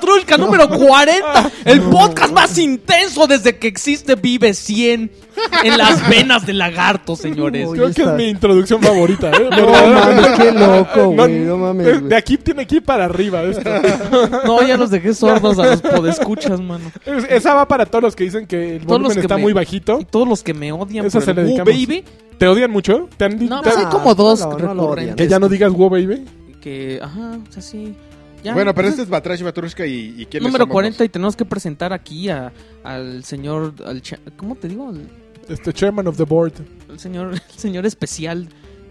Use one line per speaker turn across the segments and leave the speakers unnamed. podcast número 40, el podcast más intenso desde que existe Vive 100 en las venas de lagarto, señores.
Uy,
Creo que es
está.
mi introducción favorita, ¿eh?
No
Verdaderamente.
mames, qué loco,
No,
güey. No mames,
de, de
güey.
aquí tiene que ir para arriba esto.
No, ya los dejé sordos a los podescuchas, mano.
Es- Esa va para todos los que dicen que el
Todos los
volumen
que
está
me-
muy bajito.
Y todos los que me odian
Esa
por
se
el
la
Woo
dedicamos.
Baby.
¿Te odian mucho? ¿Te han di-
No,
te
pues
han-
hay como dos
no, no lo
recurrentes.
odian.
¿Que ya no digas wow, baby?
Que, ajá, o sea, sí. Ya.
Bueno, pero este es Batrash Batrushka y, y quién
Número 40 y tenemos que presentar aquí a, al señor, al cha- ¿cómo te digo? Al,
Este, chairman of the board.
al señor, el señor especial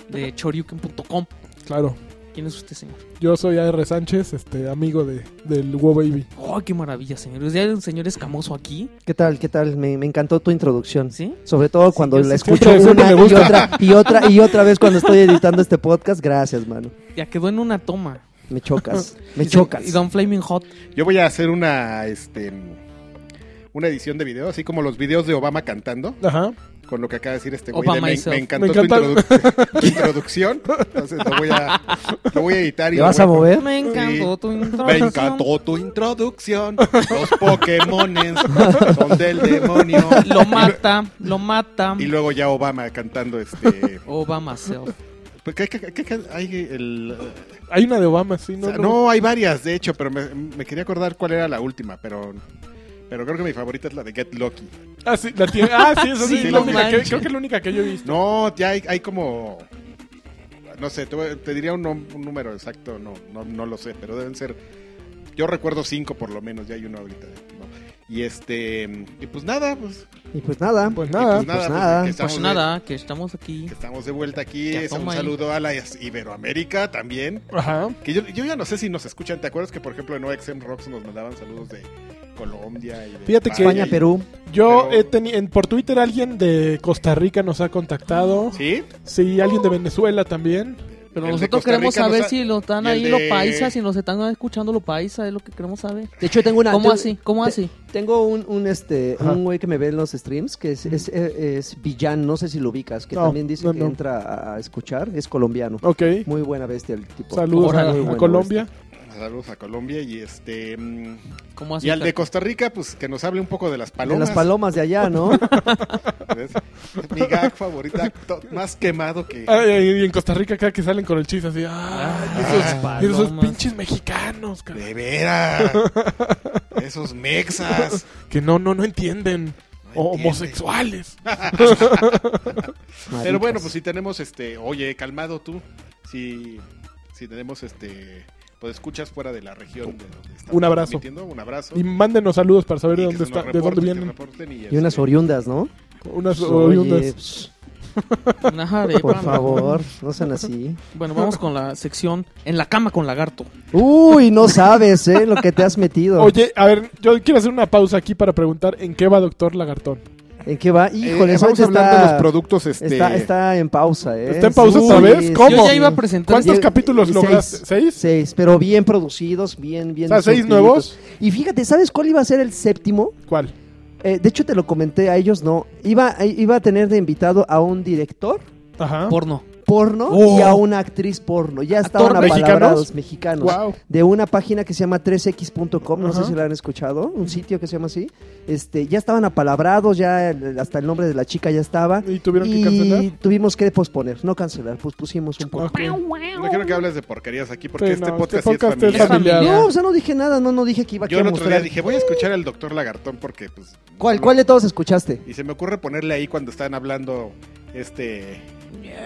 de choryuken.com.
Claro.
¿Quién es usted, señor?
Yo soy AR Sánchez, este, amigo de, del wow, baby.
¡Oh, qué maravilla, señor! Ya hay un señor escamoso aquí,
¿Qué tal? ¿Qué tal? Me, me encantó tu introducción.
¿sí?
Sobre todo cuando
yo
la
sé.
escucho
Siempre- siempre
una
me
y
gusta.
otra y otra y otra vez cuando estoy editando este podcast. Gracias, mano.
Ya quedó en una toma.
Me chocas. Me
Y se-
chocas.
Y Don Flaming Hot.
Yo voy a hacer una, este, una edición de video, así como los videos de Obama cantando,
Ajá.
con lo que acaba de decir este güey.
Obama
de Me,
myself.
me encantó
Me
tu,
encanta-
introdu- tu introducción. Entonces lo voy a, lo voy a editar. y
¿Le
lo
vas
voy
a mover?
Me encantó tu
Me
introducción.
encantó tu introducción. Los Pokémones son del demonio.
Lo mata, lo mata.
Y luego ya Obama cantando este. pues,
Obama self.
¿Qué, qué- qué- qué- hay el-
Hay una de Obama, sí,
o
¿no?
sea, no, hay varias, de hecho, pero me, me quería acordar cuál era la última, pero. Pero creo que mi favorita es la de Get Lucky.
Ah, sí, la tiene. Ah, sí, esa
Sí,
sí, es
no
la única que,
manches.
creo que es la única que yo he visto.
No, ya hay, hay como. No sé, te, voy- te diría un, nom- un número exacto, no, no, no lo sé, pero deben ser. Yo recuerdo cinco por lo menos, ya hay uno ahorita. ¿no? Y este. Y pues nada, pues.
Y pues nada.
Pues
y
nada.
pues nada.
que
Pues
estamos de-
nada, que estamos aquí.
que estamos de vuelta aquí.
Ya,
es Un
toma ahí.
saludo a la Iberoamérica también.
Ajá.
Que yo, yo ya no sé si nos escuchan. ¿Te acuerdas que, por ejemplo, en OXM Rocks nos mandaban saludos de Colombia y de
Fíjate que-
España,
y-
Perú.
Yo
Pero-
he teni- en- por Twitter alguien de Costa Rica nos ha contactado.
¿Sí?
Sí, alguien de Venezuela también.
El
Pero
de
nosotros
Costa
queremos
Rica nos
saber
ha-
si lo están
y el
ahí los
de-
paisas, si nos están escuchando los paisas, es lo que queremos saber.
De hecho, tengo una.
¿Cómo
yo-
así? ¿Cómo
te-
así?
Tengo un, un, este,
Ajá.
un güey que me ve en los streams que es, es, eh, es Villan, no sé si lo ubicas, que
No,
también dice
no,
que
no.
entra a- a escuchar, es colombiano.
Ok.
Muy buena bestia el tipo.
Saludos
Órale.
a, a
Muy bueno
Colombia.
Saludos a Colombia y este. mm,
¿Cómo así?
Y al de Costa Rica, pues que nos hable un poco de las
De
palomas.
las palomas de allá, ¿no?
¿Ves? Mi gag favorita, to- más quemado que.
Ah, y y en Costa Rica cada que salen con el chiste así. Ah,
Ay,
esos,
ah,
esos
palomas.
pinches mexicanos, cabrón,
De veras. Esos mexas.
que no, no, no entienden.
No
o
entienden.
homosexuales.
Pero bueno, pues si tenemos este. Oye, calmado tú. Si, si tenemos este. Pues escuchas fuera de la región. de donde estamos
Un abrazo.
transmitiendo, Un abrazo.
Y mándenos saludos para saber de
Y que
dónde,
se
está,
nos
de dónde
reporten, que
vienen.
reporten
Y unas
este,
oriundas, ¿no?
Unas
Pues, oye,
oriundas.
pues,
Una jare,
por
pa-
favor, no sean así.
Bueno, vamos con la sección En la cama con lagarto.
Uy, no sabes, ¿eh? Lo que te has metido.
Oye, a ver, yo quiero hacer una pausa aquí para preguntar en qué va Doctor Lagartón.
¿En qué va?
Eh,
Híjole, esa
vamos
noche
a hablar de
está,
los productos este
está, está en pausa, ¿eh?
¿Está en pausa otra vez? ¿Cómo?
Yo ya iba a presentar.
¿Cuántos
sí,
capítulos
seis.
lograste? ¿Seis?
Seis, pero bien producidos, bien, bien.
O sea, seis
surtiditos.
nuevos.
Y fíjate, ¿sabes cuál iba a ser el séptimo?
¿Cuál?
Eh, de hecho, te lo comenté a ellos, no. Iba, eh, iba a tener de invitado a un director
Ajá.
Porno.
porno
Oh.
y a una actriz porno. Ya estaban
¿Actor
apalabrados mexicanos.
Wow.
De una página que se llama 3x.com, no sé
Ajá.
si la han escuchado, un sitio que se llama así. Este, ya estaban apalabrados, ya el- hasta el nombre de la chica ya estaba.
¿Y tuvieron que
Y
cancelar?
tuvimos que posponer, no cancelar, pues pusimos un poco.
Ok.
No quiero que hables de porquerías aquí porque
Sí,
este
no,
podcast,
este podcast
sí es
es
familiar.
familiar.
familiar.
No, o sea, no dije nada, no, no dije que iba
Yo
a
el otro día
mostrar.
dije, voy a escuchar al doctor Lagartón porque pues
¿Cuál,
no-
¿Cuál de todos escuchaste?
Y se me ocurre ponerle ahí cuando están hablando este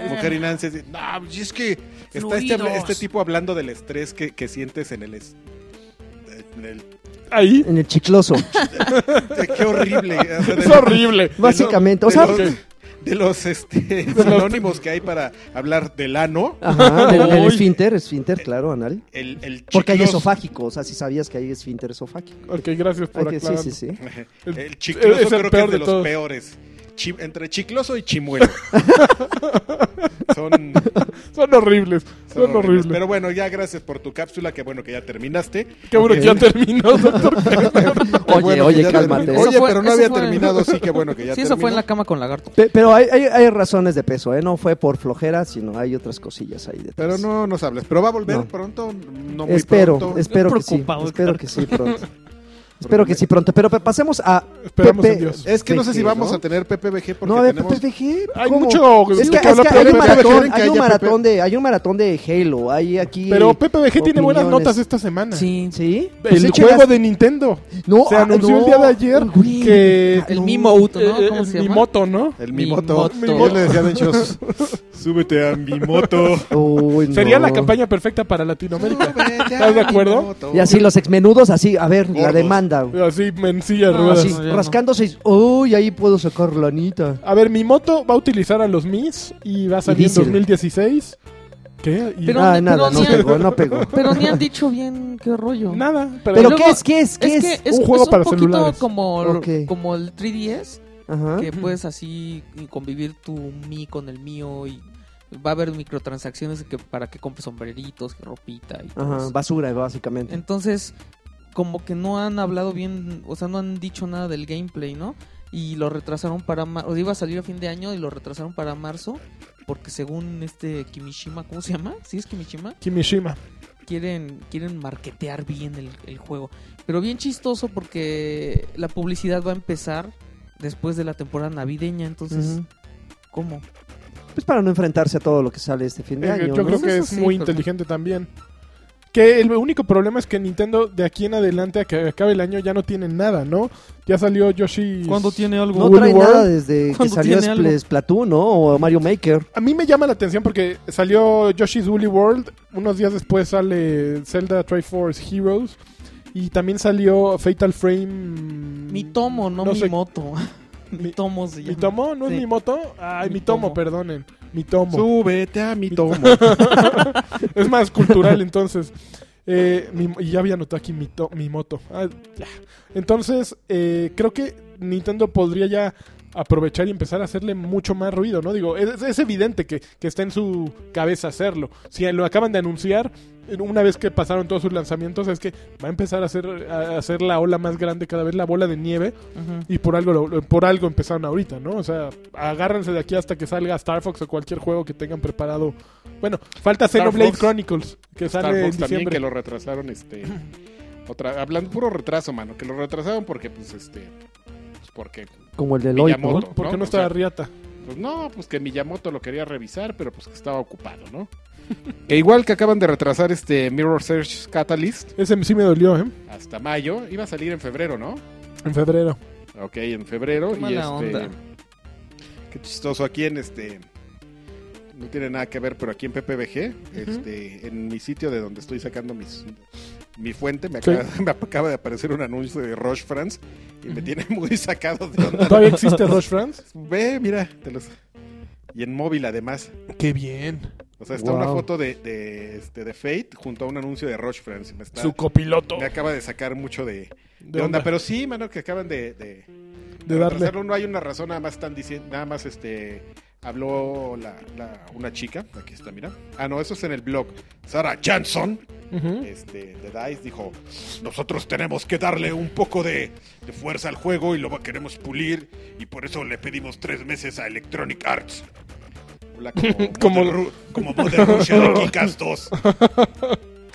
mujer y Nancy, así, no, pues, y es que está este,
Eh. Fluidos.
este tipo hablando del estrés que, que sientes en el, es- en el-
Ahí.
En el chicloso,
qué horrible, o sea, de-
Es horrible.
básicamente. O
de
sea,
los,
Ok.
de los, este, sinónimos que hay para hablar del ano,
ajá, del- del
Uy.
esfínter, esfínter, claro, anal.
el, el
Porque hay
chicloso-
esofágico, o sea, si sabías que hay esfínter esofágico.
Ok, gracias por
Hay que- sí,
aclarar.
sí, sí.
El-
El,
es el
chicloso creo que
peor
es de,
de
los
todos.
peores. Chi- entre chicloso y chimuelo. son, son
Son horribles. Son,
horribles.
horribles.
Pero bueno, ya gracias por tu cápsula. Que bueno que ya terminaste.
Qué bueno que ya
Ok.
terminó, doctor.
Qué
Oye,
bueno que
oye,
ya
cálmate.
terminó.
Eso
Oye,
fue-
pero no
eso
había
fue-
terminado. Sí, que bueno que ya
Sí, eso fue en
terminó.
la cama con lagarto.
Pe- Pero hay, hay, hay razones de peso, ¿eh? No fue por flojera, sino hay otras cosillas ahí detrás.
Pero no nos hables. Pero va a volver
No.
pronto. No muy
espero,
pronto.
espero que sí.
preocupado,
Espero
Edgar.
que sí pronto. Espero que sí pronto. Pero pe- pasemos a.
Esperamos en Dios.
Es que no sé
PG,
si vamos
¿no?
a tener PPBG porque
No, a ver,
tenemos...
PPG.
Hay
¿cómo?
mucho-
Es
mucho
que,
que
es
hablar,
que hay
pero
un
PPG
maratón,
quieren que
hay un
haya
maratón de, hay un maratón de Halo. Hay aquí.
Pero PPBG tiene buenas
opiniones.
notas esta semana.
Sí.
Sí. Pues
El
échenlas-
juego de Nintendo.
No,
Se
ah,
anunció
no,
el día de ayer
güey. Ah,
que.
El Mimo Uto, ¿no?
eh,
¿Cómo
el
se llama?
Mimoto, ¿no?
El
Mi
Mimoto.
moto.
Yo le decía de hecho, súbete a mi moto.
Uy, no.
Sería la campaña perfecta para Latinoamérica. ¿Estás de acuerdo?
Y así los exmenudos, así, a ver, la
Gordos.
demanda.
Así, mencilla,
No,
ruedas.
Así,
no, ya no.
rascándose. y, Uy, ahí puedo sacar la nita.
A ver, Mimoto va a utilizar a los Mis y va a salir en
Diesel.
2016. ¿Qué? Y
Pero-
ah, nada,
pero
no
ni-
pegó, no pegó.
Pero ni han dicho bien qué rollo.
nada. Pero,
¿Pero
luego-
qué es? ¿Qué es? ¿Qué es?
es que es
un juego
es
para
poquito
celulares. Ah,
Como,
Ok.
como el 3DS,
Ajá.
que puedes así convivir tu mi con el mío y va a haber microtransacciones que para que compres sombreritos, ropita y todo
Ajá,
eso.
basura, básicamente.
Entonces, como que no han hablado bien, o sea, no han dicho nada del gameplay, ¿no? Y lo retrasaron para marzo, o sea, iba a salir a fin de año y lo retrasaron para marzo, porque según este Kimishima, ¿cómo se llama? ¿Sí es Kimishima?
Kimishima.
Quieren, quieren marketear bien el, el juego. Pero bien chistoso porque la publicidad va a empezar después de la temporada navideña, entonces,
Ujú.
¿cómo?
Pues para no enfrentarse a todo lo que sale este fin de
Eh,
año.
yo
¿no?
creo que
Pues Eso
es
sí,
muy
pero-
inteligente también. Que el único problema es que Nintendo de aquí en adelante a que acabe el año ya no tiene nada, ¿no? Ya salió Yoshi.
algo?
No
Woolly
trae
World,
nada desde que
cuando
salió
tiene algo.
Spl- Splatoon, ¿no? O Mario Maker.
A mí me llama la atención porque salió Yoshi's Woolly World, unos días después sale Zelda Triforce Heroes y también salió Fatal Frame.
Mi tomo, no, mi
Mm, sé-
moto. mi tomo se
¿Mi
llama.
tomo? ¿No es
Sí.
mi moto? Ay, mi,
Mi
tomo,
tomo.
perdonen. Mi tomo.
Súbete a mi tomo.
es más cultural entonces. Eh, mi- y ya había anotado aquí mi, to- mi moto. Ah, ya. Entonces, eh, creo que Nintendo podría ya aprovechar y empezar a hacerle mucho más ruido, ¿no? Digo, es, es evidente que, que está en su cabeza hacerlo. Si lo acaban de anunciar, una vez que pasaron todos sus lanzamientos, es que va a empezar a hacer, a hacer la ola más grande cada vez, la bola de nieve,
Ujú.
y por algo, lo- lo- por algo empezaron ahorita, ¿no? O sea, agárrense de aquí hasta que salga Star Fox o cualquier juego que tengan preparado. Bueno, falta
Star
Xenoblade
Fox.
Chronicles, que
Star
sale
Fox
en
también
diciembre.
que lo retrasaron este otra hablando puro retraso, mano, que lo retrasaron porque pues este pues, porque
Como el de Lloyd, ¿no?
Miyamoto,
¿Por qué no,
O
está
sea,
Riata?
pues no, pues que Miyamoto lo quería revisar, pero pues que estaba ocupado, ¿no? que igual que acaban de retrasar este Mirror Search Catalyst
Ese sí me dolió, ¿eh?
hasta mayo, iba a salir en febrero, ¿no?
En febrero.
Ok, en febrero
Qué
y
mala
este
onda.
Qué chistoso aquí en este no tiene nada que ver, pero aquí en PPBG, este, en mi sitio de donde estoy sacando mis mi fuente, me
Sí.
acaba, me acaba de aparecer un anuncio de Roche France y me tiene muy sacado de onda.
¿Todavía existe Rush France?
Ve, mira, te los- y en móvil además.
¡Qué bien!
O sea, está
Wow.
una foto de, de, este, de Fate junto a un anuncio de Roche France. y Me, está-
Su copiloto.
me acaba de sacar mucho de, de
De
onda.
onda,
Pero sí, mano, que acaban de, de,
de darle.
retrasarlo. No hay una razón, nada más están diciendo, nada más este habló la, la- una chica, aquí está, mira. Ah, no, eso es en el blog. Sarah Johnson,
Ujú.
este, de Dice, dijo, nosotros tenemos que darle un poco de, de fuerza al juego y lo va- queremos pulir y por eso le pedimos tres meses a Electronic Arts. Habla como
Como-
Mother Ru- como Mother Russia de Kikas 2.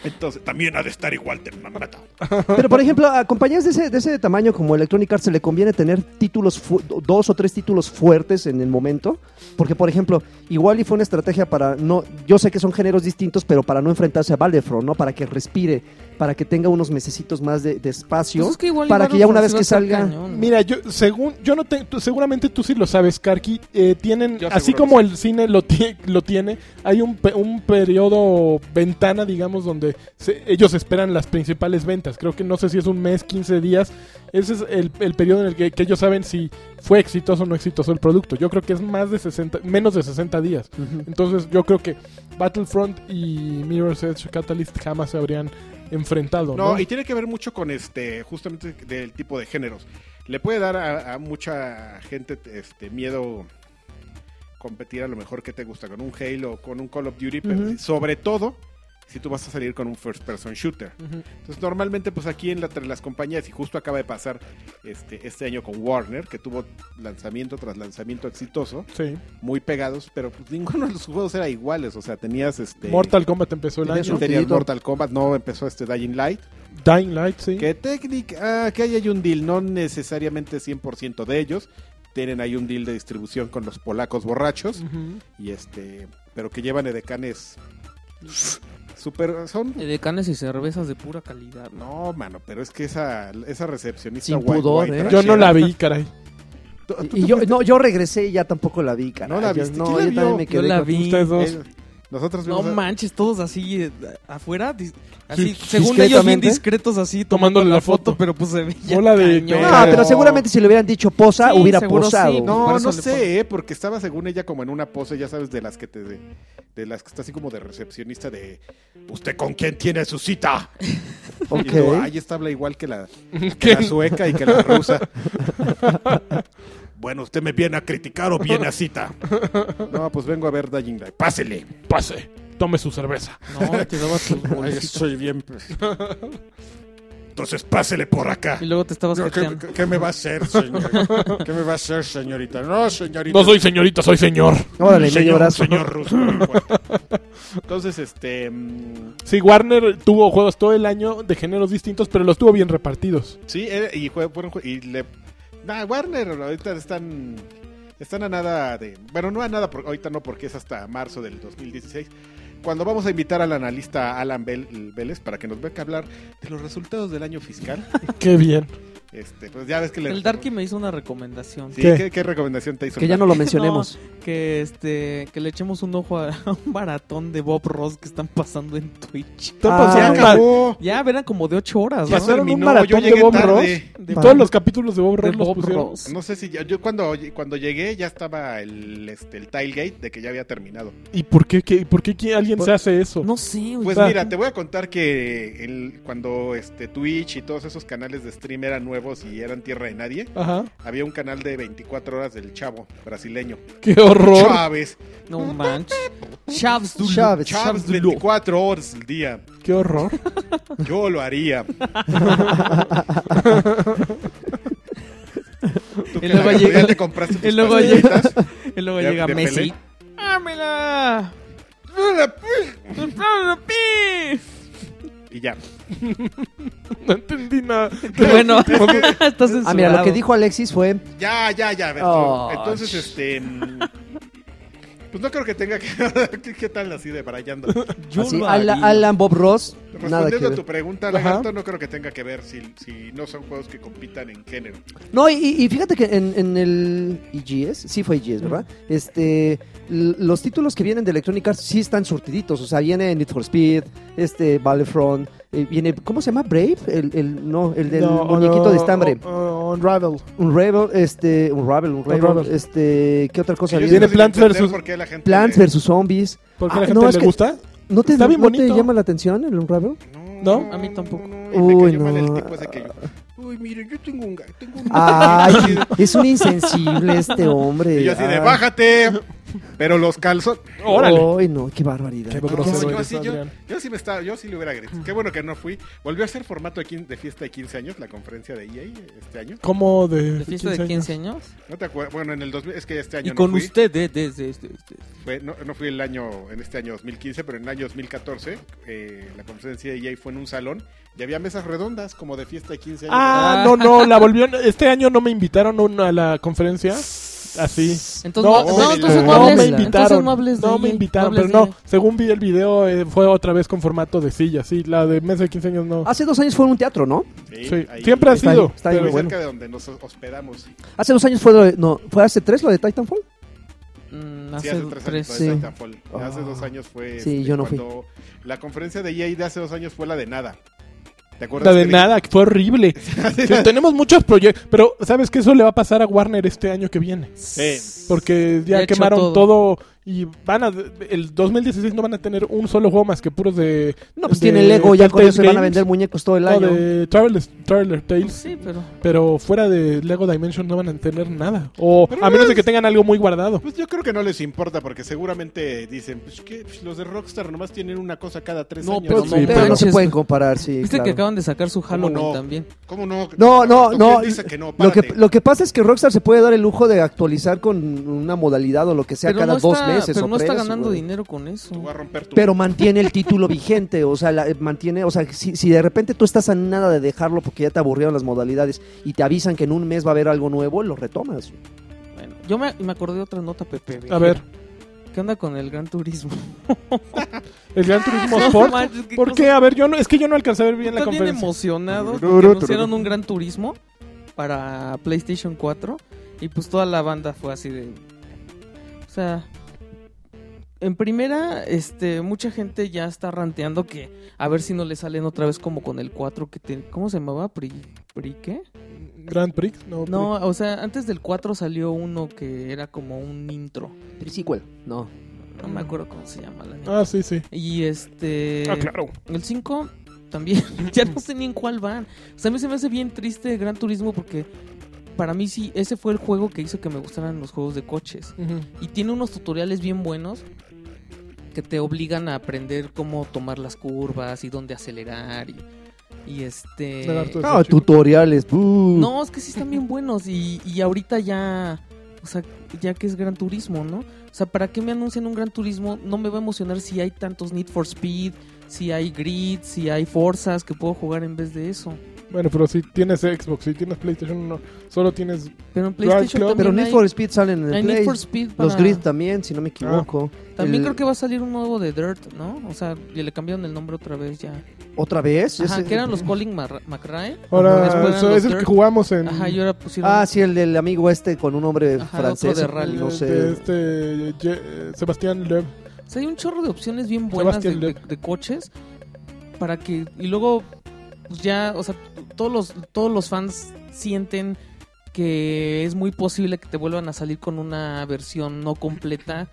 Entonces, también ha de estar igual de mamata.
Pero, por ejemplo, a compañías de ese, de ese tamaño como Electronic Arts se le conviene tener títulos fu- dos o tres títulos fuertes en el momento. Porque, por ejemplo, igual y fue una estrategia para no. Yo sé que son géneros distintos, pero para no enfrentarse a Battlefront, ¿no? Para que respire, para que tenga unos mesecitos más de, de espacio.
Pues es que igual
para
Ibarra
que ya una
sí
vez
va a
que
estar
salga-
cañón.
Mira, yo según yo no te- tú- seguramente tú sí lo sabes, Karki, eh, tienen
Yo
así
seguro
como
que
el cine lo, ti- lo tiene, hay un, pe- un periodo ventana, digamos, donde se- ellos esperan las principales ventas. Creo que no sé si es un mes, 15 días. Ese es el, el periodo en el que, que ellos saben si fue exitoso o no exitoso el producto. Yo creo que es más de 60 menos de 60 días.
Ujú.
Entonces, yo creo que Battlefront y Mirror's Edge Catalyst jamás se habrían enfrentado, ¿no?
No, y tiene que ver mucho con este, justamente del tipo de géneros. Le puede dar a, a mucha gente este miedo competir a lo mejor que te gusta con un Halo o con un Call of Duty, pero
Ujú.
sobre todo si tú vas a salir con un first person shooter.
Ujú.
Entonces, normalmente, pues aquí en la- entre las compañías, y justo acaba de pasar este, este año con Warner, que tuvo lanzamiento tras lanzamiento exitoso,
Sí.
muy pegados, pero pues, ninguno de los juegos era iguales. O sea, tenías este.
Mortal Kombat empezó el
Tenía
año.
su-
Tenías
Rapidito.
Mortal Kombat, no empezó este Dying Light.
Dying Light, sí.
Que técnica, ah, que ahí hay un deal, no necesariamente 100% de ellos. Tienen ahí un deal de distribución con los polacos borrachos.
Mm.
Ujú.
Y este, pero que llevan edecanes super son
De canes y cervezas de pura calidad. ¿no?
no, mano, pero es que esa esa recepcionista
Sin
guay-
pudor,
guay
¿eh?
trashera-
Yo no la vi, caray.
Tú- tú
Y
te
yo,
fuiste-
no, yo regresé y ya tampoco la vi, caray.
¿No la
Yo-
viste?
No,
¿Quién la
yo
vio?
también me
Yo
quedé
la
con-
vi.
Ustedes dos.
Eh, nosotros
Pues No
vimos a-
manches, todos así eh, afuera, dis- así, según ellos bien
discretamente.
discretos así
Tomándole
tomándole
la
la
foto.
foto, pero pues se veía
Bola de
cañón.
No,
Pero-
pero seguramente si le hubieran dicho posa,
Sí,
hubiera
seguro sí,
posado.
¿no?
No,
Por eso
no
le
sé, ¿eh? porque estaba según ella como en una pose, ya sabes, de las que te de las que está así como de recepcionista de ¿Usted con quién tiene su cita?
Ok.
Y yo, ay, esta habla igual que la, que
¿Qué?
la sueca y que la rusa. bueno, ¿usted me viene a criticar o viene a cita? No, pues vengo a ver Dying Light. Pásele.
Pase. Tome su cerveza.
No, te daba tus bolsitas.
Soy bien. Entonces pásele por acá.
Y luego te estabas
No, ¿qué,
jeteando.
qué- qué me va a hacer, señor? ¿Qué me va a hacer, señorita? No, señorita.
No soy señorita, soy señor.
Órale, medio
señor,
brazo.
señor ruso. no me importa. Entonces, este. mm,
Sí, Warner tuvo juegos todo el año de géneros distintos, pero los tuvo bien repartidos.
Sí, era- y fue, fueron jue- y le nah, Warner ahorita están están a nada de, bueno, no a nada por- ahorita no porque es hasta marzo del 2016. Cuando vamos a invitar al analista Alan Vel- Vélez para que nos venga a hablar de los resultados del año fiscal,
Qué bien.
este, pues ya ves que le
El Darky me hizo una recomendación.
Sí,
¿Qué?
¿qué? qué recomendación te hizo?
Que ya
el
no lo mencionemos.
Que este que le echemos un ojo a a un maratón de Bob Ross que están pasando en Twitch.
Están
Ah,
Darky? Ya
pasando
no.
mal.
acabó.
Ya verán como de 8 horas,
Ya
¿no?
Pasaron un
terminó,
maratón
yo
de
llegué
Bob
tarde.
Ross.
De
Todos los capítulos de Bob
de
Ross los
Bob
pusieron.
Ross.
No sé si ya- yo cuando cuando llegué ya estaba el este el tailgate de que ya había terminado.
¿Y por qué, qué- por qué qui- alguien
Por-
se hace eso?
No sé, güey.
Pues
Va.
mira, te voy a contar que el- cuando este Twitch y todos esos canales de stream eran nuevos y eran tierra de nadie,
Ajá.
había un canal de 24 horas del chavo brasileño.
Qué horror.
Chávez,
No manches. Chaves du
Chávez.
Chávez 24 horas al día.
Qué horror.
Yo lo haría. Tú que
luego
la-
llega-
ya te compraste tus
y luego
pastillitas.
Y luego
Ya,
llega
de
Messi.
Pelé.
¡Ámela!
Y ya.
No entendí nada.
Bueno, estás
Ah, mira, lo que dijo Alexis fue.
Ya, ya, ya. Bertolo.
Oh,
Entonces,
ch-
este... mm, Pues no creo que tenga que... ¿Qué tal así de barallando?
Así, Alan, Alan Bob Ross. Nada que
Respondiendo a tu
ver.
pregunta, Lagarto, no creo que tenga que ver si, si no son juegos que compitan en género.
No, y, y fíjate que en, en el EGS, sí fue EGS, ¿verdad? Este, l- los títulos que vienen de Electronic Arts sí están surtiditos. O sea, viene Need for Speed, este, Battlefront, eh, viene, ¿cómo se llama? Brave, el, el- no, el del
No,
muñequito
no,
de estambre.
oh, oh, Unravel.
Un Rebel, este, un Rebel, un Rebel,
Unravel.
este, ¿qué otra cosa
Que yo
viene?
sigo sin
Plants
entender
versus-
por qué la gente
Plants
le-
versus Zombies.
¿Por qué
Ah,
a la gente
no, es
le
que-
gusta?
¿No te,
Está bien
¿no te
bonito.
llama la atención el Unravel?
¿No?
A mí tampoco.
no, y me
Uy,
cayó mal el
no.
tipo ese que yo, Uy, miren, yo tengo un ga- tengo un-
Ay, es un insensible este hombre.
Y yo así de,
Ay.
bájate. Pero los calzones.
Oh,
Órale.
Ay, no, qué barbaridad.
Qué
No,
grosero
yo,
eres,
sí, yo,
Adrián.
yo sí me estaba, yo sí le hubiera gritado. Qué bueno que no fui. Volvió a ser formato de, quin- de fiesta de 15 años, la conferencia de EA este año.
¿Cómo de,
¿De fiesta de 15 años?
No te acuerdas, bueno, en el 2000, es que este año
Y
no
con
fui.
usted, de,
eh,
de, de- de- de-
Fue- no, no fui el año, en este año 2015, pero en el año 2014, eh, la conferencia de EA fue en un salón y había mesas redondas como de fiesta de 15 años.
Ah,
Ah.
no, no, la volvieron. Este año no me invitaron a una- a la conferencia. Así.
Entonces,
No,
no, no,
me-
entonces no
No
hables.
me
Entonces
invitaron.
no hables de
No me
ella,
invitaron,
hables
pero
de
no.
ella.
Según vi el video, eh, fue otra vez con formato de silla. Sí, la de mesa de 15 años no.
Hace dos años fue en un teatro, ¿no?
Sí, siempre ha
Está
sido.
Ah, ahí, está ahí,
pero
Muy
bueno.
cerca de donde nos hospedamos.
Hace dos años fue lo de- no, fue hace tres lo de Titanfall.
Mm,
Sí,
hace,
hace tres años.
tres.
fue
sí.
Titanfall. Hace
Ah.
dos años fue. este,
Sí, yo no fui.
cuando La conferencia de EA de hace dos años fue la de nada. ¿Te acuerdas?
La de
que-
nada, que fue horrible. Sí, tenemos muchos proyectos, pero sabes que eso le va a pasar a Warner este año que viene.
Sí.
Porque ya
Ya echó
quemaron todo.
todo.
Y van a. El 2016 no van a tener un solo juego más que puros de.
No, pues
de
tiene Lego, ya con
Telltale
eso se van a
Games,
vender muñecos todo el
no,
año.
de Traveler, Traveler
Pues
Tales.
sí, pero.
Pero fuera de Lego Dimension no van a tener nada. O
Pero
a
no
menos de
es-
que tengan algo muy guardado.
Pues yo creo que no les importa porque seguramente dicen, pues que los de Rockstar nomás tienen una cosa cada tres
No,
años.
pero
no,
Pero no
manches.
se pueden comparar, sí.
Viste que
claro.
acaban de sacar su Halloween
no?
también.
¿Cómo no?
No, no,
¿Quién
no.
dice que no?
Lo que,
Párate.
lo que pasa es que Rockstar se puede dar el lujo de actualizar con una modalidad o lo que sea
Pero
cada
no
dos
está,
meses.
pero
o
no está
tres,
ganando
güey.
dinero con eso.
Tú vas a romper tu...
Pero mantiene el título vigente, o sea, la- eh, mantiene, o sea, si, si de repente tú estás a nada de dejarlo porque ya te aburrieron las modalidades y te avisan que en un mes va a haber algo nuevo, lo retomas.
Bueno, yo me, me acordé de otra nota, Pepe.
A ver,
¿Qué onda con el Gran Turismo?
el Gran Turismo
No
Sport.
manches, qué
¿Por
cosa-
qué? A ver, yo no, es que yo no alcancé a ver bien la
Están bien
conferencia.
emocionados
Tururú,
porque anunciaron
tururú.
un Gran Turismo para PlayStation 4 y pues toda la banda fue así de o sea, en primera, este, mucha gente ya está ranteando que a ver si no le salen otra vez como con el 4 que te, ¿cómo se llamaba? ¿Pri, pri qué?
Grand Prix, no.
No, o sea, antes del 4 salió uno que era como un intro.
Trisequel, no.
No me acuerdo cómo se llama la
Prix.
neta.
Ah, sí, sí.
Y este
Ah, claro.
el 5 también. ya no sé ni en cuál van. O sea, a mí se me hace bien triste Gran Turismo porque para mí sí, ese fue el juego que hizo que me gustaran los juegos de coches.
Ujú.
Y tiene unos tutoriales bien buenos que te obligan a aprender cómo tomar las curvas y dónde acelerar y, y este...
Me da harto
Ah,
chico.
tutoriales. buh.
No, es que sí están bien buenos y, y ahorita ya, o sea, ya que es Gran Turismo, ¿no? O sea, ¿para qué me anuncian un Gran Turismo? No me va a emocionar si hay tantos Need for Speed, si hay Grid, si hay Forzas que puedo jugar en vez de eso.
Bueno, pero si tienes Xbox, si tienes PlayStation, no. Solo tienes.
Pero en
Drive
PlayStation
Club.
también
Pero
hay,
Need for Speed salen en
hay
el
Need
Play.
for Speed para- Ah,
Los Grid también, si no me equivoco.
También
El-
creo que va a salir un nuevo de Dirt, ¿no? O sea, y le cambiaron el nombre otra vez ya.
¿Otra vez?
Ajá,
Ese-
que eran los Colin Mar- McRae.
Ahora,
Ah, Después eran
eso
los
es el que
Dirt.
jugamos en.
Ajá, y ahora pusieron...
Ah, sí, el del amigo este con un hombre
Ajá,
francés.
otro de rally.
No
de-
sé.
de este, Ye- eh, Sebastián Loeb.
O sea, hay un chorro de opciones bien buenas de,
Sebastián
de- de coches para que y luego pues ya, o sea, todos los todos los fans sienten que es muy posible que te vuelvan a salir con una versión no completa,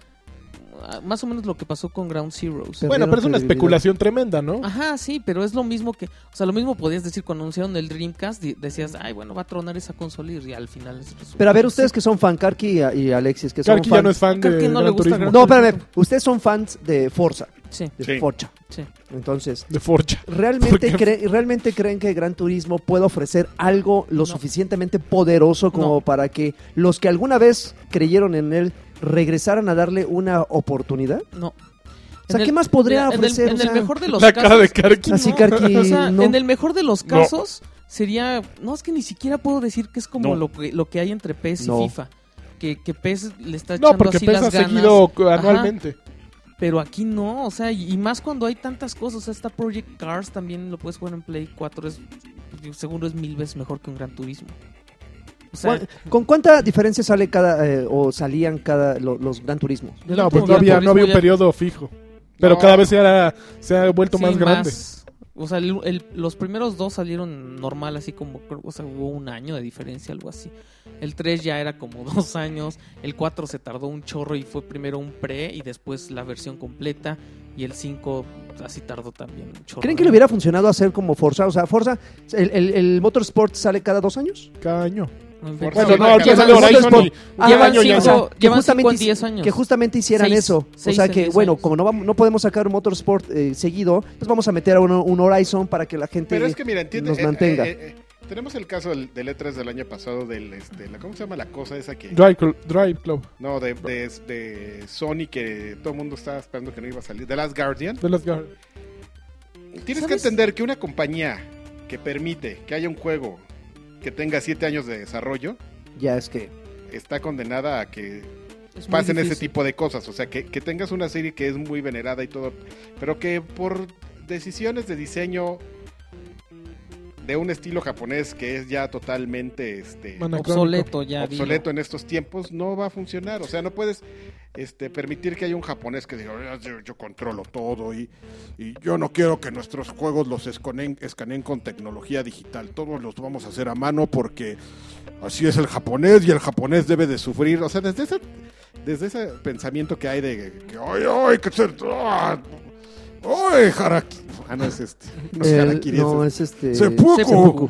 Ah, más o menos lo que pasó con Ground Zeroes.
Pero-
Bueno, pero es una
credibilidad.
especulación tremenda, ¿no?
Ajá, sí, pero es lo mismo que, o sea, lo mismo podías decir cuando anunciaron el Dreamcast, di- decías, ay, bueno, va a tronar esa consola y al final es resulta-
Pero a ver, ustedes que son fan, Karki y, y Alexis, que son
Karki ya
fan.
no es fan
Karki
de
no le
Gran
gusta
Turismo.
Gran
No, espérame, ustedes son fans de Forza,
Sí,
de
Sí.
Forza.
sí.
Entonces,
De Forcha.
¿realmente,
¿Por qué?
cre- ¿realmente creen que Gran Turismo puede ofrecer algo lo
No.
suficientemente poderoso como
No.
para que los que alguna vez creyeron en él regresaran a darle una oportunidad?
No.
O sea,
En
¿qué
el-
más podría
mira, en el-
ofrecer?
En el,
O sea,
mejor de los
La
casos,
cara de Karki.
Así,
no.
Karki,
O sea,
no.
en el mejor de los
Mm, No.
casos sería, no es que ni siquiera puedo decir que es como
No.
lo que lo que hay entre PES
No.
y FIFA, que, que PES le está echando
No, porque
así
pesa
las ganas,
seguido anualmente.
pero aquí no, o sea, y, y más cuando hay tantas cosas, o sea, está Project Cars también lo puedes jugar en Play 4, es seguro es mil veces mejor que un Gran Turismo. O sea,
¿cuán- ¿Con cuánta diferencia sale cada eh, o salían cada lo- los Gran Turismos?
el
No,
último
pues no
Gran
había, no
Turismo
había un
ya-
periodo fijo. Pero
No.
cada vez se ha, se ha vuelto
sí,
más grande.
más. O sea, el- el- los primeros dos salieron normal, así como, o sea, hubo un año de diferencia, algo así. El 3 ya era como dos años, el 4 se tardó un chorro y fue primero un pre y después la versión completa, y el 5 así tardó también un chorro.
¿Creen que le hubiera funcionado hacer como Forza? O sea, Forza, el, el, el Motorsport sale cada dos años.
Cada año.
En fin,
Forza
Bueno, no,
Horizon
ahorita
y-
sale
Horizon
Horizon y
Ah,
un
llevan
año ya.
cinco-
no.
llevan cinco a
hici-
10 años.
que justamente hicieran
Seis-
eso. O
seis
sea
a
que,
10
bueno,
años.
como no, vamos, no podemos sacar un Motorsport eh, seguido, pues vamos a meter a uno- un Horizon para que la gente...
Pero es que mira, entiende,
nos
eh, eh,
mantenga.
eh, eh, tenemos el caso del, del E3 del año pasado, del, este, la, ¿cómo se llama la cosa esa que...
Drive, Cl- Drive Club.
No, de, de, de Sony que todo el mundo estaba esperando que no iba a salir. The Last Guardian.
De las gar-
Tienes que
¿Sabes?
entender que una compañía que permite que haya un juego que tenga siete años de desarrollo
Ya es que...
está condenada a que
Es muy
pasen ese
difícil.
tipo de cosas. O sea, que, que tengas una serie que es muy venerada y todo, pero que por decisiones de diseño de un estilo japonés que es ya totalmente este,
Bueno,
Obsoleto ya. digo.
obsoleto en estos tiempos, no va a funcionar. O sea, no puedes. este, permitir que haya un japonés que diga, "Ah, yo, yo controlo todo y, y yo no quiero que nuestros juegos los esconen- escaneen con tecnología digital, todos los vamos a hacer a mano porque así es el japonés y el japonés debe de sufrir. O sea, desde ese, desde ese pensamiento que hay de que, ay, ay, que ser... ah, ¡Ay, Haraki! Ah, no es este. No es
El-
harakiri,
Eh, no,
es
es este.
este. ¡Seppuku!
Seppuku.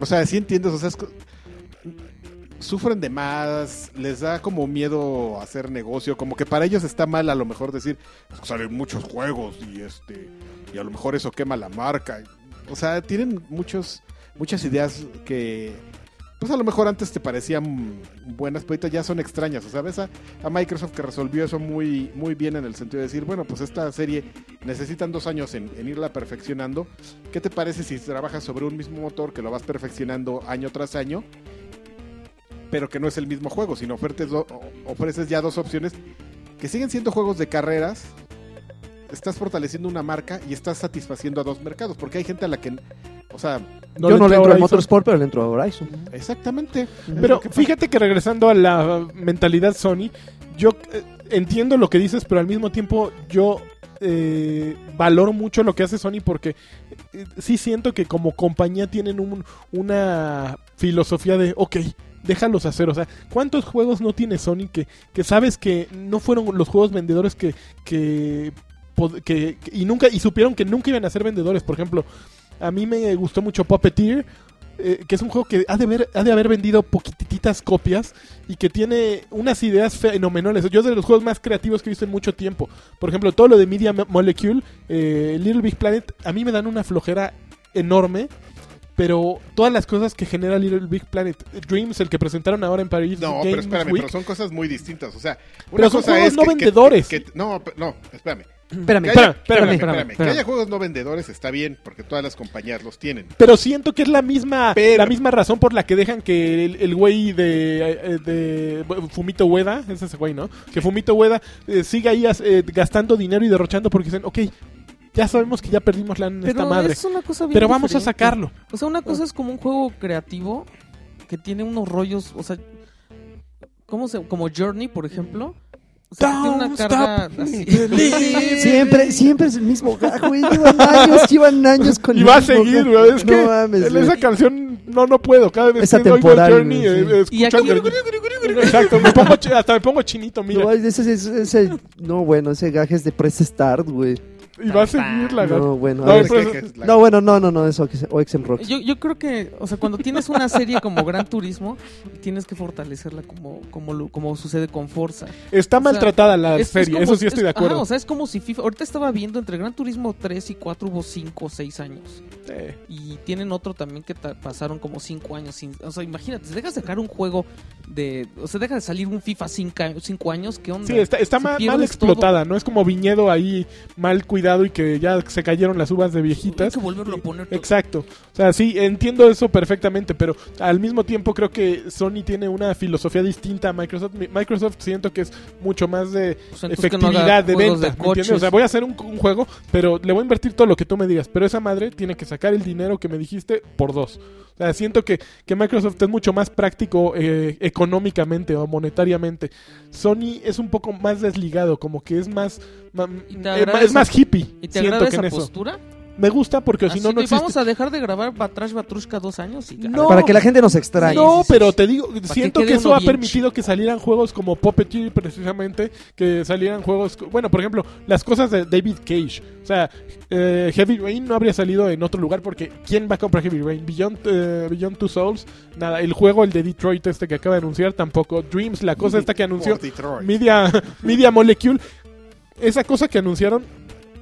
O sea, sí entiendes, o sea, es co- sufren de más, les da como miedo hacer negocio, como que para ellos está mal a lo mejor decir, "Es que salen muchos juegos y este y a lo mejor eso quema la marca. O sea, tienen muchos muchas ideas que pues a lo mejor antes te parecían buenas, pero ahorita ya son extrañas. O sea, ves a, a Microsoft que resolvió eso muy, muy bien en el sentido de decir, bueno, pues esta serie necesitan dos años en- en irla perfeccionando ¿Qué te parece si trabajas sobre un mismo motor que lo vas perfeccionando año tras año? Pero que no es el mismo juego, sino ofreces, do- o- ofreces ya dos opciones que siguen siendo juegos de carreras. Estás fortaleciendo una marca y estás satisfaciendo a dos mercados, porque hay gente a la que. O sea,
Yo no
entra
le entro a
Horizon.
Motorsport, pero le entro a Horizon.
exactamente.
Pero
¿Qué pasa?
fíjate que regresando a la mentalidad Sony, yo eh, entiendo lo que dices, pero al mismo tiempo yo eh, valoro mucho lo que hace Sony porque eh, sí siento que como compañía tienen un- una filosofía de, ok, déjalos hacer. O sea, ¿cuántos juegos no tiene Sony que, que sabes que no fueron los juegos vendedores que... que pod- que- que- y nunca y supieron que nunca iban a ser vendedores por ejemplo a mí me gustó mucho Puppeteer eh, que es un juego que ha de, haber, ha de haber vendido poquititas copias y que tiene unas ideas fenomenales. Yo es de los juegos más creativos que he visto en mucho tiempo. Por ejemplo, todo lo de Media Mo- Molecule, eh, Little Big Planet, a mí me dan una flojera enorme. Pero todas las cosas que genera Little Big Planet, eh, Dreams, el que presentaron ahora en París,
No,
Games
pero espérame,
Week,
pero son cosas muy distintas. O sea, una
Pero son
cosa
juegos
es
no vendedores.
que- no, pe- no, espérame.
Espérame,
Que haya-
espérame, espérame,
espérame,
Que haya juegos no vendedores está bien, porque todas las compañías los tienen.
Pero siento que es la misma
Pero-
la misma razón por la que dejan que el, el güey de, eh, de Fumito Ueda, ese es el güey, ¿no? Que Fumito Ueda eh, siga ahí as- eh, gastando dinero y derrochando porque dicen, ok, ya sabemos que ya perdimos la en esta
Pero
madre,
es una cosa bien
pero vamos a
diferente.
sacarlo.
O sea, una cosa es como un juego creativo que tiene unos rollos, o sea, ¿cómo se, como Journey, por ejemplo? O sea, que tiene
Don't
una carga
stop.
así.
Siempre, siempre es el mismo gajo, güey. Llevan años, llevan años con
Y
el
va a
mismo
seguir,
gajo.
güey, es
no
que
mames,
Esa
güey.
canción, no, no puedo. Cada vez
Es
que oigo
atemporal,
Journey,
güey, sí.
eh,
Y
escucho-
aquí-
Exacto, me pongo chi- hasta me pongo chinito, mira.
No, ese- ese- ese- no, bueno, ese gaje es de Press Start, güey.
y va a seguir la
No, bueno.
No,
a
No,
ver.
es pero-
No, bueno, no, no, no, eso, Oxen Rock.
Yo, yo creo que, o sea, cuando tienes una serie como Gran Turismo, tienes que fortalecerla como, como, lo- como sucede con Forza.
Está
O sea,
maltratada la serie,
como-
Ah, eso sí estoy
es-
de acuerdo.
ajá, o sea, es como si FIFA. Ahorita estaba viendo entre Gran Turismo 3 y 4 hubo 5 o 6 años.
Eh.
Y tienen otro también que ta- pasaron como 5 años. Sin, o sea, imagínate, si dejas de sacar un juego de. O sea, deja de salir un FIFA 5 años, ¿qué onda?
Sí, está, está
Si
ma- mal,
pierdes
explotada, ¿no? Es como viñedo ahí mal cuidado y que ya se cayeron las uvas de
Hay
viejitas.
que volverlo a poner. todo.
Exacto. O sea, sí, entiendo eso perfectamente, pero al mismo tiempo creo que Sony tiene una filosofía distinta a Microsoft. Mi- Microsoft siento que es mucho más de
Pues entonces que no haga
efectividad de
juegos
venta, ¿me entiendes? O sea, voy a hacer un, un juego, pero le voy a invertir todo lo que tú me digas. Pero esa madre tiene que sacar el dinero que me dijiste por dos. O sea, siento que, que Microsoft es mucho más práctico eh, económicamente o monetariamente. Sony es un poco más desligado, como que es más, ma-
Y te
eh,
agrada
es más
esa-
hippie.
¿Y te
siento
agrada
que en
esa
eso.
postura?
Me gusta porque si
Así
no, no
de,
existe.
Vamos a dejar de grabar Batrash Batrushka dos años y ya.
No.
Para que la gente nos extrañe.
No,
sí, sí,
pero
sí.
te digo, siento
quede
que eso
uno
ha
bien
permitido que salieran juegos como Puppeteer precisamente, que salieran juegos, co- bueno, por ejemplo, las cosas de David Cage, o sea, eh, Heavy Rain no habría salido en otro lugar porque ¿quién va a comprar Heavy Rain? Beyond, eh, Beyond Two Souls, nada, el juego, el de Detroit este que acaba de anunciar tampoco, Dreams, la cosa esta que anunció, Media, Media Molecule. Esa cosa que anunciaron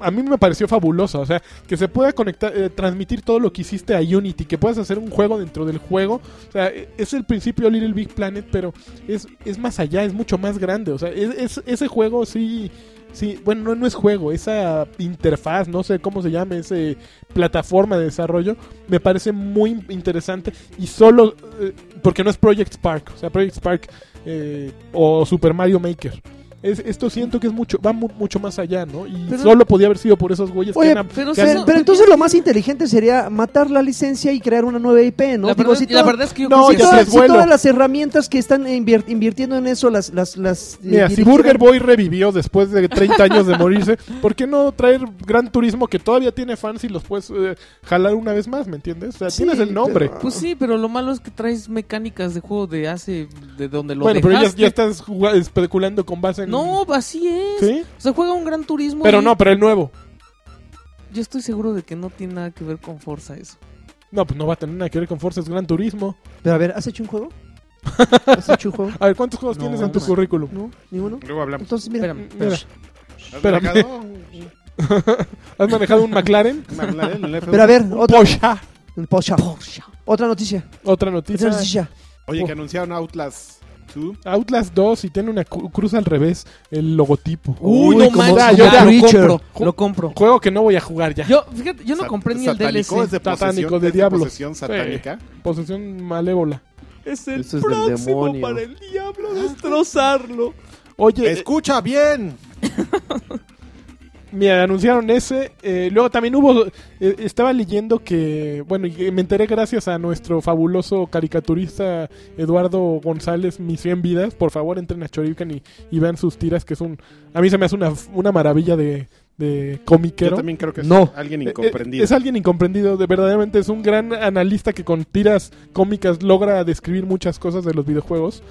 a mí me pareció fabulosa. O sea, que se pueda conectar, eh, transmitir todo lo que hiciste a Unity, que puedas hacer un juego dentro del juego. O sea, e- es el principio Little Big Planet, pero es, es más allá, es mucho más grande. O sea, es, es- ese juego sí. Sí, bueno, no, no es juego, esa interfaz, no sé cómo se llame, ese plataforma de desarrollo, me parece muy interesante y solo, eh, porque no es Project Spark, o sea, Project Spark eh, o Super Mario Maker. Es- esto siento que es mucho, va mu- mucho más allá, ¿no? Y
Pero-
solo podía haber sido por esos güeyes
Oye,
que eran-
pero sí,
que
Pero,
eran-
no-
pero entonces lo más inteligente sería matar la licencia y crear una nueva IP, ¿no?
la,
Digo,
verdad,
si
la
todo-
verdad es que yo
No,
creo
si
que
ya
sí.
se
todas,
les
si
vuelo.
todas las herramientas que están invier- invirtiendo en eso, las... las, las eh,
Mira, si
dirigieran-
Burger Boy revivió después de 30 años de morirse, ¿por qué no traer Gran Turismo que todavía tiene fans y los puedes eh, jalar una vez más, ¿me entiendes? O sea,
Sí,
tienes el nombre.
pero-
Pues sí, pero lo malo es que traes mecánicas de juego de hace. de donde lo
bueno, pero ya,
dejaste.
ya estás jugando- especulando con base en...
No, así es.
¿Sí?
Se juega un gran turismo.
Pero
y-
no, pero el nuevo.
Yo estoy seguro de que no tiene nada que ver con Forza eso.
No, pues no va a tener nada que ver con Forza, es Gran Turismo.
Pero a ver, ¿has hecho un juego? ¿Has hecho un juego?
A ver, ¿cuántos juegos
No,
tienes en tu
man.
currículum?
¿No? ¿Ninguno?
Luego hablamos.
Entonces, mira,
Espérame.
Mira,
¿Has
espérame.
manejado un-
¿Has manejado un McLaren?
un McLaren, un F1?
pero a ver, otra,
Porsche.
Pocha. otra noticia.
Otra
Otra
noticia.
noticia.
Oye, que anunciaron Outlast 2.
Outlast 2 y tiene una cu- cruz al revés, el logotipo.
Uy, no
como-
manches,
Ah,
como
yo ya lo
Richard.
compro.
Lo compro.
Juego que no voy a jugar ya.
Yo, fíjate, yo no
Sat-
compré ni el
satánico, Es
DLC.
de posesión,
Satánico,
es
de
de
diablo.
posesión satánica.
Posesión malévola.
Es
el Eso es del próximo demonio. para
el diablo destrozarlo.
Oye, eh,
Escucha bien.
Mira, anunciaron ese. eh, luego también hubo. eh, estaba leyendo que. Bueno, y me enteré gracias a nuestro fabuloso caricaturista Eduardo González, Mis 100 Vidas. Por favor, entren a Chorican y, y vean sus tiras, que es un. A mí se me hace una, una maravilla de, de
Yo
comiquero.
también creo que es
No.
alguien
Eh, eh,
incomprendido.
Es alguien incomprendido, de verdaderamente es un gran analista que con tiras cómicas logra describir muchas cosas de los videojuegos.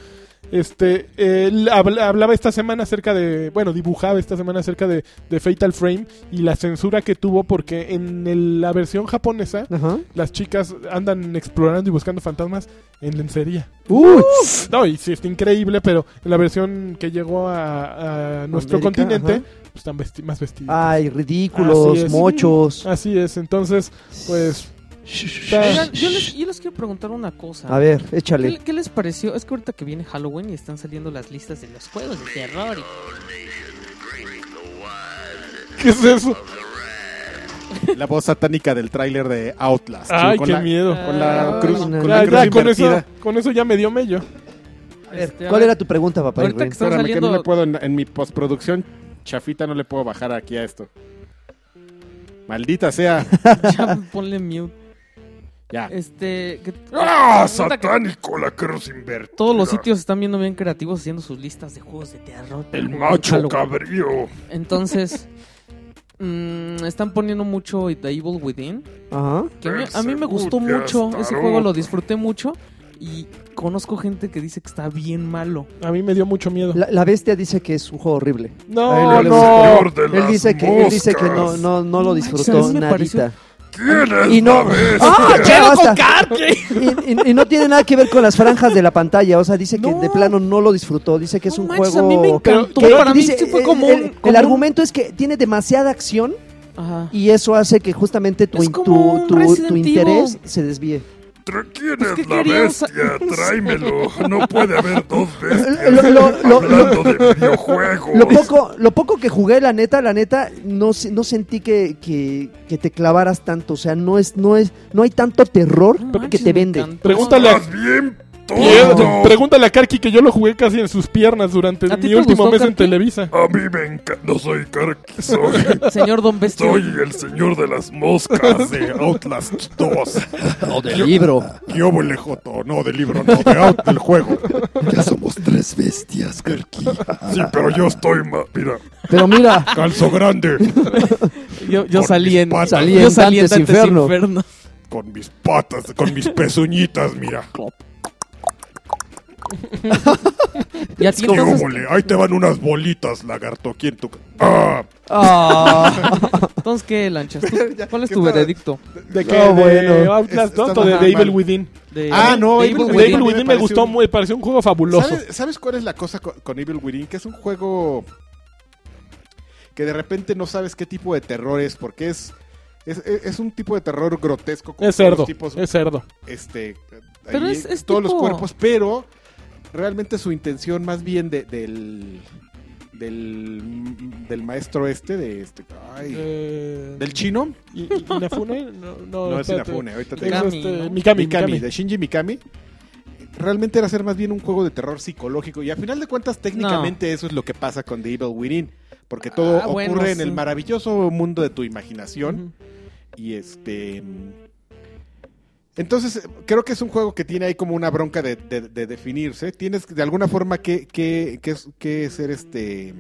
Este, él habl- hablaba esta semana acerca de, bueno, dibujaba esta semana acerca de, de Fatal Frame y la censura que tuvo porque en el- la versión japonesa
Ajá.
las chicas andan explorando y buscando fantasmas en lencería.
Uy,
No, y sí, está increíble, pero en la versión que llegó a, a nuestro
América,
continente,
ajá.
pues están vesti- más vestidos.
ay,
Así
ridículos,
es.
mochos.
Así es, entonces, pues...
Oigan, yo les, yo les quiero preguntar una cosa.
A ver,
¿Qué,
échale.
le- qué les pareció? Es que ahorita que viene Halloween y están saliendo las listas de los juegos de terror. y-
¿Qué es eso?
La voz satánica del tráiler de Outlast.
Ay,
con
qué
la,
miedo. Ah,
Con la
Ay,
cruz,
no.
con
Ya,
la cruz
ya, con, eso,
invertida.
con eso ya me dio mello.
A ver,
Este, a
¿Cuál
ver,
era tu pregunta, papá?
Ahorita
Irving?
que estamos
Espérame, que no
saliendo.
le puedo en, en mi postproducción chafita no le puedo bajar aquí a esto. Maldita sea.
Ya, ponle mute.
Eh,
Ya.
Este. que-
¡Ah,
ahorita que
satánico! La cruz invertida.
Todos los sitios están viendo bien creativos haciendo sus listas de juegos de terror.
El
por
macho
Halloween.
cabrío.
Entonces, mm, están poniendo mucho The Evil Within.
Ajá.
Que a, mí,
El
a mí me gustó
segundo
mucho,
ya
ese
estará.
juego lo disfruté mucho y conozco gente que dice que está bien malo.
A mí me dio mucho miedo.
La, la bestia dice que es un juego horrible.
No,
Ahí le-
no.
Señor de
Él
las
dice que, él dice que no,
moscas.
no, no lo
No
disfrutó
manches, a mí me
nadita.
¿Quién es
Y no.
la bestia?
¡Ah, ya basta!
¡Carque!
Y, y- y no tiene nada que ver con las franjas de la pantalla. O sea, dice que
No.
de plano no lo disfrutó. Dice que es
No
un
manches, a
juego.
mí me encantó.
que-
Para mí
dice-
sí fue
el-
como
el,
un-
el
como un-
argumento es que tiene demasiada acción
Ajá.
y eso hace que justamente tu,
Es
in- tu,
como un
tu- tu
Resident Evil.
interés se desvíe.
Tra- ¿Quién
Es que
es la
quería
bestia?
usar-
Tráemelo. No puede haber dos bestias.
Lo- lo- lo-
hablando de videojuegos.
Lo poco, lo poco que jugué, la neta, la neta, no, se- no sentí que, que, que te clavaras tanto. O sea, no es, no es, no hay tanto terror
No
que
manches,
te
me
vende.
encantó.
Pregúntale a...
Estás bien
Pie-
tonto.
Pregúntale a Karki que yo lo jugué casi en sus piernas durante
¿A ti
mi
te
último
gustó,
mes en
Karki?
Televisa.
A mí me encanta. No soy Karki. Soy,
Señor Don Bestia.
soy el señor de las moscas de Outlast 2.
O del libro.
¿Qué óvole, Joto? No, del libro, no, de out, del juego. Ya somos tres bestias, Karki. Sí, pero yo estoy más. Mira,
Pero mira,
calzo grande.
Yo, yo
Por
salí
mis
en,
patas.
Salí
yo
en
salí en
Dantes
Dantes
Inferno.
Inferno.
Con mis patas, con mis pezuñitas, mira.
Y a ti
¿Qué
entonces-
óvole? Ahí te van unas bolitas, lagarto. ¿Quién tú? ¡Ah!
Ah. Entonces, ¿qué, Lanchas? ¿Tú- ¿Cuál es
¿qué
tu
tal?
veredicto?
¿De qué?
No,
¿De
bueno.
Outlast
Es-
2
está
o de
mal.
The Evil Within?
De-
Ah, no,
de
Evil
The
Within
Evil
a mí me
Within me
pareció
gustó,
un-
muy, pareció un juego fabuloso.
¿Sabes, sabes cuál es la cosa co- con, Evil Within? Que es un juego que de repente no sabes qué tipo de terror es, porque es es, es- es un tipo de terror grotesco. con
Es
todos los
cerdo,
tipos,
es cerdo.
este,
Pero
ahí,
es- es
todos
tipo-
los cuerpos, pero realmente su intención más bien de- del, del del maestro este, de este, ay,
Eh,
del chino,
¿Y, y Inafune? No, no,
no es
espérate.
Inafune, ahorita te
Es
digo.
Mikami,
este,
¿no?
Mikami,
Mikami,
Mikami.
de Shinji Mikami. realmente era ser más bien un juego de terror psicológico. Y a final de cuentas, técnicamente eso es lo que pasa con The Evil Within. Porque todo
Ah,
ocurre
bueno,
en el
sí.
maravilloso mundo de tu imaginación. Y este. mm, Entonces, eh, creo que es un juego que tiene ahí como una bronca de, de- de definirse. Tienes de alguna forma que, que, que, que ser este.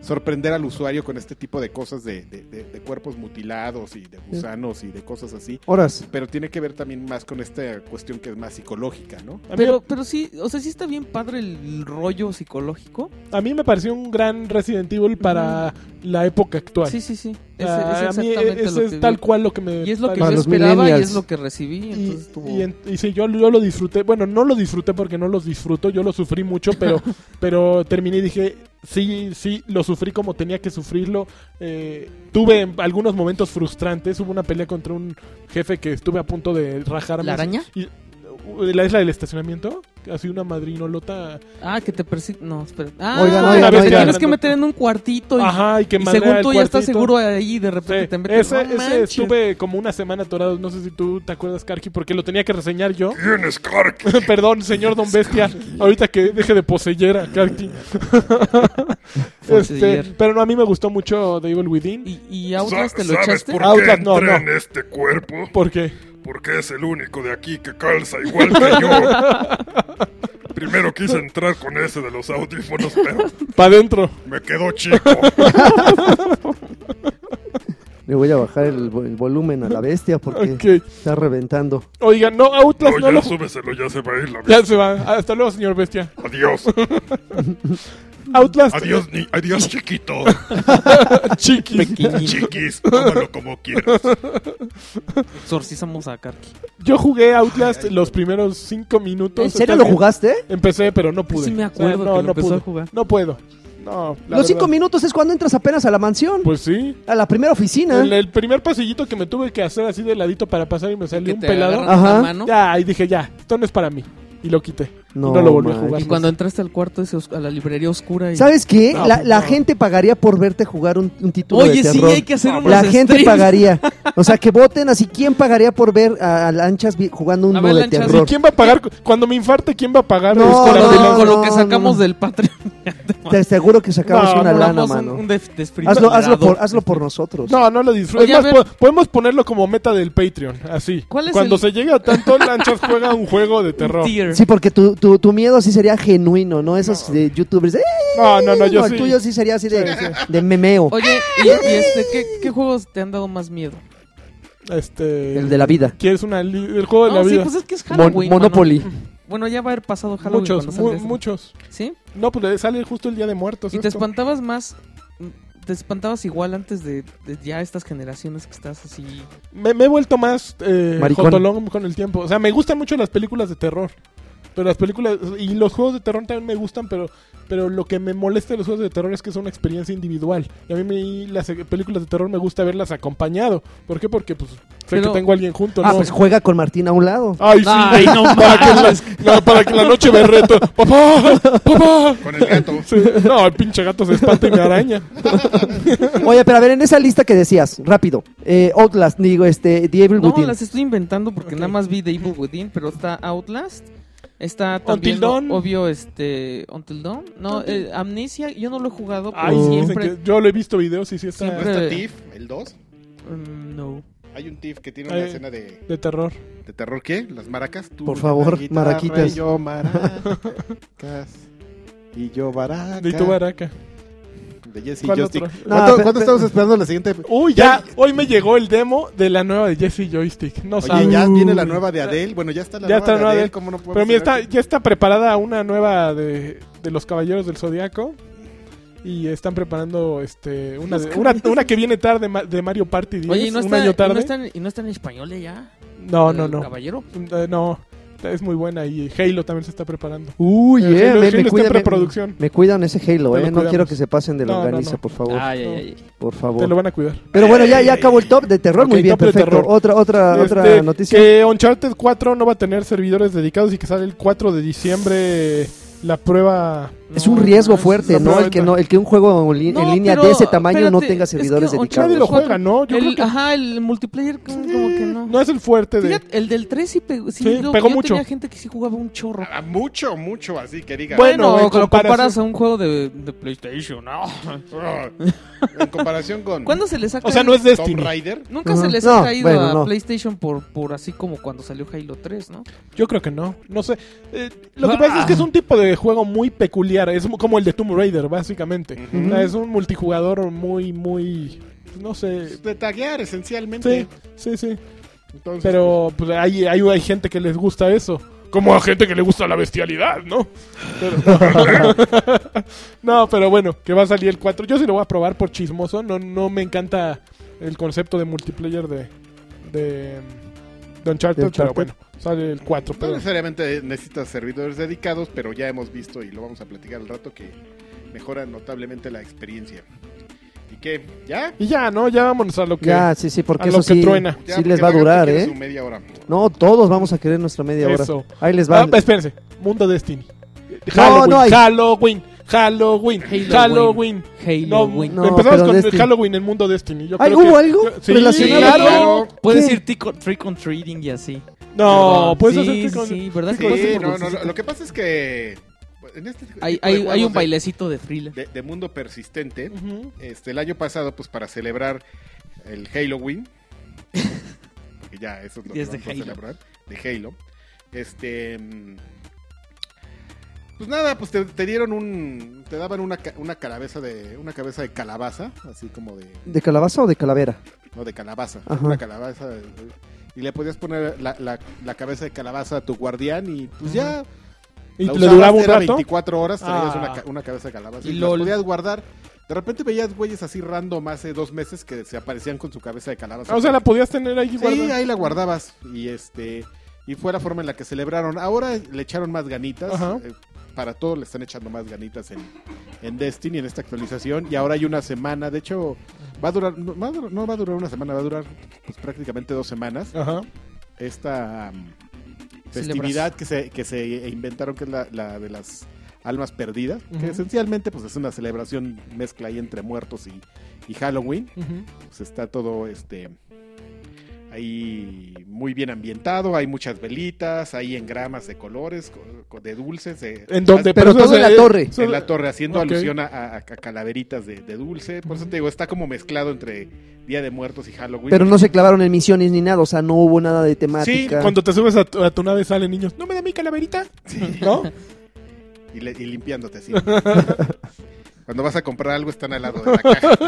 Sorprender al usuario con este tipo de cosas de, de- de- de cuerpos mutilados y de gusanos y de cosas así.
Horas.
Pero tiene que ver también más con esta cuestión que es más psicológica, ¿no?
A mí,
Pero, pero sí, o sea, sí está bien padre el rollo psicológico.
a mí me pareció un gran Resident Evil para la época actual.
Sí, sí, sí. Es,
Ah,
es
a mí
exactamente
ese
lo
es
que vi.
tal cual lo que me...
Y es lo que yo
Para los
esperaba y
millennials.
es lo que recibí.
Y,
Entonces estuvo-
y en- y sí, yo, yo lo disfruté. Bueno, no lo disfruté porque no los disfruto. Yo lo sufrí mucho, pero, pero terminé y dije, sí, sí, lo sufrí como tenía que sufrirlo. Eh, tuve en algunos momentos frustrantes. Hubo una pelea contra un jefe que estuve a punto de rajarme.
¿La araña?
Y, uh, la isla del estacionamiento, así una madrinolota.
Ah, que te persigue. No, espera. Ah,
Oigan,
que
oigan,
te
oigan.
tienes que meter en un cuartito y,
Ajá, y que
y
madrea
según
el
tú ya estás
cuartito.
seguro ahí de repente
Sí,
te metes.
ese,
¡No
ese
manches!
estuve como una semana atorado, no sé si tú te acuerdas, Karki, porque lo tenía que reseñar yo.
¿Quién es Clark?
Perdón, señor Don Bestia. Ahorita que deje de poseer a Karki. Este,
Poseer.
pero no, a mí me gustó mucho The Evil Within.
¿Y, y Outlast te lo
¿Sabes
echaste?
por qué
Outlast,
entré
no, no.
en este cuerpo?
Porque
Porque es el único de aquí que calza igual que yo. Primero quise entrar con ese de los audífonos, pero
pa' adentro.
me quedó chico.
Le voy a bajar el, vo- el volumen a la bestia porque
Ok.
está reventando.
Oigan, no, Outlast
No,
no
ya
lo.
súbeselo, ya Este se va a ir la
Ya
bestia.
se va. Hasta luego, señor Bestia.
Adiós.
Outlast,
Adiós, ni- adiós, chiquito.
chiquis.
Chiquis, tómalo como quieras.
Exorcizamos a Karki.
Yo jugué Outlast los primeros cinco minutos.
¿En serio lo
También
jugaste?
Empecé, pero no pude.
Sí me acuerdo que lo empezó
pude.
a jugar.
No puedo. No, la
Los cinco
verdad.
minutos es cuando entras apenas a la mansión,
Pues sí.
a la primera oficina.
El, el primer pasillito que me tuve que hacer así de ladito para pasar y me salió
Que
un
te
pelado.
agarran la
Ajá.
mano.
Ya, y dije, ya, esto no es para mí. Y lo quité.
No,
No, no lo volví a
manches.
jugar.
Y cuando entraste al cuarto ese os- a la librería oscura y...
¿Sabes qué?
No,
la
no.
la gente pagaría por verte jugar un, un título
Oye,
de
sí,
terror.
hay que hacer unos
la gente
streams.
pagaría. O sea, que voten así. ¿Quién pagaría por ver a, a Lanchas vi- jugando
A
uno
ver,
de
Lanchas,
terror?
¿Quién va a pagar? Cuando me infarte, ¿quién va a pagar?
Eh. No,
Este,
Con
la
lo, de-
no,
con lo
no,
que
no,
sacamos
no.
del Patreon.
Te aseguro que sacamos
No,
una
no, pues,
lana,
Hagamos un,
mano.
un des- desfibrilador.
hazlo, hazlo, por, hazlo por nosotros.
No, no lo disfruto.
Oye,
Es más,
a ver.
po- podemos ponerlo como meta del Patreon, así.
¿Cuál es
Cuando
el-
se llega a tanto, Lanchas juega un juego de terror.
Tier.
Sí, porque tu, tu, tu miedo sí sería genuino, ¿no? Esos de youtubers. ¡eh!
No, no, no, yo
El
sí.
tuyo sí sería así de, de memeo.
Oye, y, y este, ¿qué, ¿qué juegos te han dado más miedo?
Este...
El de la vida.
¿Quieres una li- el juego de
no,
la
sí,
vida?
pues es que es
Mon-
Halloween. mano.
Monopoly.
Bueno, ya va a haber pasado Halloween.
muchos,
cuando
mu-
salga este.
muchos.
¿Sí?
No, pues sale justo el Día de Muertos.
Y te
esto.
espantabas más. mm, Te espantabas igual antes de, de ya estas generaciones que estás así.
Me, me he vuelto más eh,
Maricón.
jotolón con el tiempo. O sea, me gustan mucho las películas de terror. Pero las películas y los juegos de terror también me gustan, pero, pero lo que me molesta de los juegos de terror es que es una experiencia individual. Y a mí me- las eh, películas de terror me gusta verlas acompañado. ¿Por qué? Porque pues sé
Pero-
que tengo a alguien junto,
Ah,
¿no?
pues juega con Martín a un lado.
Ay, sí.
Ay, no
para, que la, no, para que la noche me reto. ¡Papá! ¡Papá!
Con el gato.
Sí. No, el pinche gato se espanta y me araña.
Oye, pero a ver, en esa lista que decías, rápido. Eh, Outlast, digo, este, The Evil
No,
Within.
las estoy inventando porque
Ok.
nada más vi The Evil Within, pero está Outlast. Está también,
Until Dawn.
obvio, este. Until Dawn. No, eh, Amnesia, yo no lo he jugado, pero
Ay, sí, dicen
siempre.
que- yo lo he visto videos y sí está
¿No
Siempre.
está Tiff, el 2?
Mm, no.
Hay un Tiff que tiene una
Eh.
escena de,
de terror.
de terror, ¿qué? ¿Las maracas? Tú,
Por favor,
guitarra,
maraquitas.
Y yo, maracas. Y yo, baraca.
De tu baraca.
De Jesse
¿Cuál
Joystick.
otro?
No,
¿Cuánto,
pe-
cuánto
pe-
estamos esperando la siguiente?
Uy, ya, hoy me llegó el demo de la nueva de Jesse Joystick. No
Oye,
sabes.
ya viene la nueva de Adele. Bueno, ya está la
Ya
nueva
está
de
la nueva
Adele.
Adele.
¿Cómo no podemos
Pero mira, está,
hablar?
ya está preparada una nueva de, de los Caballeros del Zodiaco. Y están preparando este una, de- una, una que viene tarde ma- de Mario Party 10,
Oye, ¿y no,
un
está,
año
y
tarde.
no está en, y no está en español ya?
no, no,
¿El
no.
Caballero.
Eh, no, es muy buena y Halo también se está preparando.
Uh,
Uy,
El
eh,
Halo-
me, me
Halo está en
cuidan, me-
preproducción.
me cuidan ese Halo,
Te lo
eh. No quiero
cuidamos.
que se pasen de
No,
la
no,
organiza,
no.
por favor.
Ay, ay, ay.
Por
Te lo
favor.
van a cuidar.
Pero bueno, ya, ya acabó el top de terror.
Ok,
Muy bien,
top de
perfecto.
terror.
Otra, otra, otra
Este,
noticia.
Que Uncharted 4 no va a tener servidores dedicados y que sale el 4 de diciembre la prueba
es
No,
un riesgo
manches.
fuerte,
La
¿no? El que no, el que un juego en, li- en
No,
línea
pero,
de ese tamaño no
espérate,
tenga
es que
servidores
ocho-
dedicados.
Nadie lo
Los cuatro.
juega, ¿no? Yo creo
El,
que
Ajá, el multiplayer como que no.
Eh, no es el fuerte de...
Fíjate, el del 3 sí, pegó- sí,
Sí,
digo,
pegó
yo
mucho.
tenía gente que sí jugaba un chorro.
Ah, Mucho, mucho, así que diga.
Bueno,
Bueno,
en
lo comparas
comparación-
a un juego de, de PlayStation. ¿no?
Oh, en comparación con
¿Cuándo se les ha
O sea, no es
Tomb
Destiny.
Raider.
Nunca
Ajá.
se les
No,
ha caído
bueno,
a
no.
PlayStation por, por así como cuando salió Halo 3, ¿no?
Yo creo que no. No sé. Eh, lo que
Ah.
pasa es que es un tipo de juego muy peculiar. Es como el de Tomb Raider, básicamente.
Ujú.
O sea, es un multijugador muy, muy... No sé.
De taguear, esencialmente.
Sí, sí, sí.
Entonces,
Pero pues, hay, hay, hay gente que les gusta eso. Como a gente que le gusta la bestialidad, ¿no? Pero- no, pero bueno, que va a salir el 4. Yo sí lo voy a probar por chismoso. No, no me encanta el concepto de multiplayer de, de, mm, de Uncharted,
De
pero
Uncharted.
bueno, sale el 4.
No
Pero...
necesariamente necesitas servidores dedicados, pero ya hemos visto y lo vamos a platicar al rato que mejora notablemente la experiencia. ¿Y qué? ¿Ya?
Y ya, ¿no? Ya vámonos a lo que... Ah,
Ya, sí, sí,
A
porque
lo
eso
que
sí,
truena.
sí
Ya, porque
les va a
Vagante
durar,
quiere su
¿eh?
media hora.
No, todos vamos a querer nuestra media hora.
Eso.
Ahí les va.
Ah, espérense. Mundo Destiny.
No,
Halloween,
no hay.
Halloween, Halloween, Halloween.
Halloween.
No,
Halo, güey.
No,
empezamos
pero
con
Destiny.
Halloween en Mundo Destiny. Yo
Ay,
creo que-
¿hubo algo
yo- sí,
relacionado?
claro.
Claro.
Puedes
¿Qué?
ir tico- trick on treating y así.
No,
¿Verdad?
puedes
sí,
hacer trick on-
Sí, ¿verdad? que puedes
Sí,
hacer
no, no,
bolsita?
lo, lo que pasa es que en este tipo
Hay,
de
hay,
juegos
hay un
de-
bailecito de thriller.
de, de mundo persistente.
Ujú.
Este, el año pasado, pues para celebrar el Halloween, porque ya eso es lo
Y
que
es de
vamos a
Halo.
celebrar, de Halo, este, mm, pues nada, pues te, te dieron un, te daban una, ca- una cabeza de, una cabeza de calabaza, así como de,
¿De calabaza o de calavera?
no, de calabaza,
Ajá.
una calabaza, eh, y le podías poner la, la- la cabeza de calabaza a tu guardián y pues ya
¿Y
la
le
usabas,
duraba un
era
rato?
24 horas traías
Ah.
una, ca- una cabeza de calabaza.
Y
Y, las
lol.
podías guardar. De repente veías güeyes así random hace dos meses que se aparecían con su cabeza de calabaza.
Ah, O sea, la podías tener ahí
Sí,
guardada.
ahí la guardabas. Y este y fue la forma en la que celebraron. Ahora le echaron más ganitas.
Ajá.
eh, para todo le están echando más ganitas en, en Destiny, en esta actualización. Y ahora hay una semana. De hecho, va a durar. No va a durar, no va a durar una semana, va a durar pues, prácticamente dos semanas
Ajá.
esta um, festividad
Celebración.
que se, que se inventaron, que es la, la de las almas perdidas,
Ujú.
que esencialmente pues es una celebración mezcla ahí entre muertos y, y Halloween.
Ujú.
Pues está todo este ahí muy bien ambientado, hay muchas velitas, hay engramas de colores, co- co- de dulces, de-
En donde
Pero
eso
todo en
se-
la torre.
eso-
en la torre, haciendo
Ok.
alusión a, a- a calaveritas de, de dulce. Por eso te digo, está como mezclado entre Día de Muertos y Halloween.
Pero no se clavaron en misiones ni nada, o sea, no hubo nada de temática.
Sí, cuando te subes a tu, a tu nave salen niños. ¿No me da mi calaverita? ¿No?
y, le- y limpiándote así. Cuando vas a comprar algo están al lado de la caja.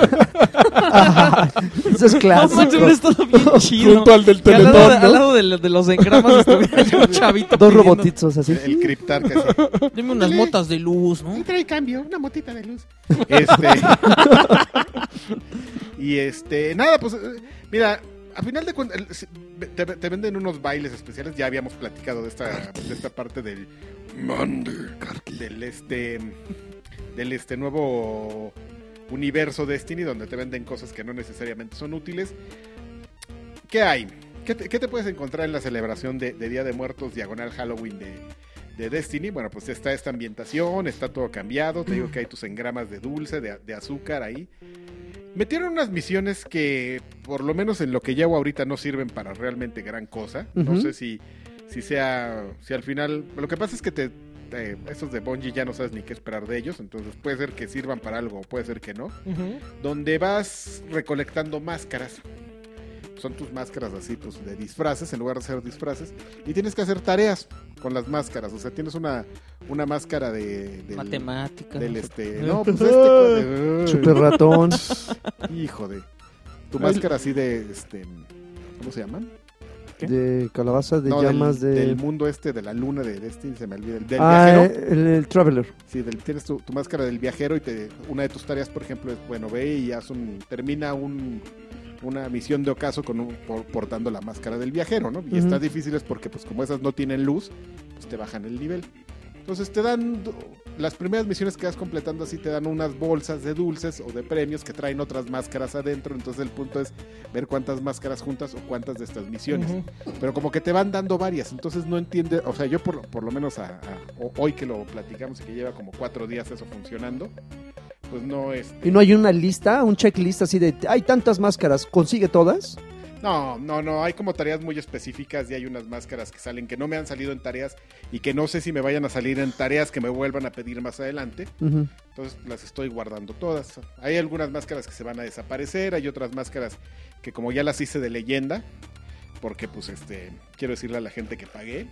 Eso es
No
clásico.
manches, hubiera estado bien chido.
Junto al del
Que al, lado de,
Teletón,
al
¿no?
lado de, de los engramas estuviera ahí un chavito.
Dos
pidiendo,
robotizos así.
El, el criptar que así.
Deme unas motas de luz, ¿no?
trae cambio, una motita de luz. Este. y este, nada, pues eh, mira, a final de cuentas, el- si- te, te venden unos bailes especiales. Ya habíamos platicado de esta, de esta parte del,
Mande, Karki.
del este del este nuevo universo Destiny donde te venden cosas que no necesariamente son útiles. ¿Qué hay? ¿Qué te, qué te puedes encontrar en la celebración de, de Día de Muertos diagonal Halloween de, de Destiny? Bueno, pues está esta ambientación, está todo cambiado, te digo que hay tus engramas de dulce, de, de azúcar ahí. Metieron unas misiones que, por lo menos en lo que llevo ahorita, no sirven para realmente gran cosa. No
Ujú.
sé si, si sea, si al final, lo que pasa es que te, eh, estos de Bungie ya no sabes ni qué esperar de ellos, entonces puede ser que sirvan para algo, puede ser que no.
Ujú.
Donde vas recolectando máscaras. Son tus máscaras así, pues de disfraces, en lugar de ser disfraces. Y tienes que hacer tareas con las máscaras. O sea, tienes una, una máscara de. del-
Matemáticas.
Del
no sé.
este. No, pues este. de-
Super ratón.
Hijo de. Tu máscara así de. este ¿Cómo se llama?
¿Qué?
De calabaza, de
No, del-
llamas,
del,
de.
mundo este, de la luna de Destiny, se me olvida. el- Del
ah,
viajero.
el, el Traveler.
Sí, del- tienes tu, tu máscara del viajero y te, una de tus tareas, por ejemplo, es, bueno, ve y haz un, termina un, una misión de ocaso con un- por- portando la máscara del viajero, ¿no? Y
Ujú.
estas difíciles porque, pues, como esas no tienen luz, pues te bajan el nivel. Entonces, Entonces te dan las primeras misiones que vas completando así te dan unas bolsas de dulces o de premios que traen otras máscaras adentro. Entonces el punto es ver cuántas máscaras juntas o cuántas de estas misiones.
Ujú.
Pero como que te van dando varias, entonces no entiende, o sea, yo por, lo- por lo menos a- a- o- hoy que lo platicamos y que lleva como cuatro días eso funcionando, pues no es...
¿Y no hay una lista, un checklist así de, hay tantas máscaras, consigue todas?
No, no, no, hay como tareas muy específicas y hay unas máscaras que salen que no me han salido en tareas y que no sé si me vayan a salir en tareas que me vuelvan a pedir más adelante.
Ujú.
Entonces las estoy guardando todas. Hay algunas máscaras que se van a desaparecer, hay otras máscaras que como ya las hice de leyenda, porque pues este, quiero decirle a la gente que pagué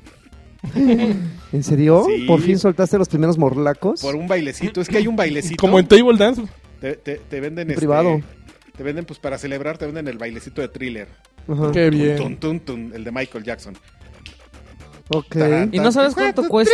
¿En serio?
Sí.
¿Por fin soltaste los primeros morlacos?
por un bailecito, es que hay un bailecito.
Como en Table Dance.
Te, te- te venden
En
este,
privado.
Te venden, pues para celebrar, te venden el bailecito de thriller.
Ajá.
Qué bien.
Tun, tun, tun, el de Michael Jackson.
Ok.
Tarán.
¿Y no sabes cuánto cuesta?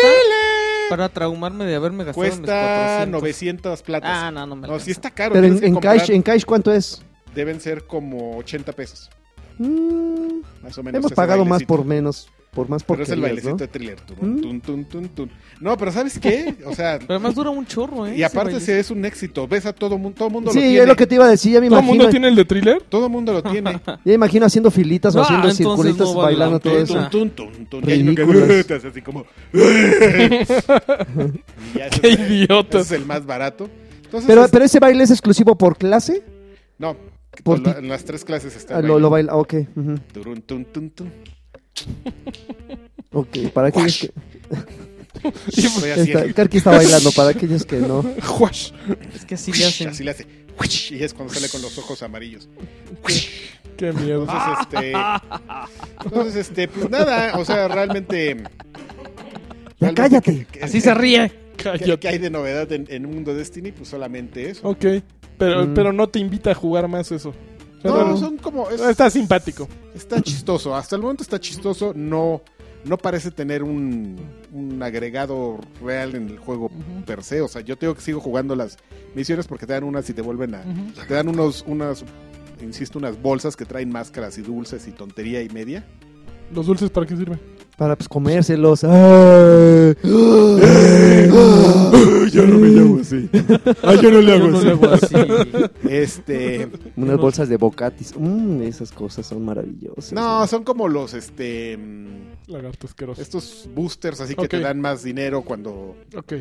Para traumarme de haberme gastado mis
Cuesta
400.
900 platas.
Ah, no, no me
no,
alcanza.
sí está caro.
Pero en,
tienes que
en
comprar-
cash, ¿en cash cuánto es?
Deben ser como 80 pesos,
Mm,
más o menos.
hemos
ese
pagado más
bailecito.
por menos, por más por
Pero es el bailecito de thriller. Turun,
Mm.
tun, tun, tun, tun. No, pero ¿sabes qué? O sea,
Pero además dura un chorro, ¿eh?
y aparte
se...
se es un éxito. Ves a todo mundo, todo mundo lo
Sí,
tiene.
es lo que te iba a decir, ya me
¿Todo el mundo
imagino,
tiene el de thriller?
Todo mundo lo tiene.
ya me imagino haciendo filitas o
Ah,
haciendo
entonces
circulitos,
no vale
bailando
la
todo
pena.
eso.
Tun, tun, tun, tun. Y hay uno que-
Ridículas.
te hace así como. Y ya
¡Qué
ese es- ese
idiotas!
es el más barato. Entonces,
Pero,
es-
pero ese baile es exclusivo por clase.
no,
por
lo-
ti-
en las tres clases está.
Ah,
el
Lo,
baile.
lo baila, ok. ujú.
Turun, tun, tun, tun.
Ok, para aquellos que.
Soy así,
pues, Está,
así,
Karki está bailando, para aquellos que no.
¡Juash!
Es que así le hacen.
así le hace. Y es cuando sale con los ojos amarillos.
¡Qué miedo!
Entonces, este. Entonces, este, pues nada, o sea, realmente.
Ya
realmente
cállate.
que- que-
Así se ríe.
¿Qué, qué
¡Cállate!
hay de novedad en, en Mundo Destiny? Pues solamente eso.
Ok, pero,
Mm.
pero no te invita a jugar más eso. O sea,
No,
no-
son como. es-
Está simpático.
Está chistoso. Hasta el momento está chistoso. No, no parece tener un, un agregado real en el juego
Ujú.
per se. O sea, yo tengo que sigo jugando las misiones porque te dan unas y te vuelven a. Te dan unos, unas, insisto, unas bolsas que traen máscaras y dulces y tontería y media.
¿Los dulces para qué sirven?
Para pues comérselos. Ah,
ya no me llamo así. Ah, yo no le hago
Yo no
así.
le hago así.
Este.
Unas bolsas de bocatis. Mm, esas cosas son maravillosas.
no, son como los este. mm,
Lagarto asqueroso.
Estos boosters así que
Ok.
te dan más dinero cuando.
Ok,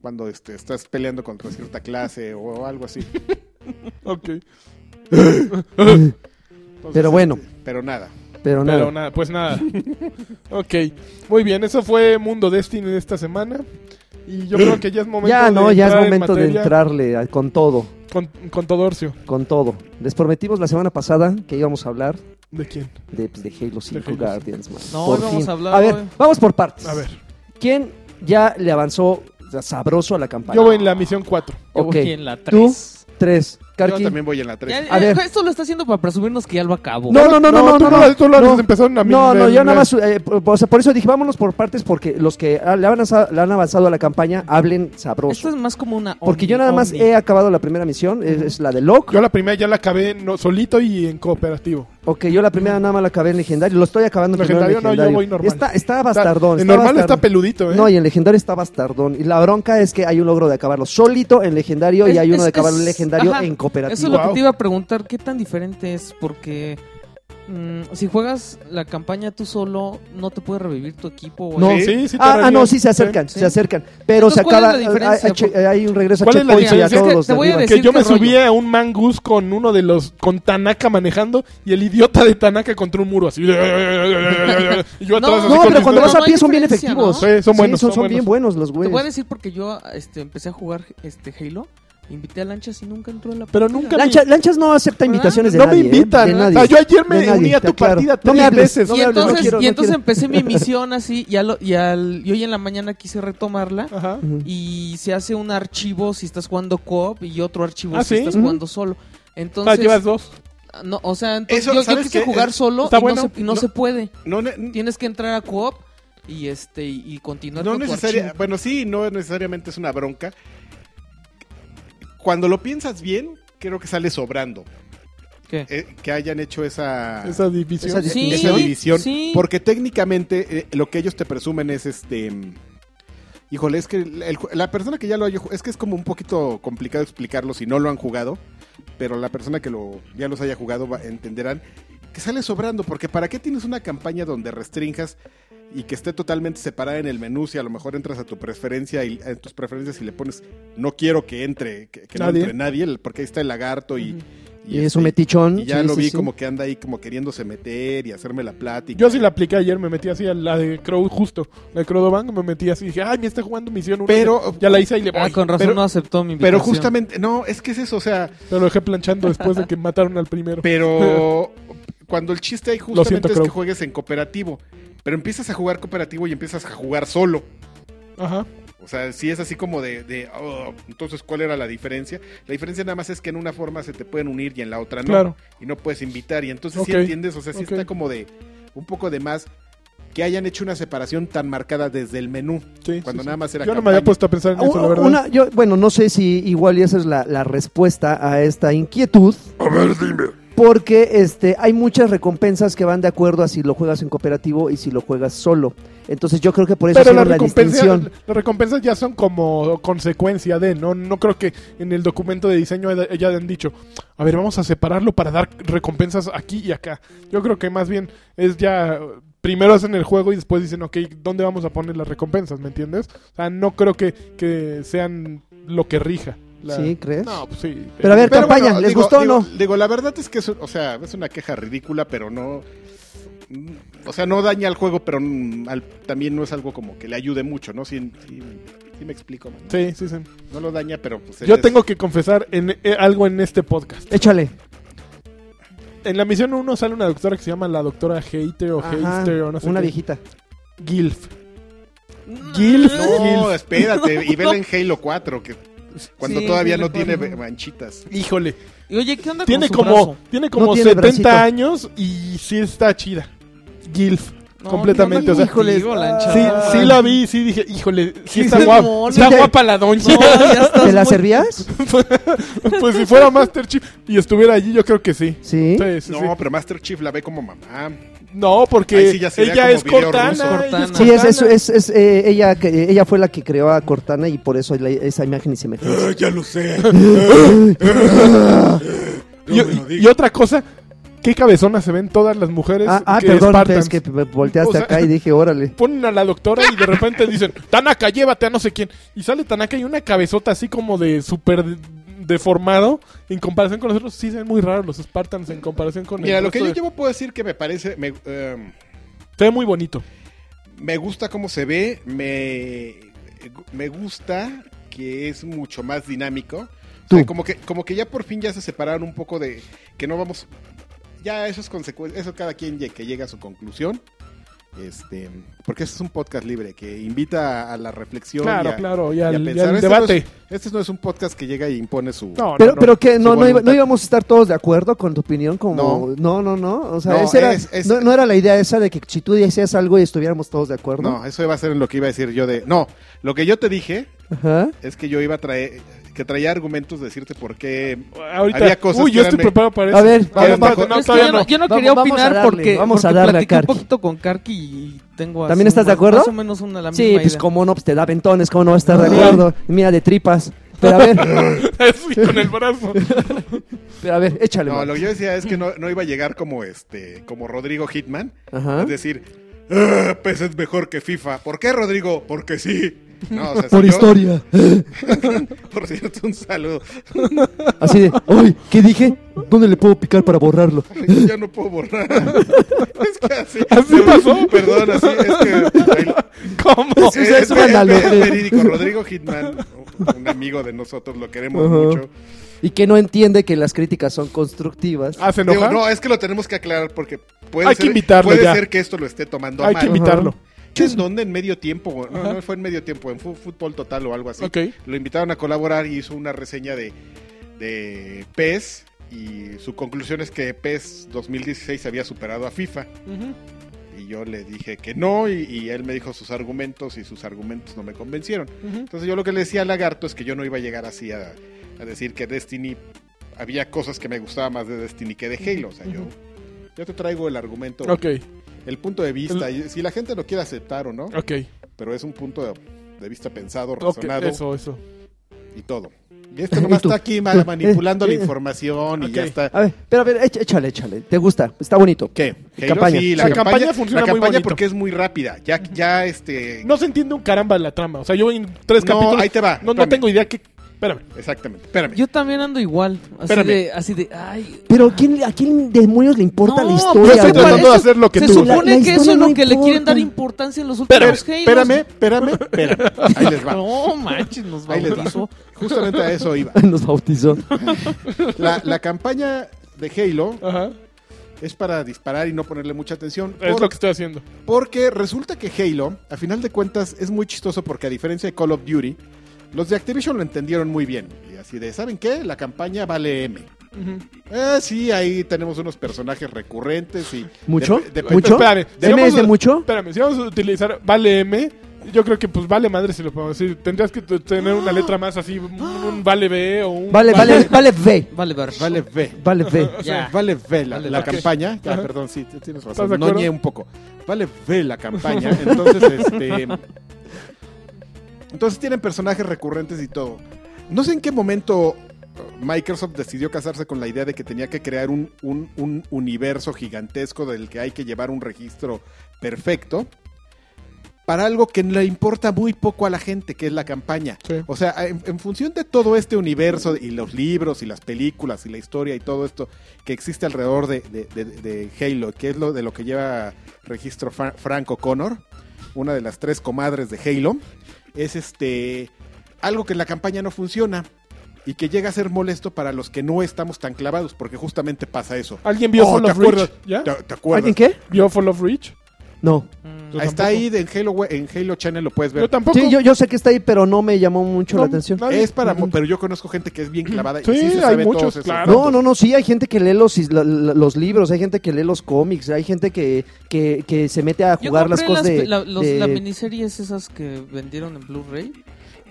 Cuando este, estás peleando contra cierta clase o algo así.
ok.
Entonces,
Pero bueno.
este, pero nada.
Pero nada.
Pero nada, pues nada. ok, muy bien. Eso fue Mundo Destiny de esta semana. Y yo creo que ya es momento
ya no, ya es
entrar en
momento de
materia
entrarle a- con todo.
Con, con Todorcio.
Con todo. Les prometimos la semana pasada que íbamos a hablar
¿De quién?
de, pues, de Halo 5
Halo
Guardians. man.
No,
Por
hoy vamos
fin.
a hablar
ver,
hoy.
vamos por partes.
A ver,
¿Quién ya le avanzó sabroso a la campaña?
yo voy en la misión 4.
Yo voy
Ok.
aquí en la
Tú,
3.
tres.
Yo
Karki.
también voy en la 3.
Ya,
A
eh,
ver.
Esto lo está haciendo para presumirnos que ya lo acabó.
No, no, no, no, no,
tú
no,
lo-
no.
tú lo
No.
empezaron a mí-
No, no,
me-
yo nada
me-
más, eh, por, o sea, por eso dije, vámonos por partes, porque los que ah, le, han avanzado, le han avanzado a la campaña hablen
Esto
sabroso.
es más como una.
Porque
ovni-
yo nada más
ovni.
he acabado la primera misión, es, es la de Locke.
Yo la primera ya la acabé no, solito y en cooperativo.
Ok, yo la primera nada más la acabé en legendario, lo estoy acabando primero en
Legendario no, yo
legendario.
voy normal.
Está, está bastardón.
en
está
normal
bastardón.
está peludito, ¿eh?
No, y en legendario está bastardón. Y la bronca es que hay un logro de acabarlo solito en legendario y
Es-
hay uno
es-
de acabarlo en
es-
legendario
ajá,
en cooperativo.
Eso es lo
Wow.
que te iba a preguntar. ¿Qué tan diferente es? Porque. mm, si juegas la campaña tú solo, no te puede revivir tu equipo. o
No.
el-
Sí, sí te ¿eh?
Ah, ah, no,
reviven.
sí se acercan,
Sí.
se acercan. Pero
Entonces,
se
¿cuál es
acaba.
la diferencia?
hay- hay- hay un regreso a
¿Cuál es la
checkpoints y a
diferencia?
todos
Es que
los
te
de
voy a
arriba.
decir-
Que yo
qué
me
rollo.
subía a un mangus con uno de los. con Tanaka manejando y el idiota de Tanaka contra un muro así. y yo atrás así
No,
con
pero cuando
mis dos-
vas a
no hay
pie son bien
diferencia,
efectivos.
¿no? Sí, son buenos,
son,
son
bien buenos los
Te voy a
güeyes.
decir porque yo este, empecé a jugar este Halo, invité a Lanchas y nunca entró en la
Pero
partida.
nunca
Lancha- lanchas no acepta
¿Verdad?
invitaciones de
No
nadie.
me
¿eh?
invitan.
De nadie.
O sea, yo ayer me
De nadie,
uní a
te
tu
aclaro.
partida
No me
tres
hables,
veces.
no
y
me hables, no
entonces,
quiero,
y
no
entonces
quiero.
empecé mi misión así y, al, o- y, al- y hoy en la mañana quise retomarla
Ajá.
Ujú.
y se hace un archivo si estás jugando co-op y otro archivo
Ah,
si
¿sí?
estás
Ujú.
jugando solo.
Ah,
Entonces,
llevas dos.
no, o sea, entonces
Eso,
yo- yo,
¿sabes
quise
qué?
jugar solo y
Está
no,
bueno.
se, y no
No.
se puede.
No, ne- no
Tienes que entrar a co-op y este y y continuar con tu
necesaria-
archivo.
bueno, sí, no necesariamente es una bronca. Cuando lo piensas bien, creo que sale sobrando
¿Qué?
eh, que hayan hecho esa,
Esa división.
Esa-
Sí,
esa división,
sí.
porque técnicamente eh, lo que ellos te presumen es este mm, Híjole, es que el- el- la persona que ya lo haya ju- es que es como un poquito complicado explicarlo si no lo han jugado, pero la persona que lo ya los haya jugado va- entenderán que sale sobrando, porque ¿para qué tienes una campaña donde restringas y que esté totalmente separada en el menú si a lo mejor entras a tu preferencia y a tus preferencias y le pones no quiero que entre, que, que no
Nadie.
entre nadie, el- porque ahí está el lagarto y,
Ujú.
Y es
este,
un metichón.
y ya
sí,
lo
sí,
vi
sí.
como que anda ahí como queriéndose meter y hacerme la plática.
Yo sí la apliqué ayer, me metí así a la de Crow justo. La de Crowdobank me metí así dije, ay, me está jugando misión 1.
Pero-
Ya la hice y le voy.
Ah, con razón
pero-
no aceptó mi invitación.
Pero justamente, no, es que es eso, o sea,
Pero lo dejé planchando después de que mataron al primero.
Pero cuando el chiste ahí justamente
siento,
es que
Crow.
juegues en cooperativo. Pero empiezas a jugar cooperativo y empiezas a jugar solo.
Ajá.
O sea, si es así como de, de, "Oh, entonces, ¿cuál era la diferencia? La diferencia nada más es que en una forma se te pueden unir y en la otra no.
Claro.
Y no puedes invitar. Y entonces
Ok.
sí entiendes, o sea, sí
Ok.
está como de un poco de más que hayan hecho una separación tan marcada desde el menú.
Sí,
Cuando
sí, sí.
nada más
Yo
era
no me había
campaña.
puesto a pensar en
Ah, U-
eso, la verdad.
una- yo, bueno, no sé si igual y esa es la, la respuesta a esta inquietud.
A ver, dime.
Porque este, hay muchas recompensas que van de acuerdo a si lo juegas en cooperativo y si lo juegas solo. Entonces yo creo que por eso
Pero
hicieron
la
la
recompensa,
distinción.
las recompensas ya son como consecuencia de, ¿no? No creo que en el documento de diseño haya- ya han dicho, a ver, vamos a separarlo para dar recompensas aquí y acá. Yo creo que más bien es ya, primero hacen el juego y después dicen, ok, ¿dónde vamos a poner las recompensas? ¿Me entiendes? O sea, no creo que, que sean lo que rija. la-
¿Sí? ¿Crees?
No, pues sí.
Pero a ver,
Pero
campaña,
bueno,
¿les
digo-
gustó
digo-
o no?
Digo, la verdad es que es, o sea, es una queja ridícula, pero no. O sea, no daña al juego, pero mm, al- también no es algo como que le ayude mucho, ¿no? Sí, sí- sí me explico. man.
Sí, sí, sí.
No lo daña, pero pues.
Yo
es-
tengo que confesar en, eh, algo en este podcast.
Échale.
En la misión 1 sale una doctora que se llama la doctora Hater o
Ajá,
Hater o no sé
una
qué.
viejita.
Gilf.
Gil.
No, espérate. Y vela en Halo 4, que cuando
Sí,
todavía
Halo
no tiene
4.
manchitas.
Híjole,
Y oye, ¿qué onda con
tiene
su
como,
brazo?
tiene como
No tiene
70
bracito.
años y sí está chida. Gilf.
No,
completamente,
¿qué onda
o sea,
contigo,
Sí,
lanchada?
sí la vi, sí dije, híjole, sí
Sí,
está
sí,
guapa.
mole.
Está
Sí, te-
guapa la doña.
No, ya
Ah,
estás
¿Te la
muy-
servías?
pues si fuera Master Chief y estuviera allí, yo creo que sí.
Sí.
Sí, sí,
No,
sí. no,
pero Master Chief la ve como mamá.
porque
Ahí sí ya sería
ella
como
es
video
Cortana.
ruso.
ella
Cortana.
Sí, es, es,
Cortana.
es, es, eh, ella, que- ella fue la que creó a Cortana y por eso la- esa imagen y semejanza.
Ah, ya lo sé. No
Y,
me lo
y- y
digas.
otra cosa, qué cabezonas se ven todas las mujeres
Ah, ah,
que
perdón, es
Spartans.
que me volteaste
O sea-
acá y dije, órale.
ponen a la doctora y de repente dicen, Tanaka, llévate a no sé quién. Y sale Tanaka y una cabezota así como de súper de- deformado. En comparación con nosotros, sí se ven muy raros los Spartans en comparación con el
Mira, lo que
resto
yo
de-
llevo puedo decir que me parece. Me, em,
Se ve muy bonito.
Me gusta cómo se ve, me, me gusta que es mucho más dinámico. O sea,
Tú.
como, que, como que ya por fin ya se separaron un poco de que no vamos... Ya eso es consecuencia, eso cada quien lle- que llega a su conclusión. Este, porque este es un podcast libre que invita a, a la reflexión. y
Claro,
a-
claro, y
y a
al, y
pensar.
al
Este no es-
debate.
este no es un podcast que llega y impone su...
No, no,
Pero,
no.
pero que
su
no, no, iba-
voluntad.
no íbamos a estar todos de acuerdo con tu opinión como... No, no, no. O sea,
No,
ese era-
es- es-
no, no era la idea esa de que si tú decías algo y estuviéramos todos de acuerdo.
No, eso iba a ser en lo que iba a decir yo de... No, lo que yo te dije
Ajá.
es que yo iba a traer... Que traía argumentos de decirte por qué...
Ahorita,
había cosas
uy,
que
yo
eran
estoy
me-
preparado para eso.
A ver,
A ver,
vamos,
espérate,
bajo-
no,
Es que
todavía
yo no,
no.
yo no
Vamos-
quería
vamos a
opinar
darle,
porque,
vamos a
porque
darle a
platiqué
Karki.
un poquito con Karki y tengo así
¿También estás
un-
de acuerdo?
Más o menos una la
Sí,
misma
pues
idea.
como no, pues te da ventones, cómo no vas a estar de acuerdo. Mira, de tripas. Pero a ver,
Así, con el brazo.
pero a ver, échale.
No,
man.
lo que yo decía es que no, no iba a llegar como este, como Rodrigo Hitman.
Ajá.
Es decir, "Ah, PES es mejor que FIFA. ¿Por qué, Rodrigo? Porque sí. No, o sea, si
Por
yo-
historia.
Por cierto, un saludo.
Así de, uy, ¿qué dije? ¿Dónde le puedo picar para borrarlo?
ya no puedo borrar. es que así.
Así pasó.
Perdón, así es que. eh,
¿Cómo?
Sí, o sea, es una analogía.
verídico. Rodrigo Hitman, un amigo de nosotros, lo queremos
Ajá.
mucho.
Y que no entiende que las críticas son constructivas.
¿Hace
Digo,
enojar?
no, es que lo tenemos que aclarar porque puede,
Hay que
ser,
invitarlo
puede
ya.
ser que esto lo esté tomando a
Hay
mal.
que invitarlo.
¿En dónde? En medio tiempo. No,
Ajá.
no fue en medio tiempo, en fu- fútbol total o algo así.
Ok.
Lo invitaron a colaborar y hizo una reseña de, de PES. Y su conclusión es que PES 2016 había superado a FIFA.
Ujú.
Y yo le dije que no, y, y él me dijo sus argumentos y sus argumentos no me convencieron.
Ujú.
Entonces yo lo que le decía a Lagarto es que yo no iba a llegar así a, a decir que Destiny había cosas que me gustaba más de Destiny que de Halo. O sea, yo, yo te traigo el argumento,
Ok,
el punto de vista. y si la gente lo quiere aceptar o no,
ok.
pero es un punto de vista pensado,
Ok,
razonado
eso, eso.
y todo. Y este nomás
Y tú,
está aquí ma-
tú,
manipulando
eh,
la
eh.
información y ya
Ok.
está.
A ver, pero a ver, éch- échale, échale. ¿Te gusta? Está bonito.
¿Qué? Halo,
Campaña.
Sí, la,
La
campaña,
campaña funciona
la
muy
campaña
bonito.
porque es muy rápida. Ya, ya este.
No se entiende un caramba la trama. O sea, yo en tres
No,
capítulos.
ahí te va,
No, no
espérame.
tengo idea que. Espérame.
Exactamente. Espérame.
Yo también ando igual. Así
Espérame.
de, así de, ay.
Pero ¿quién, ¿a quién demonios le importa
No, pero
la
eso
historia?
estoy
güey?
tratando de
parece-
hacer lo que
se
tú.
La-
supone
la
que
historia
eso es
no
lo que le
importa.
quieren dar importancia en los últimos Halos.
espérame, espérame, espérame. Ahí les va.
No manches, nos
Ahí les va.
bautizó.
Justamente a eso iba.
Nos bautizó.
La, la campaña de Halo
Ajá.
es para disparar y no ponerle mucha atención.
Es
por-
lo que estoy haciendo.
Porque resulta que Halo, a final de cuentas, es muy chistoso porque a diferencia de Call of Duty, los de Activision lo entendieron muy bien. Y así de, ¿saben qué? La campaña vale M.
Ujú.
Ah, sí, ahí tenemos unos personajes recurrentes y...
¿Mucho?
de- de-
¿Mucho?
Espérame, si
¿M
vamos
es de
a-
mucho?
Espérame, si vamos a utilizar vale M, yo creo que pues vale madre si lo podemos decir. Tendrías que t- tener una letra más así, un, un vale B o un.
Vale, vale, vale, ve.
Vale, ver.
Vale B.
Vale, ve.
O sea,
Ya.
vale B la,
Vale,
la
ok.
campaña. Ya,
Ajá.
perdón, sí, t- tienes
¿Estás
razón.
de
No
acuerdo?
ñe un poco. Vale B la campaña. Entonces, este... Entonces tienen personajes recurrentes y todo. No sé en qué momento uh, Microsoft decidió casarse con la idea de que tenía que crear un, un- un universo gigantesco del que hay que llevar un registro perfecto para algo que le importa muy poco a la gente, que es la campaña.
Sí.
O sea, en, en función de todo este universo y los libros y las películas y la historia y todo esto que existe alrededor de, de- de- de Halo, que es lo de lo que lleva registro Fra- Frank O'Connor, una de las tres comadres de Halo, es este algo que en la campaña no funciona y que llega a ser molesto para los que no estamos tan clavados, porque justamente pasa eso.
¿Alguien vio
Oh,
Fall
¿te
of Reach?
acuerdas?
¿Ya?
¿Te, te acuerdas?
¿Alguien qué?
¿Vio Fall of Reach?
No.
Mm,
Yo
Ahí
tampoco.
Está ahí de- en Halo, we- en Halo Channel lo puedes ver.
Yo tampoco.
Sí, yo, yo sé que está ahí, pero no me llamó mucho
No,
la atención.
nadie-
Es
Mm.
para, mo- pero yo conozco gente que es bien clavada.
Sí,
y sí se
hay
sabe
muchos,
todos esos
claro.
datos.
No, no, no, sí, hay gente que lee los, is- la- la- los libros, hay gente que lee los cómics, hay gente que, que, que se mete a
Yo
jugar las
compré
cosas
pe-
de...
la, los-
de-
las miniseries esas que vendieron en Blu-ray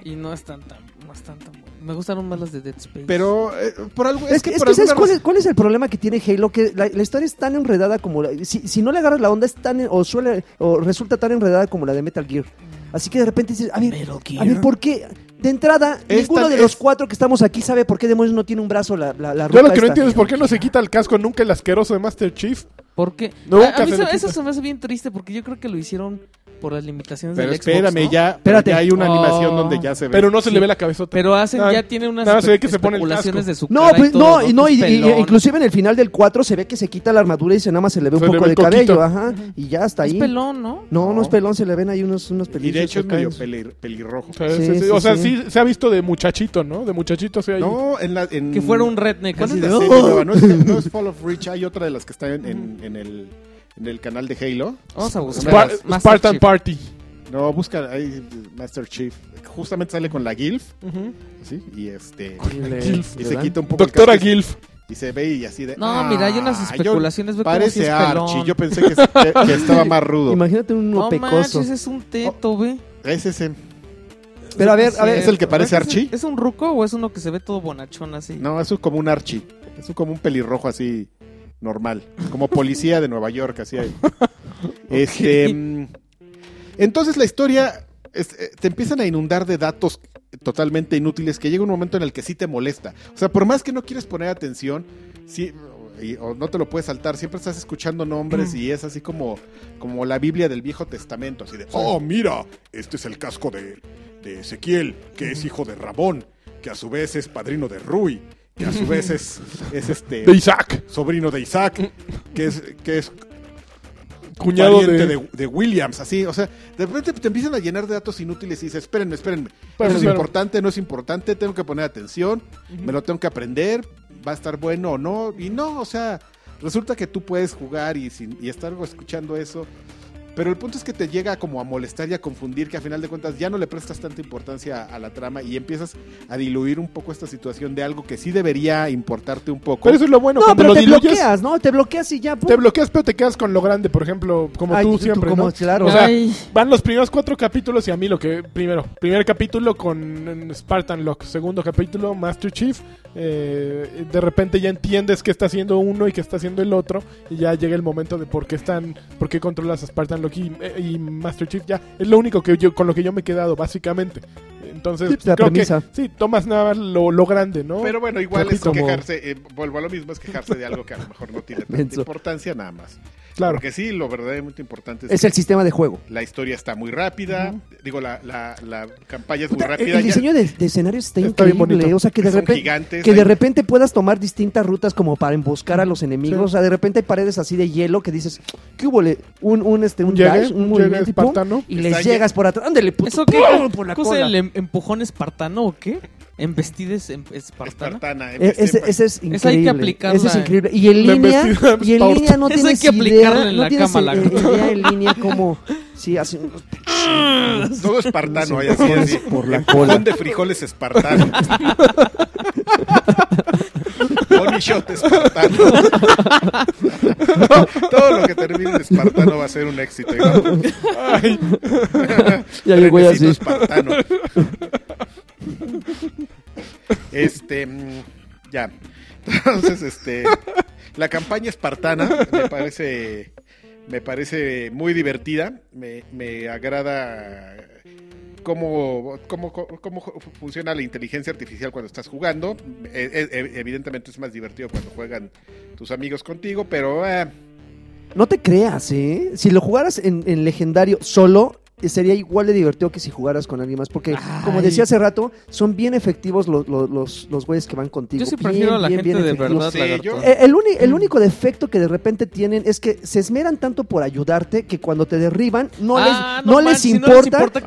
y no están tan, no están tan buenas. Me gustaron más las de Dead Space.
Pero eh, por algo
Pues Es que, es
por
que ¿sabes
alguna
cuál es,
razón-
cuál es el problema que tiene Halo? Que la, la historia es tan enredada como la... Si, si no le agarras la onda, es tan... en- o suele... o resulta tan enredada como la de Metal Gear. Así que de repente dices, a ver, a ver, ¿por qué? De entrada,
Es
ninguno
tan-
de los
es-
cuatro que estamos aquí sabe por qué demonios no tiene un brazo la, la, la
Yo lo
ruta
que
esta.
no entiendo es por qué no se quita el casco nunca el asqueroso de Master Chief.
Porque
Nunca
a, a mí
se
se-
le quita.
eso se me hace bien triste porque yo creo que lo hicieron por las limitaciones
Pero
del Xbox,
espérame,
¿no?
ya,
Espérate.
ya hay una animación
Oh.
donde ya se ve.
Pero no se
Sí.
le ve la cabezota.
Pero hacen,
Ah,
ya tiene unas
nada, se ve
espe-
que se pone el
especulaciones
casco.
de su
No,
cara
pues
y todo,
no, y no,
Que
y,
es
y-
pelón.
inclusive en el final del 4 se ve que se quita la armadura y se nada más se le ve
Se
un
le
poco
ve
de
coquito.
cabello, ajá, y ya está
Es
ahí.
pelón, ¿no?
No, no es
No.
pelón, se le ven ahí unos, unos
y de
pelillos
hecho es
acá.
medio peli- pelirrojo.
O sea,
Sí,
sí, sí.
sí,
O sea,
sí.
sí se ha visto de muchachito, ¿no? De muchachito se ha
No, en la, en,
Que fuera un redneck
¿cuál
así
es
de...
la serie
"Oh".
nueva? No es, no es Fall of Reach, hay otra de las que está en, en- en el, en el canal de Halo.
Vamos a buscar.
Spar-
Master
Spartan
Chief.
Party.
No, busca ahí Master Chief. Justamente sale con la Gilf,
Ujú.
¿sí? Y este...
Gilf,
Y se quita un poco el
Doctora
casco y-
Gilf.
Y se ve y así de...
No, mira, hay unas
"Ah, yo-
especulaciones. ve cómo sí
Parece
es
Archie.
pelón.
Yo pensé que, que- que estaba más rudo.
Imagínate un
No
pecoso.
manches, es un teto, ve.
Es ese.
Pero a ver, a ver,
¿Es el que parece
¿Verdad que
Archie?
¿Es, es un ruco o es uno que se ve todo bonachón así?
No, eso es como un Archie. Eso es como un pelirrojo así normal. Como policía de Nueva York, así. hay. Este. mm, Entonces la historia. es- eh, te empiezan a inundar de datos totalmente inútiles que llega un momento en el que sí te molesta. O sea, por más que no quieres poner atención, sí, y- o no te lo puedes saltar, siempre estás escuchando nombres y es así como, como la Biblia del Viejo Testamento, así de,
Oh, mira, este es el casco de, de Ezequiel, que es hijo de Rabón, que a su vez es padrino de Rui, que a su vez es,
es este
De Isaac.
sobrino de Isaac, que es, que es
Cuñado
pariente
de...
de- de Williams.
así, o sea, de repente te empiezan a llenar de datos inútiles y dices, espérenme, espérenme,
Pero,
eso es
pero-
importante, no es importante, tengo que poner atención, me lo tengo que aprender, va a estar bueno o no, y no, o sea, resulta que tú puedes jugar y, sin, y estar escuchando eso, pero el punto es que te llega como a molestar y a confundir que a final de cuentas ya no le prestas tanta importancia a, a la trama y empiezas a diluir un poco esta situación de algo que sí debería importarte un poco.
Pero eso es lo bueno.
No,
cuando
pero
lo
te
diluyes,
bloqueas, ¿no? Te bloqueas y ya. pum.
Te bloqueas, pero te quedas con lo grande, por ejemplo, como
Ay,
tú siempre,
como-
¿no?
Claro.
O sea,
Ay.
Van los primeros cuatro capítulos y a mí lo que... Primero, primer capítulo con eh, Spartan Lock. Segundo capítulo, Master Chief. Eh, de repente ya entiendes qué está haciendo uno y qué está haciendo el otro. Y ya llega el momento de por qué están... ¿Por qué controlas a Spartan Loki y, y Master Chief ya es lo único que yo con lo que yo me he quedado básicamente. Entonces,
Sí, pues, la
creo
premisa.
que sí, tomas nada más lo, lo grande, ¿no?
Pero bueno, igual es
Capito, como-
quejarse, eh, vuelvo a lo mismo, es quejarse de algo que a lo mejor no tiene tanta
Menso.
importancia nada más.
claro.
Porque sí, lo verdaderamente importante es,
Es el sistema de juego.
que la historia está muy rápida, digo, la, la, la campaña es muy
Puta, el,
rápida.
el
ya-
diseño de, de escenarios está,
Está bien
increíble.
bonito.
O sea, que de,
Son
repente,
gigantes,
que de
hay-
repente puedas tomar distintas rutas como para emboscar a los enemigos. O sea, de repente hay paredes así de hielo que dices, ¿qué hubo? le? Un, un, este, un,
Un llegue,
dash, un,
un llegue
movimiento y pum,
espartano.
y
Que
les
está
llegas por atrás. Ándale, puto,
¿Eso qué?
¡pum! por la
¿Cosa
cola.
el em- empujón espartano o qué? ¿En vestides em- espartana?
espartana.
E-
empecé-
Ese, ese es increíble.
Esa hay que aplicarla,
Ese es
eh.
increíble. Y en
La
línea,
embestida
y en
Sport.
línea no
Esa hay
tienes
que aplicarla
idea,
en
no
la
tienes
cama,
i-
la-
eh, idea en línea como sí, así
Todo espartano, hay así, así.
Por la
Empujón
cola.
de frijoles espartano. Money shot espartano. Todo lo que termine en espartano va a ser un éxito. ¿no?
Ay,
Y ahí el güey
Trenecito
así.
espartano. Este, mm, ya. Entonces, este, la campaña espartana me parece, me parece muy divertida. Me, me agrada cómo, cómo, cómo- cómo funciona la inteligencia artificial cuando estás jugando. E- e- evidentemente es más divertido cuando juegan tus amigos contigo, pero eh,
No te creas, ¿eh? Si lo jugaras en, en legendario solo, eh, sería igual de divertido que si jugaras con alguien más. Porque, como
Ay.
decía hace rato, son bien efectivos los, los, los, los güeyes que van contigo.
Yo sí
Bien,
prefiero a la
bien,
gente
bien
de
efectivos.
verdad, Mm.
Sí,
lagarto.
yo-
Eh, El, uni- el único defecto que de repente tienen es que se esmeran tanto por ayudarte que cuando te derriban no,
Ah,
les, no,
no
les,
manches,
importa,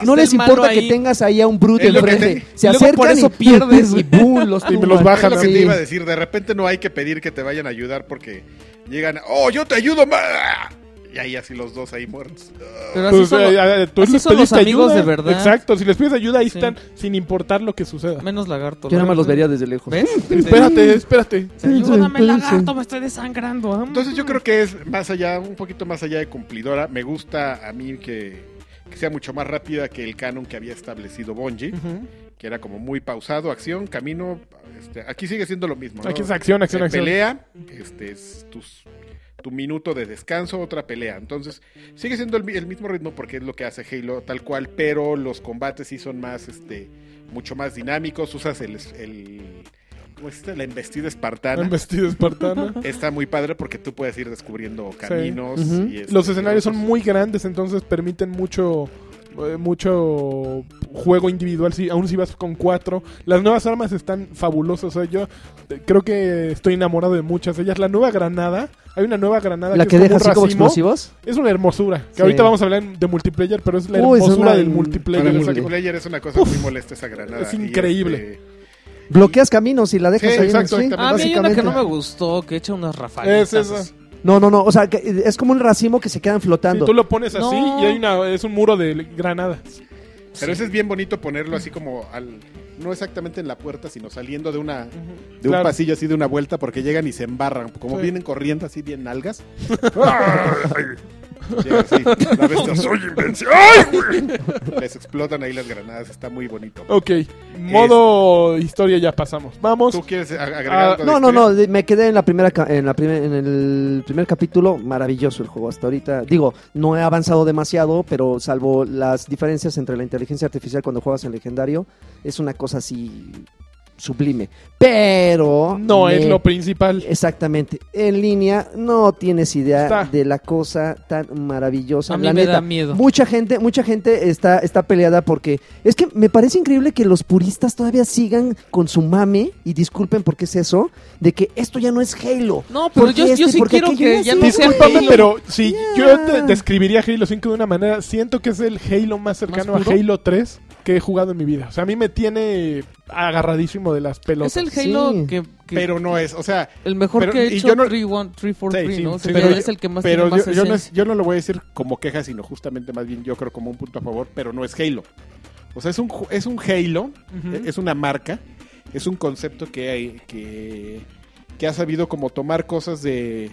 no les importa que,
esté el malo ahí.
tengas ahí a un brute
Es lo que
enfrente.
te-
Se
y luego
acercan
por eso
y,
pierdes.
y boom, los
Y me
tumban.
los bajan
Es lo que
Sí.
te iba a decir, de repente no hay que pedir que te vayan a ayudar porque llegan, oh, yo te ayudo, ma-". y ahí así los dos ahí muertos.
Pero así
pues,
son los-
eh, eh, tú
así
les
son los
pediste
amigos
ayuda.
de verdad.
Exacto, si les pides ayuda ahí
Sí.
están sin importar lo que suceda.
Menos lagarto.
Yo nada más los vería
lagarto.
desde lejos.
¿Ves?
Espérate, espérate.
Te- te-
Sí, sí,
Ayúdame,
sí,
lagarto,
sí.
me estoy desangrando. ah,
Entonces yo creo que es más allá, un poquito más allá de cumplidora. Me gusta a mí que, que sea mucho más rápida que el canon que había establecido Bungie,
Ujú.
que era como muy pausado, acción, camino. este, aquí sigue siendo lo mismo. ¿no?
Aquí es acción, acción,
Eh,
acción.
pelea, este es tus- tu minuto de descanso, otra pelea. Entonces, sigue siendo el, mi- el mismo ritmo porque es lo que hace Halo tal cual, pero los combates sí son más, este, mucho más dinámicos. Usas el, es- el ¿cómo es esta? la embestida espartana.
En vestido espartano.
Está muy padre porque tú puedes ir descubriendo caminos.
Ujú.
y, este,
Los escenarios son
otros-
muy grandes, entonces permiten mucho eh, mucho juego individual, si, aún si vas con cuatro. Las nuevas armas están fabulosas, o sea, yo eh, creo que estoy enamorado de muchas de ellas. La nueva granada, hay una nueva granada
La
es
que
como
deja
un
así como
racimo.
explosivos.
Es una hermosura, que
Sí.
ahorita vamos a hablar de multiplayer, pero es la
Uy, es
hermosura
una
del
in-
multiplayer.
Para
Player,
o sea,
multiplayer es una cosa muy molesta esa granada.
es
y,
increíble.
este,
Bloqueas caminos y la dejas
Sí,
ahí. en el-
exacto,
sí,
exactamente.
A mí hay una
básicamente.
que no me gustó, que echa unas
que
rafalitas.
es esa.
No, no, no. O sea, que es como un racimo que se quedan
Sí,
flotando.
tú lo pones así
No.
y hay una, es un muro de granadas.
pero ese es bien bonito ponerlo así como al. No exactamente en la puerta, sino saliendo de una, de un
Claro.
pasillo así de una vuelta porque llegan y se embarran. Como
Sí.
vienen corriendo así bien nalgas.
¡Ay,
llegan así, la bestia,
soy invencible! ¡Ay, güey!
les explotan ahí las granadas. Está muy bonito.
Ok, modo historia ya pasamos. Vamos.
¿Tú quieres a- agregar
Ah,
algo de
No, no,
historia?
no, de- me quedé en la primera ca- en la primer- en el primer capítulo, maravilloso el juego hasta ahorita. Digo, no he avanzado demasiado, pero salvo las diferencias entre la inteligencia artificial cuando juegas en legendario, es una cosa así sublime. Pero
No
me-
es lo principal.
Exactamente. En línea no tienes idea
Está.
de la cosa tan maravillosa.
A mí
la
me
neta.
da miedo.
Mucha gente, mucha gente está, está peleada porque es que me parece increíble que los puristas todavía sigan con su mame y disculpen porque es eso de que esto ya no es Halo.
No, pero
Porque
yo, yo
este,
sí
porque
quiero
aquello
que ya
ya se
no sea
discúlpame,
Halo.
pero si
Ya.
yo te describiría Halo 5 de una manera, siento que es el Halo más cercano
¿Más
a
puro?
Halo 3 que he jugado en mi vida. O sea, a mí me tiene agarradísimo de las pelotas.
Es el Halo
Sí.
que, que-
Pero no es, o sea,
el mejor
pero-
que ha
y
hecho
yo no-
343,
Sí,
¿no? O
sí,
sea,
pero
ya
yo-
es el que más
pero
tiene más
yo, yo no, es-
esencia.
yo no lo voy a decir como queja, sino justamente más bien yo creo como un punto a favor, pero no es Halo. O sea, es un, ju- es un Halo,
Ujú.
e- es una marca, es un concepto que, hay- que, que ha sabido como tomar cosas de,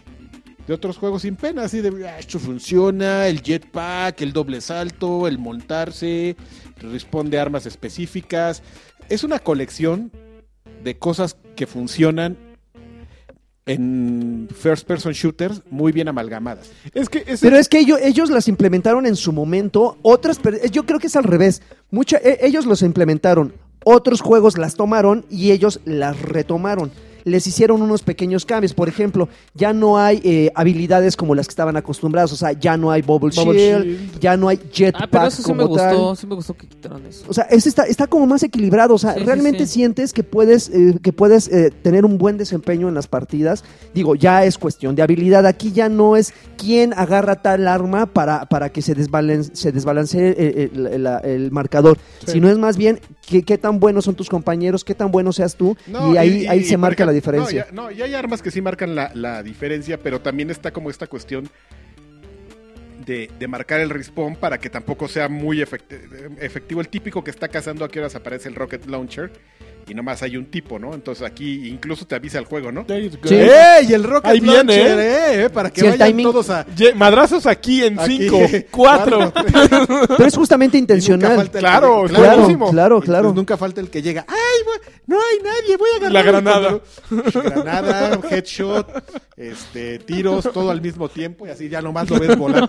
de otros juegos sin pena, así de, "Ah, esto funciona, el jetpack, el doble salto, el montarse, responde a armas específicas. Es una colección de cosas que funcionan en first person shooters muy bien amalgamadas.
Es que ese-
Pero es que ellos, ellos las implementaron en su momento, otras, per- eh, yo creo que es al revés. Mucha, e- ellos los implementaron, otros juegos las tomaron y ellos las retomaron. Les hicieron unos pequeños cambios, por ejemplo, ya no hay eh, habilidades como las que estaban acostumbrados, o sea, ya no hay Bubble,
Bubble
shield,
Shield.
ya no hay Jetpack
Ah, pero eso sí
como
me
tal.
gustó, sí me gustó que quitaron eso.
O sea, este está, está como más equilibrado. O sea,
Sí, sí,
realmente
sí.
sientes que puedes, eh, que puedes eh, tener un buen desempeño en las partidas. Digo, ya es cuestión de habilidad. Aquí ya no es quién agarra tal arma para, para que se, desbalen- se desbalancee eh, el, el- el marcador.
Sí.
Sino es más bien qué, qué tan buenos son tus compañeros, qué tan bueno seas tú.
No,
y ahí,
y-
ahí
y,
se
por
marca la
ejemplo,
diferencia.
No, ya, no, y hay armas que sí marcan la, la diferencia, pero también está como esta cuestión de, de marcar el respawn para que tampoco sea muy efect- efectivo. El típico que está cazando a qué horas aparece el rocket launcher y nomás hay un tipo, ¿no? Entonces aquí incluso te avisa el juego, ¿no?
Sí.
Eh,
¡Ey! ¡Eh! El Rocket
Ahí viene,
Launcher, eh, Para que
Sí, el
vayan
timing-
todos a.
Ye- madrazos aquí en
Aquí.
5, 4.
Pero es justamente
Y nunca
intencional.
falta el
Claro,
que-
claro,
buenísimo.
claro,
Y, pues,
claro.
nunca falta el que llega. ¡Ay, voy- no hay nadie! Voy a agarrar.
La
Y
granada.
cuando- Granada, headshot, este, tiros, todo al mismo tiempo. Y así ya nomás lo ves volar.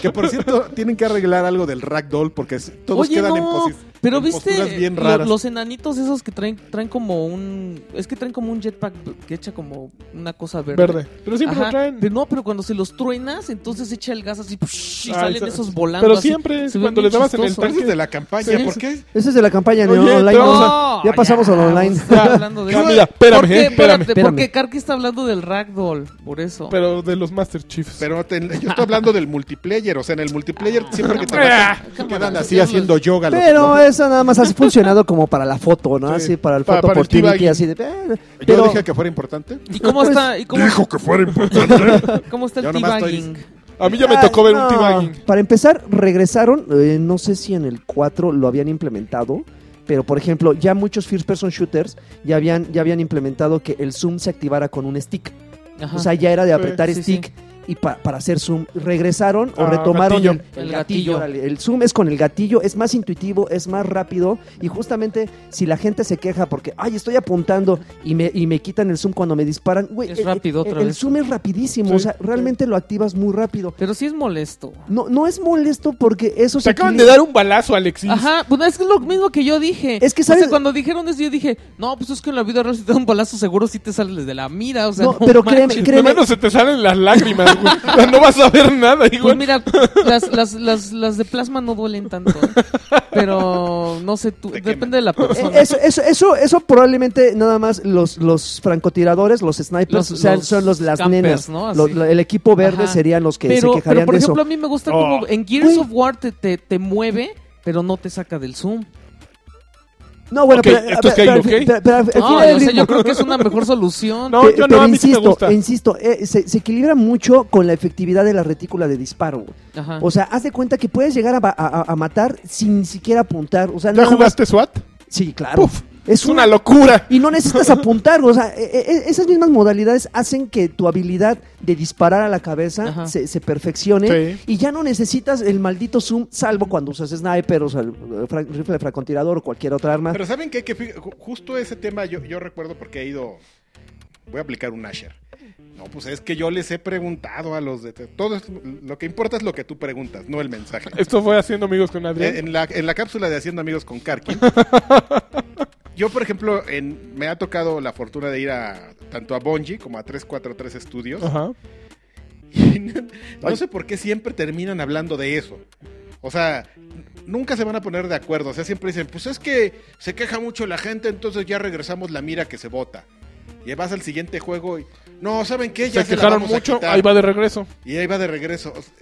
que por cierto, tienen que arreglar algo del ragdoll porque s- todos
Oye,
quedan en,
no,
posi-
pero
en posturas
viste
bien
lo-
raras.
los enanitos esos que traen traen como un es que traen como un jetpack que echa como una cosa verde.
Verde. Pero siempre
Ajá,
lo traen.
Pero no, pero cuando se los truenas, entonces echa el gas así psh, y
Ah,
salen
eso-
esos volando.
Pero
así.
siempre,
Se ve
cuando
bien
les dabas en el
chistoso.
tanque.
Ese es de la campaña.
Sí,
¿Por
sí.
qué?
Esa es de la campaña
Oye,
online.
pero-
vamos a-
No,
ya pasamos al online.
vamos a estar hablando de eso.
Camila, espérame,
Porque,
eh, espérame.
espérate,
Espérame.
Porque Karki está hablando del ragdoll, por eso.
Pero de los Master Chiefs.
Pero te- yo estoy hablando del multiplayer, o sea, en el multiplayer siempre que te
Ah,
Cámara,
Quedan
cámara,
así
ya
haciendo
los-
yoga. los-
Pero eso nada más ha funcionado como para la foto, ¿no?
Sí.
Así para el
Pa-
foto
para el
opportunity,
teabagging.
así de... eh,
Yo
Pero,
dije que fuera importante.
¿Y cómo
pues,
está, y cómo,
Dijo que fuera importante.
cómo está el
Yo nomás estoy-
T-bagging?
A mí ya me
ah,
tocó ver un
no.
T-Bagging.
Para empezar, regresaron, eh, no sé si en el 4 lo habían implementado, pero por ejemplo, ya muchos first person shooters ya habían, ya habían implementado que el zoom se activara con un stick.
Ajá.
O sea, ya era de
Pues, Sí,
apretar
sí,
stick. Y pa- para hacer zoom, regresaron o
Ah,
retomaron
gatillo.
el- el,
El gatillo.
gatillo. órale. El zoom es con el gatillo, es más intuitivo, es más rápido. Y justamente si la gente se queja porque, ay, estoy apuntando y me, y me quitan el zoom cuando me disparan, güey,
Es
el-
rápido
el,
otra
el
vez.
zoom es rapidísimo.
Sí,
o sea,
sí.
realmente lo activas muy rápido.
pero sí es molesto.
No, no es molesto porque eso
Se
se
acaban
equili-
de dar un balazo, Alexis.
Ajá, pues es lo mismo que yo dije.
Es que,
O sea,
¿sabes?
cuando dijeron eso, yo dije, no, pues es que en la vida real si te da un balazo seguro sí te sales de la mira. O sea,
No,
no
pero créeme,
manches.
De
créeme.
menos se te salen las lágrimas, güey. No vas a ver nada,
Pues
igual.
mira, las, las, las, las de plasma no duelen tanto. ¿eh? Pero no sé, tú,
Te queman.
depende de la
Eh,
persona.
Eso, eso, eso, eso probablemente nada más los, los francotiradores, los snipers,
Los-
o sea,
los
son los las
campers,
nenas.
¿no?
Lo-
Así.
lo- el equipo verde
Ajá.
serían los que se
pero,
quejarían
pero, por
de
ejemplo,
eso.
a mí me gusta
Oh.
como en Gears
Güey.
of War te, te, te mueve, pero no te saca del zoom.
No, bueno,
Ok,
pero,
esto es
pero-
Halo,
pero-
¿ok?
pero- pero al final
No,
del
o sea,
ritmo-
yo creo que es una mejor solución.
No,
Pe-
yo
pero
no, a mí sí me
insisto,
gusta.
insisto, eh, se, se equilibra mucho con la efectividad de la retícula de disparo. güey.
Ah.
Ajá.
O sea, haz de cuenta que puedes llegar a, ba- a- a- a matar sin ni siquiera apuntar. O sea,
¿Ya
nada más-
jugaste SWAT?
Sí, claro.
Puf,
es
Es una
una
locura.
Y no necesitas apuntar, o sea, e- e- esas mismas modalidades hacen que tu habilidad de disparar a la
Ajá.
cabeza se, se perfeccione y ya no necesitas el maldito zoom, salvo cuando usas sniper, o sea, el, eh, fra- rifle de francotirador o cualquier otra arma.
Pero ¿saben qué? Que fi- ju- justo ese tema yo, yo recuerdo porque he ido... Voy a aplicar un Asher. No, pues es que yo les he preguntado a los de... Todo es- lo que importa es lo que tú preguntas, no el mensaje.
Esto fue haciendo amigos con Adrián.
Eh, En la, en la cápsula de Haciendo Amigos con Karkin. Yo, por ejemplo, en- me ha tocado la fortuna de ir a tanto a Bungie como a 343 Studios.
Ajá.
Y no, no sé por qué siempre terminan hablando de eso. O sea, nunca se van a poner de acuerdo. O sea, siempre dicen, pues es que se queja mucho la gente, entonces ya regresamos la mira que se vota. Y vas al siguiente juego y... No, ¿saben qué? Ya
Se
se, la
quejaron
vamos a
mucho,
quitar".
ahí va de regreso.
Y ahí va de regreso. O sea,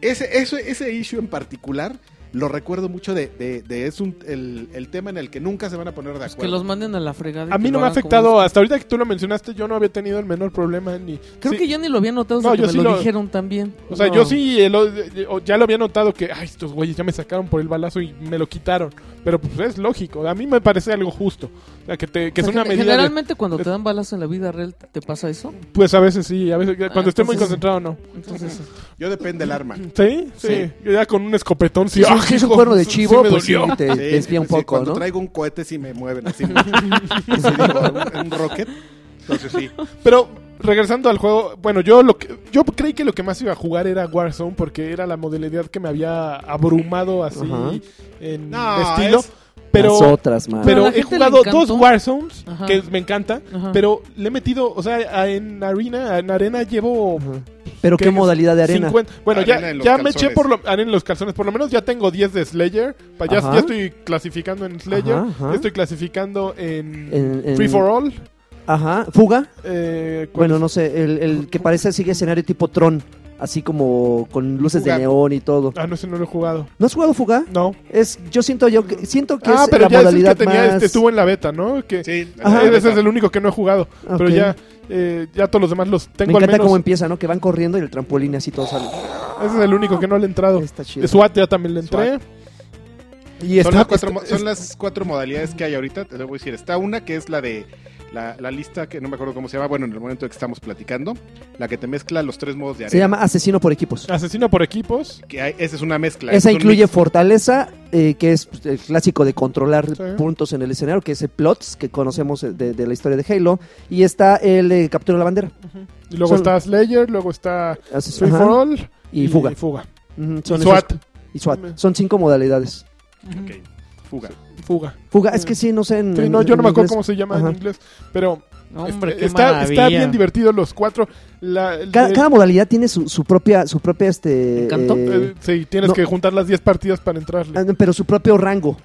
Ese, ese, ese issue en particular lo recuerdo mucho de... de- de- es un- el, el tema en el que nunca se van a poner de
que
acuerdo.
los manden a la fregada. y
A
que
mí
lo
no me ha
hagan como
afectado,
es.
hasta ahorita que tú lo mencionaste, yo no había tenido el menor problema ni...
Creo
sí,
que yo ni lo había notado, hasta
No,
que
yo
me
sí
lo,
lo-
dijeron también.
O sea,
No.
yo sí eh, lo- eh, o- ya lo había notado que, ay, estos güeyes ya me sacaron por el balazo y me lo quitaron. Pero pues es lógico, a mí me parece algo justo. O sea, que, te- que
O sea,
es una
gen-
medida... de-
Generalmente cuando te dan balazo en la vida real, ¿te pasa eso?
pues a veces sí, a
Ah,
veces cuando estoy muy
entonces-
concentrado no.
Entonces,
Yo depende del arma.
¿Sí? Sí. Yo ya con un escopetón, sí.
si, es un-
¡ah,
si es un
hijo!
cuerno de
Sí
chivo,
me
pues sí,
dolió.
te
Sí,
desvía un
sí,
poco,
cuando
¿no?
traigo un cohete sí me mueven así. Sí, digo, un, un rocket. Entonces sí.
Pero regresando al juego, bueno, yo lo que, yo creí que lo que más iba a jugar era Warzone porque era la modalidad que me había abrumado así
Ajá.
en
No,
estilo.
es-
Pero,
Las otras, man.
Pero
pero
a la
he
gente le
jugado
encantó.
dos Warzones
Ajá.
que me encanta,
Ajá.
pero le he metido, o sea, a- en arena, en arena llevo
Ajá. Pero qué
que-
modalidad de arena.
50. Bueno,
Arena
ya,
en los
ya me eché
calzones.
por lo, arena en los calzones. Por lo menos ya tengo 10 de Slayer. Pa- Ya,
Ajá.
ya estoy clasificando en Slayer.
Ajá, ajá.
Estoy clasificando en,
En- en-
Free for All.
Ajá. Fuga.
eh, ¿cuál
Bueno,
es?
no sé, el, el que parece sigue escenario tipo Tron, así como con luces
Fuga.
de neón y todo.
Ah, no, ese no lo he jugado.
¿No has jugado Fuga?
No.
Es, yo siento yo que, siento que
ah,
es
pero
la
ya es el
modalidad
que tenía,
más.
este, estuvo en la beta, ¿no? Que
Sí, Eh,
Ajá.
la
ese es
neta.
el único que no he jugado. Pero
Ok.
ya, eh, ya todos los demás los
Me
tengo al
encanta
menos.
cómo empieza, ¿no? Que van corriendo y el trampolín así todo sale.
Ese es el único que no le he entrado.
Está chido.
SWAT ya también le entré. Y
son,
está-
las cuatro,
está-
mo- son las cuatro modalidades que hay ahorita, te lo voy a decir. Está una que es la de la, la lista que no me acuerdo cómo se llama, bueno, en el momento que estamos platicando, la que te mezcla los tres modos de
Se
arena.
llama Asesino por Equipos.
Asesino por equipos.
Que hay- esa es una mezcla.
Esa
es un
incluye
mix.
Fortaleza, eh, que es pues, el clásico de controlar
Sí.
puntos en el escenario, que es el Plots, que conocemos eh, de, de la historia de Halo. Y está el eh, Captura la Bandera.
Y luego
Son-
está Slayer, luego está
Ases-
Free
ajá,
for All
y Fuga.
Y Fuga.
Ujú, son
Y
esos-
SWAT.
y SWAT. Son cinco modalidades.
Ok, Fuga.
Fuga.
Fuga, es que sí, no sé. En,
Sí,
en-
no, yo no me
en
acuerdo
inglés.
cómo se llama
Ajá.
en inglés, pero
Hombre,
este,
qué
está, está
maravilla.
bien divertido los cuatro. La, el
Cada,
de-
cada modalidad tiene su, su propia, su propia este,
¿Encanto?
eh,
eh, sí, tienes
no.
que juntar las 10 partidas para entrarle.
ah, no, pero su propio rango.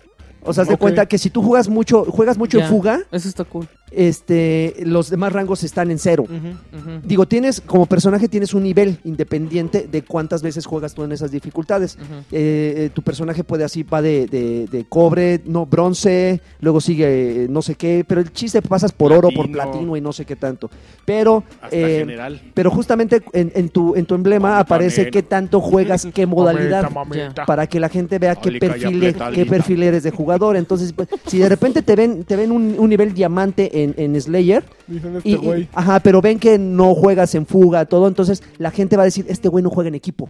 O sea, haz de
Ok.
cuenta que si tú juegas mucho, juegas mucho
Ya.
en fuga,
Eso está cool.
este, los demás rangos están en cero.
Ujú.
Ujú.
Digo, tienes, como personaje tienes un nivel independiente de cuántas veces juegas tú en esas dificultades.
Ujú.
Eh, eh, tu personaje puede así, va de, de- de cobre, no bronce, luego sigue eh, no sé qué, pero el chiste pasas por oro, por
Platino.
platino y no sé qué tanto. Pero,
Hasta
eh,
general.
pero justamente en, en tu, en tu emblema
Mamita
aparece
nena.
qué tanto juegas, qué modalidad.
Mamita, mamita.
Para que la gente vea qué
Alica y
perfil, e,
aprieta,
qué
Alita.
perfil eres de jugador. Entonces, pues, si de repente te ven, te ven un, un nivel diamante en- en Slayer,
Dicen
y-
este
y-
güey.
ajá, pero ven que no juegas en fuga, todo, entonces la gente va a decir, este güey no juega en equipo.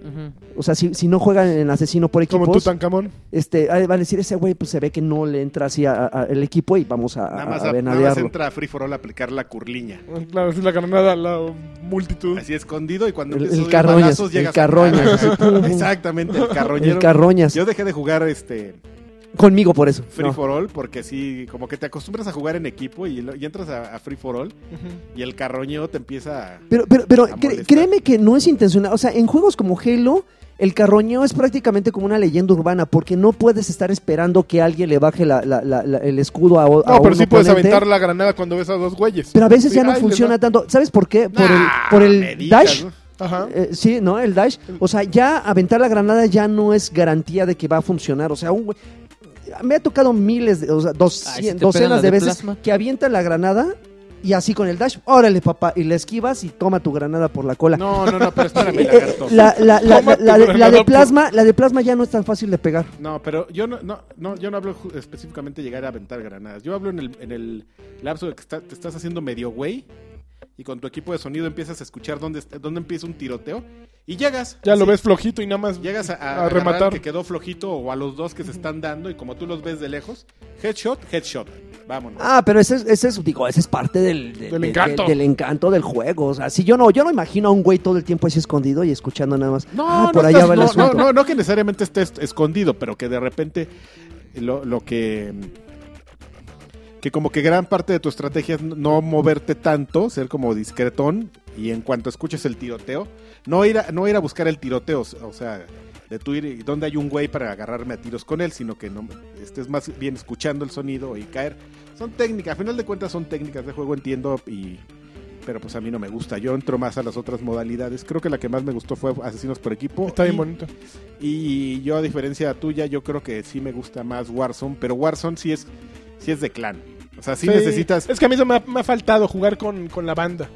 Ujú.
O sea, si, si no juegan en asesino por
Como tú,
equipos,
Tancamón.
este, ah, van a decir, ese güey pues se ve que no le entra así a- a- al equipo y vamos a,
Nada
a- a
más, a- nada más
venadearlo.
entra a Free for All a aplicar la curliña.
Claro, sí, la granada, la multitud.
Así escondido y cuando
El-
empiezas
el
a oír
carroñas,
balazos,
el
llegas a-
carroñas.
Exactamente, el carroñero.
El carroñas,
Yo dejé de jugar este
conmigo por eso.
Free
No.
for All porque sí, como que te acostumbras a jugar en equipo y, lo- y entras a, a Free for All y el carroñero te empieza a...
Pero, pero, pero
A
cre-
molestar.
créeme que no es intencional. O sea, en juegos como Halo, el carroñeo es prácticamente como una leyenda urbana, porque no puedes estar esperando que alguien le baje la- la- la- la- el escudo a, o- a
No, pero
un
sí puedes
oponente.
aventar la granada cuando ves a dos güeyes.
Pero a veces
Sí,
ya no
ay, les
funciona
da-
tanto. ¿Sabes por qué? Por el,
Nah,
por el
me digas,
dash.
¿no?
Ajá.
Eh, sí, ¿no? El dash. O sea, ya aventar la granada ya no es garantía de que va a funcionar. O sea, un güey- Me ha tocado miles, de, o sea, doscien-
Ay, si te pegan la
docenas de
de
veces
plasma.
que avienta la granada y así con el dash. Órale, papá. Y la esquivas y toma tu granada por la cola.
No, no, no, pero espérame,
Eh, eh,
lagarto.
la, la- la-
Toma
la-
tu
la de, la
granada
de
por-
plasma, la de plasma ya no es tan fácil de pegar.
No, pero yo no, no, no, yo no hablo ju- específicamente de llegar a aventar granadas. Yo hablo en el, en el lapso de que está- te estás haciendo medio güey y con tu equipo de sonido empiezas a escuchar dónde, est- dónde empieza un tiroteo y llegas.
Ya lo
así,
ves flojito y nada más.
Llegas a, a
a
agarrar
rematar.
al que quedó flojito o a los dos que se están dando y como tú los ves de lejos, headshot, headshot. Vámonos.
Ah, pero ese, es- ese es, digo, ese es parte del, de-
Del
de-
encanto.
del encanto del juego. O sea, si yo no, yo no imagino a un güey todo el tiempo así escondido y escuchando nada más.
No,
ah,
no,
por allá
estás-
va el
no,
asunto.
no, no, no que necesariamente esté est- escondido, pero que de repente lo, lo que que como que gran parte de tu estrategia es no moverte tanto, ser como discretón y en cuanto escuches el tiroteo, no ir a, no ir a buscar el tiroteo, o sea, de tu ir y dónde hay un güey para agarrarme a tiros con él, sino que no estés más bien escuchando el sonido y caer. Son técnicas, a final de cuentas son técnicas de juego, entiendo y pero pues a mí no me gusta. Yo entro más a las otras modalidades. Creo que la que más me gustó fue Asesinos por Equipo.
Está bien
y,
bonito.
y yo, a diferencia tuya, yo creo que sí me gusta más Warzone, pero Warzone sí es, sí es de clan. O sea, sí,
Sí.
necesitas...
Es que a mí se me ha, me ha faltado jugar con, con la banda.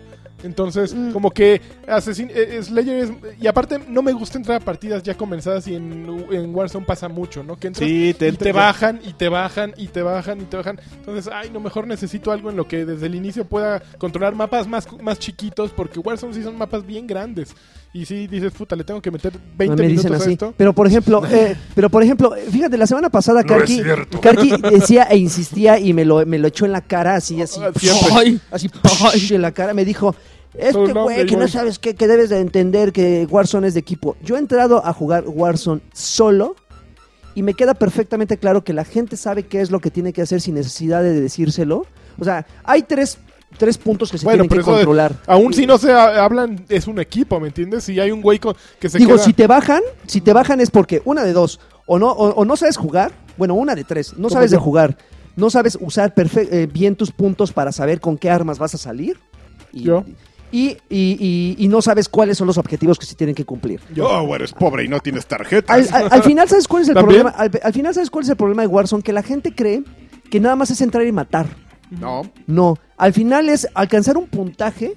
Entonces,
Mm.
como que Assassin, eh, eh, Slayer es. Y aparte, no me gusta entrar a partidas ya comenzadas y en, en Warzone pasa mucho, ¿no? Que entras
Sí, te,
y te
entra-
bajan y te bajan y te bajan y te bajan. Entonces, ay, no, mejor necesito algo en lo que desde el inicio pueda controlar mapas más, más chiquitos, porque Warzone sí son mapas bien grandes. Y si dices, puta, le tengo que meter 20
me
minutos
dicen
a
así.
esto.
Pero por ejemplo, eh, pero por ejemplo, eh, fíjate, la semana pasada
No es
Karki,
cierto.
Karki decía e insistía y me lo, me lo echó en la cara así, así.
Ah, Siempre.
Ay,
Así
Ay.
en la cara me dijo, Es
Tú
que,
no,
güey, que no
Playboy.
sabes qué, que debes de entender que Warzone es de equipo. Yo he entrado a jugar Warzone solo y me queda perfectamente claro que la gente sabe qué es lo que tiene que hacer sin necesidad de decírselo. O sea, hay tres, tres puntos que se
Bueno,
tienen que
pero eso de-
controlar.
Aún si no se ha- hablan, es un equipo, ¿me entiendes? Si hay un güey con- que se
Digo,
queda...
si te bajan, si te bajan es porque una de dos, o no, o, o no sabes jugar, bueno, una de tres, no sabes de jugar, no sabes usar perfe- eh, bien tus puntos para saber con qué armas vas a salir. Y,
Yo.
Y, y- y- y no sabes cuáles son los objetivos que se tienen que cumplir.
Oh, güey, eres pobre y no tienes tarjeta.
Al, al- al final, ¿sabes cuál es el
¿También?
problema? Al, al final, ¿sabes cuál es el problema de Warzone? Que la gente cree que nada más es entrar y matar.
No,
No, al final es alcanzar un puntaje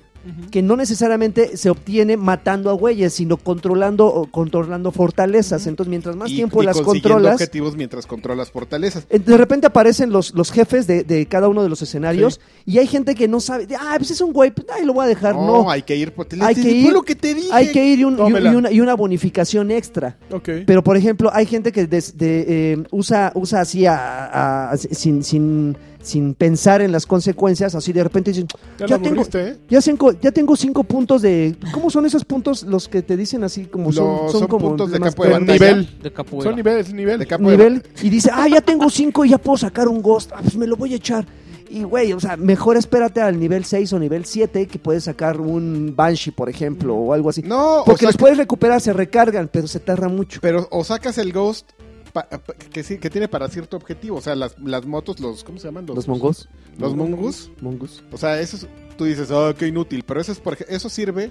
que no necesariamente se obtiene matando a güeyes, sino controlando o controlando fortalezas. Entonces, mientras más
y-
tiempo
y
las
consiguiendo
controlas,
objetivos mientras controlas fortalezas.
eh, de repente aparecen los, los jefes de, de cada uno de los escenarios y hay gente que no sabe, de, ah, pues es un güey, pues, ay, lo voy a dejar,
No,
no.
hay que ir por
Hay que ir-
lo que te dije.
Hay que ir y, un- y un-
tómela.
y una, y una bonificación extra.
Ok.
Pero, por ejemplo, hay gente que des- de, eh, usa, usa así a- a- sin, sin, sin pensar en las consecuencias, así de repente dicen,
Ya
yo
lo
tengo,
aburriste, ¿eh?
Ya, cinco, ya tengo cinco puntos de. ¿Cómo son esos puntos los que te dicen así como son,
Los-
son
son
como
puntos de
más
campo de
per-
El
batalla.
nivel.
De capoeira.
Son niveles, nivel.
De campo de
nivel? Y dice, ah, ya tengo cinco y ya puedo sacar un ghost. Ah, pues me lo voy a echar. Y güey, o sea, mejor espérate al nivel 6 o nivel 7 que puedes sacar un Banshee, por ejemplo, o algo así.
No, o
Porque
sea,
los puedes recuperar, se recargan, pero se tarda mucho.
pero o sacas el Ghost pa- pa- que sí, que tiene para cierto objetivo, o sea, las, las motos, los ¿cómo se llaman?
Los mongos.
Los mongus.
Mongus.
O sea, eso es- tú dices, "Ah, qué inútil", pero eso es por ej- eso sirve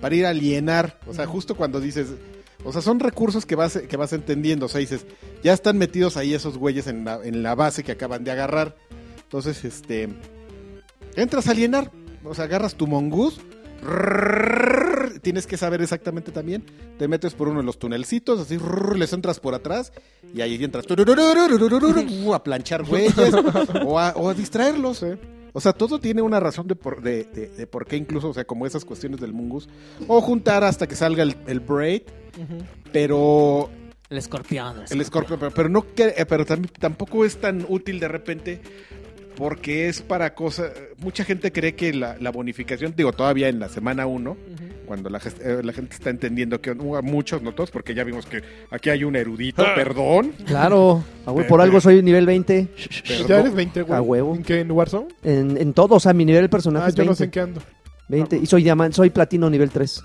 para ir a alienar, o sea, justo cuando dices o sea, son recursos que vas, que vas entendiendo. O sea, dices, ya están metidos ahí esos güeyes en la, en la base que acaban de agarrar. Entonces, este. Entras a alienar. O sea, agarras tu mongoose. rrrr, Tienes que saber exactamente también. Te metes por uno de los tunelcitos, así rrr, les entras por atrás y ahí entras turururururururu, a planchar güeyes o a, o a distraerlos. eh. O sea, todo tiene una razón de por, de, de- de por qué incluso, o sea, como esas cuestiones del mongoose. O juntar hasta que salga el, el braid pero
El escorpión.
el escorpio pero, pero no que- eh, pero tam- tampoco es tan útil de repente porque es para cosas mucha gente cree que la, la bonificación digo todavía en la semana 1 cuando la, gest- eh, la gente está entendiendo que uh, muchos no todos porque ya vimos que aquí hay un erudito perdón
Claro. Ah, güey, por algo soy nivel 20.
Ya eres 20, güey.
A huevo.
¿En qué? ¿En Warzone?
En, en todo, o sea, mi nivel de personaje
Ah,
es
yo
20.
no sé en qué ando.
20. Y soy diamante, soy platino nivel 3.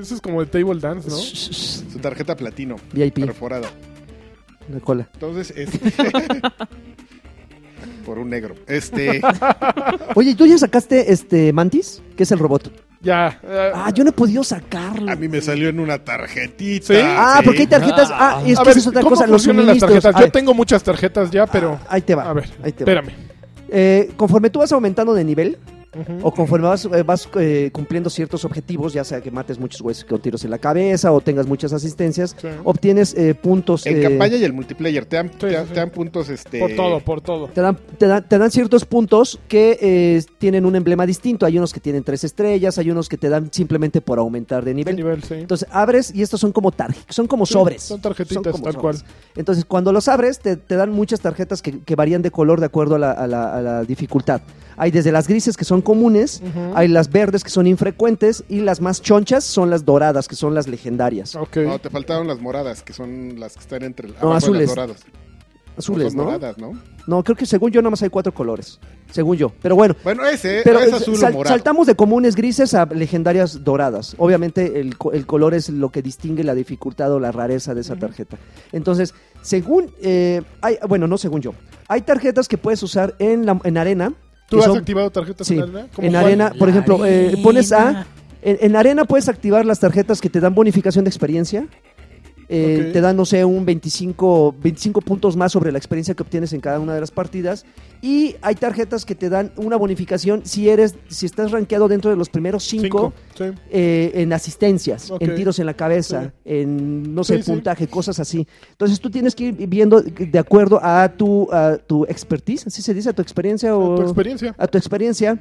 Eso es como el table dance, ¿no?
su tarjeta platino
VIP,
perforada
la cola.
entonces este por un negro este
Oye, ¿tú ya sacaste este Mantis? Que es el robot.
Ya. eh,
Ah, yo no he podido sacarlo.
a mí me salió en una tarjetita
Ah, ¿Sí?
Ah,
sí.
porque hay tarjetas. Ah, es
a
que esa
ver,
es otra
¿cómo
cosa. Los
funcionan las
suministros.
tarjetas?
Ay,
Yo tengo muchas tarjetas ya, pero...
ah, Ahí te va.
A ver,
ahí te va.
espérame.
Eh, conforme tú vas aumentando de nivel
Ujú.
o conforme vas, eh, vas, eh, cumpliendo ciertos objetivos, ya sea que mates muchos güeyes con tiros en la cabeza o tengas muchas asistencias,
Sí.
obtienes eh, puntos.
en
eh,
campaña y el multiplayer te dan, te, dan-
sí, sí.
te dan puntos este
Por todo, por todo.
Te dan, te dan- te dan ciertos puntos que eh, tienen un emblema distinto. Hay unos que tienen tres estrellas, hay unos que te dan simplemente por aumentar de
De
nivel.
nivel, sí.
Entonces abres y estos son como tar- son como
Sí,
sobres.
Son tarjetitas,
Son como
tal
sobres.
cual.
Entonces, cuando los abres, te, te dan muchas tarjetas que, que varían de color de acuerdo a la, a la- a la dificultad. Hay desde las grises que son comunes,
Ujú.
hay las verdes que son infrecuentes y las más chonchas son las doradas, que son las legendarias.
Ok.
No, te faltaron las moradas, que son las que están entre abajo de
azules.
las doradas.
Azules,
son
¿no?
moradas, ¿no?
No, creo que según yo nomás hay cuatro colores. Según yo. Pero bueno,
Bueno, ese,
pero
es
eh,
azul
sal-
o morado.
saltamos de comunes grises a legendarias doradas. Obviamente el, co- el color es lo que distingue la dificultad o la rareza de esa tarjeta. Entonces, según... eh, hay, bueno, no según yo. Hay tarjetas que puedes usar en, la, en arena.
¿Tú
que
has
son-
activado tarjetas
sí,
en arena? ¿Cómo
en
cuál?
arena, por
La
ejemplo, eh,
arena.
pones A... En, en arena puedes activar las tarjetas que te dan bonificación de experiencia. Eh,
Ok.
Te dan, no sé, un 25, 25 puntos más sobre la experiencia que obtienes en cada una de las partidas. Y hay tarjetas que te dan una bonificación si eres, si estás rankeado dentro de los primeros cinco,
Cinco. Sí.
eh, en asistencias,
Ok.
en tiros en la cabeza, en no sé,
Sí, sí.
puntaje, cosas así. Entonces tú tienes que ir viendo de acuerdo a tu, a tu expertise, así se dice, a tu experiencia o
Tu experiencia.
a tu experiencia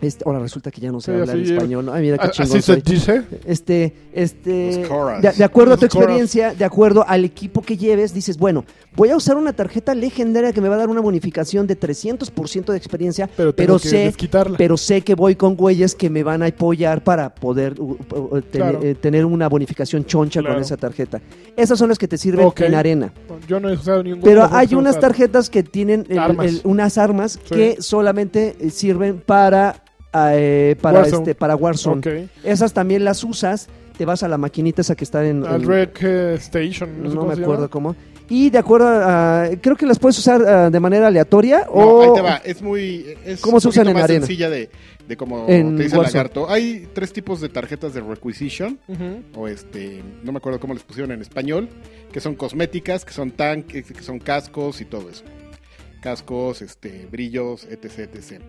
Este, ahora resulta que ya no sé
Sí,
hablar
así, eh,
español. Ay, mira qué
¿Así
chingón
se
soy.
dice?
Este, este,
Los coras.
de, de acuerdo a tu
Los coras.
experiencia, de acuerdo al equipo que lleves, dices, bueno, voy a usar una tarjeta legendaria que me va a dar una bonificación de 300% de experiencia,
Pero
pero,
tengo que
sé,
desquitarla.
pero sé que voy con güeyes que me van a apoyar para poder uh, uh, uh, tener-
Claro.
eh, tener una bonificación choncha
Claro.
con esa tarjeta. Esas son las que te sirven
Ok.
en arena.
Yo no he usado ningún
Pero
tampoco
hay
he
unas
usado.
tarjetas que tienen el-
Armas.
el- unas armas
Sí.
que solamente eh, sirven para eh, para
Warzone.
este para Warzone.
Ok.
Esas también las usas, te vas a la maquinita esa que está en...
Al
en-
Red eh, Station. No, sé
no
cómo
me
se
acuerdo
llama.
cómo. Y de acuerdo a... creo que las puedes usar ah, de manera aleatoria
No,
o...
ahí te va. Es muy. Es
Oh. ¿Cómo se
un poquito
usan en
más
arena?
sencilla de, de como
En
te dice
Warzone.
Lagarto. Hay tres tipos de tarjetas de requisition.
Ujú.
O este. No me acuerdo cómo les pusieron en español. Que son cosméticas, que son tanques, que son cascos y todo eso. Cascos, este, brillos, etc, etc.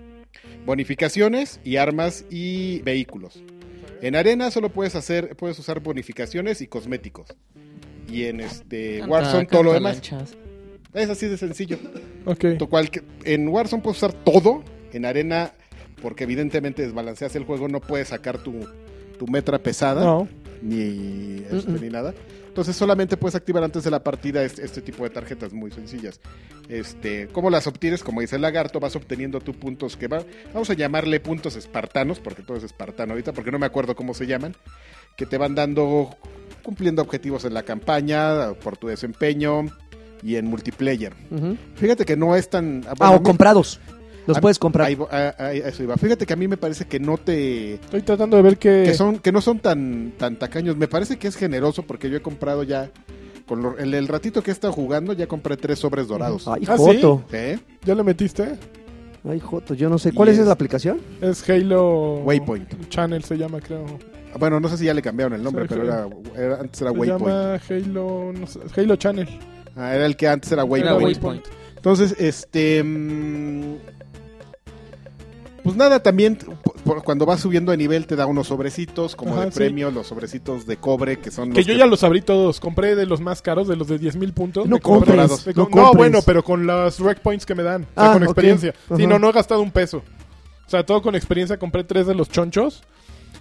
Bonificaciones y armas y vehículos. En arena solo puedes hacer, puedes usar bonificaciones y cosméticos. Y en este
Canta-
Warzone todo lo
canta
demás.
lanchas.
Es así de sencillo.
Ok.
Tú cualque- en Warzone puedes usar todo. En arena, porque evidentemente desbalanceas el juego, no puedes sacar tu, tu metra pesada
No.
ni, este,
Mm-mm.
ni nada. Entonces solamente puedes activar antes de la partida este, este tipo de tarjetas muy sencillas. Este, ¿Cómo las obtienes? Como dice el lagarto, vas obteniendo tú puntos que va, vamos a llamarle puntos espartanos, porque todo es espartano ahorita, porque no me acuerdo cómo se llaman, que te van dando cumpliendo objetivos en la campaña, por tu desempeño y en multiplayer.
Ujú.
Fíjate que no es tan...
Ah,
bueno, a
o
mí-
comprados. Los
a-
puedes comprar.
ahí vo- a- a- a eso iba. Fíjate que a mí me parece que no te
Estoy tratando de ver que...
que son que no son tan tan tacaños me parece que es generoso porque yo he comprado ya con lo- el, el ratito que he estado jugando ya compré tres sobres dorados ¿Eh?
Ay,
Ah,
Joto.
¿Sí?
¿Ya le metiste?
Ay, Joto, yo no sé.
Y
¿Cuál es,
es-
la aplicación?
Es Halo...
Waypoint
Channel se llama, creo.
bueno no sé si ya le cambiaron el nombre
Sí,
pero
sí.
era, era- antes era
se
Waypoint
llama Halo... no sé, Halo Channel.
Ah, era el que antes era
Era
Waypoint
Waypoint.
entonces este mm, pues nada también por- por- cuando vas subiendo de nivel te da unos sobrecitos como
Ajá,
de
sí.
premio los sobrecitos de cobre que son
Que
los
yo ya los abrí todos. Compré de los más caros, de los de 10 mil puntos.
No
Me compré-
compres,
me
no
com-
compres.
bueno, pero con las rec points que me dan. O sea,
Ah,
con
ok.
experiencia. Sí,
Ajá.
no, no he gastado un peso. O sea, todo con experiencia. Compré tres de los chonchos.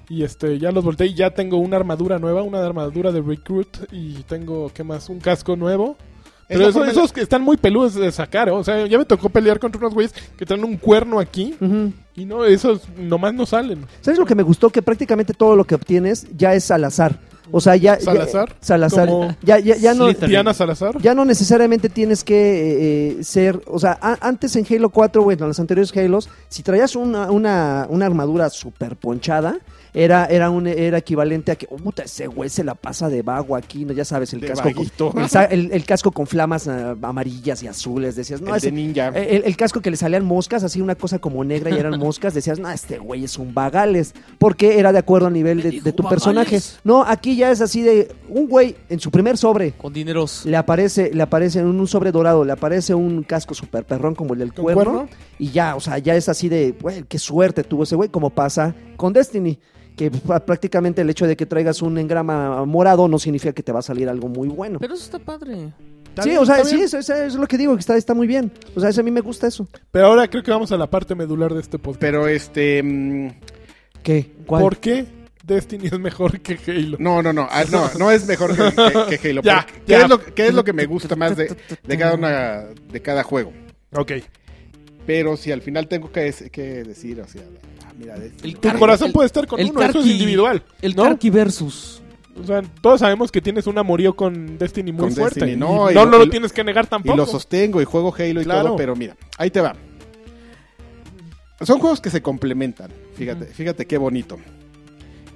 Y este, ya los volteé y ya tengo una armadura nueva, una armadura de recruit. Y tengo, ¿qué más? Un casco nuevo.
Es
Pero
la
eso-
forma en la-
esos que están muy peludos de sacar, ¿eh? o sea, ya me tocó pelear contra unos güeyes que traen un cuerno aquí
Ujú.
y no, esos nomás no salen.
¿Sabes lo que me gustó? Que prácticamente todo lo que obtienes ya es al azar. O sea, ya... ya-
¿Salazar?
Salazar.
Como-
Ya, ya, ya no...
Slytherin.
Diana Salazar.
Ya no necesariamente tienes que eh, eh, ser, o sea, a- antes en Halo 4, bueno, en los anteriores Halos, si traías una, una, una armadura super ponchada, era, era, un, era equivalente a que, oh, puta, ese güey se la pasa de vago aquí, ¿no? ya sabes, el,
De
casco,
vaguito.
con, el, sa- el- el casco con flamas ah, amarillas y azules, decías, no,
el
ese-
de ninja
eh.
Eh, el, el casco que le salían moscas, así una cosa como negra y eran moscas, decías, no, este güey es un vagales, porque era de acuerdo al nivel de, de tu personaje. No, aquí ya es así de un güey en su primer sobre,
Con dineros.
le aparece, le aparece en un sobre dorado, le aparece un casco super perrón como el del
¿Con
cuerno,
cuerno?
y ya, o sea, ya es así de, güey, qué suerte tuvo ese güey, como pasa con Destiny, que pr- prácticamente el hecho de que traigas un engrama morado no significa que te va a salir algo muy bueno.
Pero eso está padre.
Está
sí,
bien,
o sea,
está
sí,
bien.
eso, eso es lo que digo, que está, está muy bien. O sea, eso a mí me gusta eso.
Pero ahora creo que vamos a la parte medular de este podcast.
pero este mm,
¿Qué? ¿Cuál?
¿Por qué Destiny es mejor que Halo?
No, no, no, ah, no, no es mejor que, que- que Halo.
Ya,
porque- ¿Qué,
ya.
Es lo, qué es lo que me gusta más de, de cada una, de cada juego?
Ok.
Pero si al final tengo que, des- que decir, o sea, ah, mira, de-
El
Tu
Car-
corazón
el-
puede estar con
el
uno, eso es
Karki-
individual.
El
¿no?
Karki versus.
O sea, todos sabemos que tienes un amorío con Destiny muy
Con
fuerte. y
Destiny, no,
no,
y
no,
lo- y
lo
lo-
tienes que negar
y
tampoco.
lo sostengo y juego Halo y
Claro.
todo, pero mira, ahí te va. Son juegos que se complementan. Fíjate, fíjate qué bonito.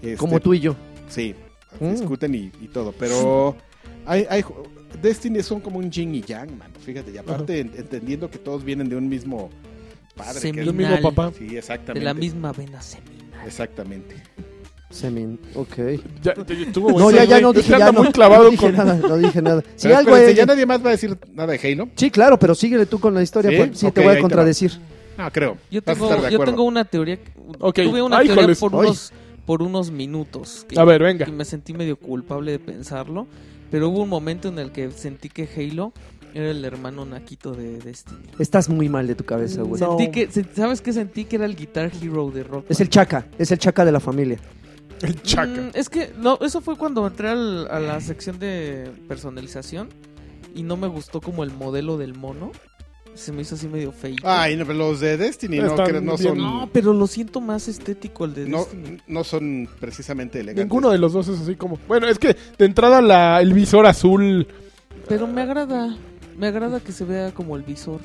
Este,
Como tú y yo.
Sí,
Mm.
discuten y, y todo, pero hay, hay ju- Destiny son como un yin y yang, mano, fíjate, y aparte en- entendiendo que todos vienen de un mismo padre. que es-
Yo mismo,
Seminal.
papá.
Sí,
De
exactamente.
la misma vena seminal.
Exactamente.
Semin, ok.
Ya, ya- ya estuvo
No,
bueno,
ya, ya
güey.
no dije
Anda
ya no,
muy clavado
no dije
con...
nada, no dije nada. Si
Pero
algo
espérense,
es-
ya nadie más va a decir nada de Halo.
Sí, claro, pero síguele tú con la historia,
¿Sí?
pues, sí,
Ok,
te voy
ahí
a
te
contradecir.
No, creo.
Yo
Vas a estar
tengo,
de
yo
acuerdo.
tengo una teoría.
Ok.
Tuve una
Ay,
teoría
joles.
por
Ay.
unos, por unos minutos. que-
A ver, venga.
que me sentí medio culpable de pensarlo. Pero hubo un momento en el que sentí que Halo Era el hermano naquito de Destiny.
Estás muy mal de tu cabeza, güey.
No.
Sentí que, se- ¿Sabes qué? Sentí que era el Guitar Hero de Rock.
Es el chaca, es el chaca de la familia.
El chaca.
Mm, es que no, eso fue cuando entré al- a la sección de personalización y no me gustó como el modelo del mono. Se me hizo así medio feo.
Ay, no, pero los de Destiny no,
Están
cre- no
bien-
son.
No, pero lo siento más estético el de
no,
Destiny.
no son precisamente elegantes.
Ninguno de los dos es así como. Bueno, es que de entrada la, el visor azul.
Pero me agrada. Me agrada que se vea como el visor.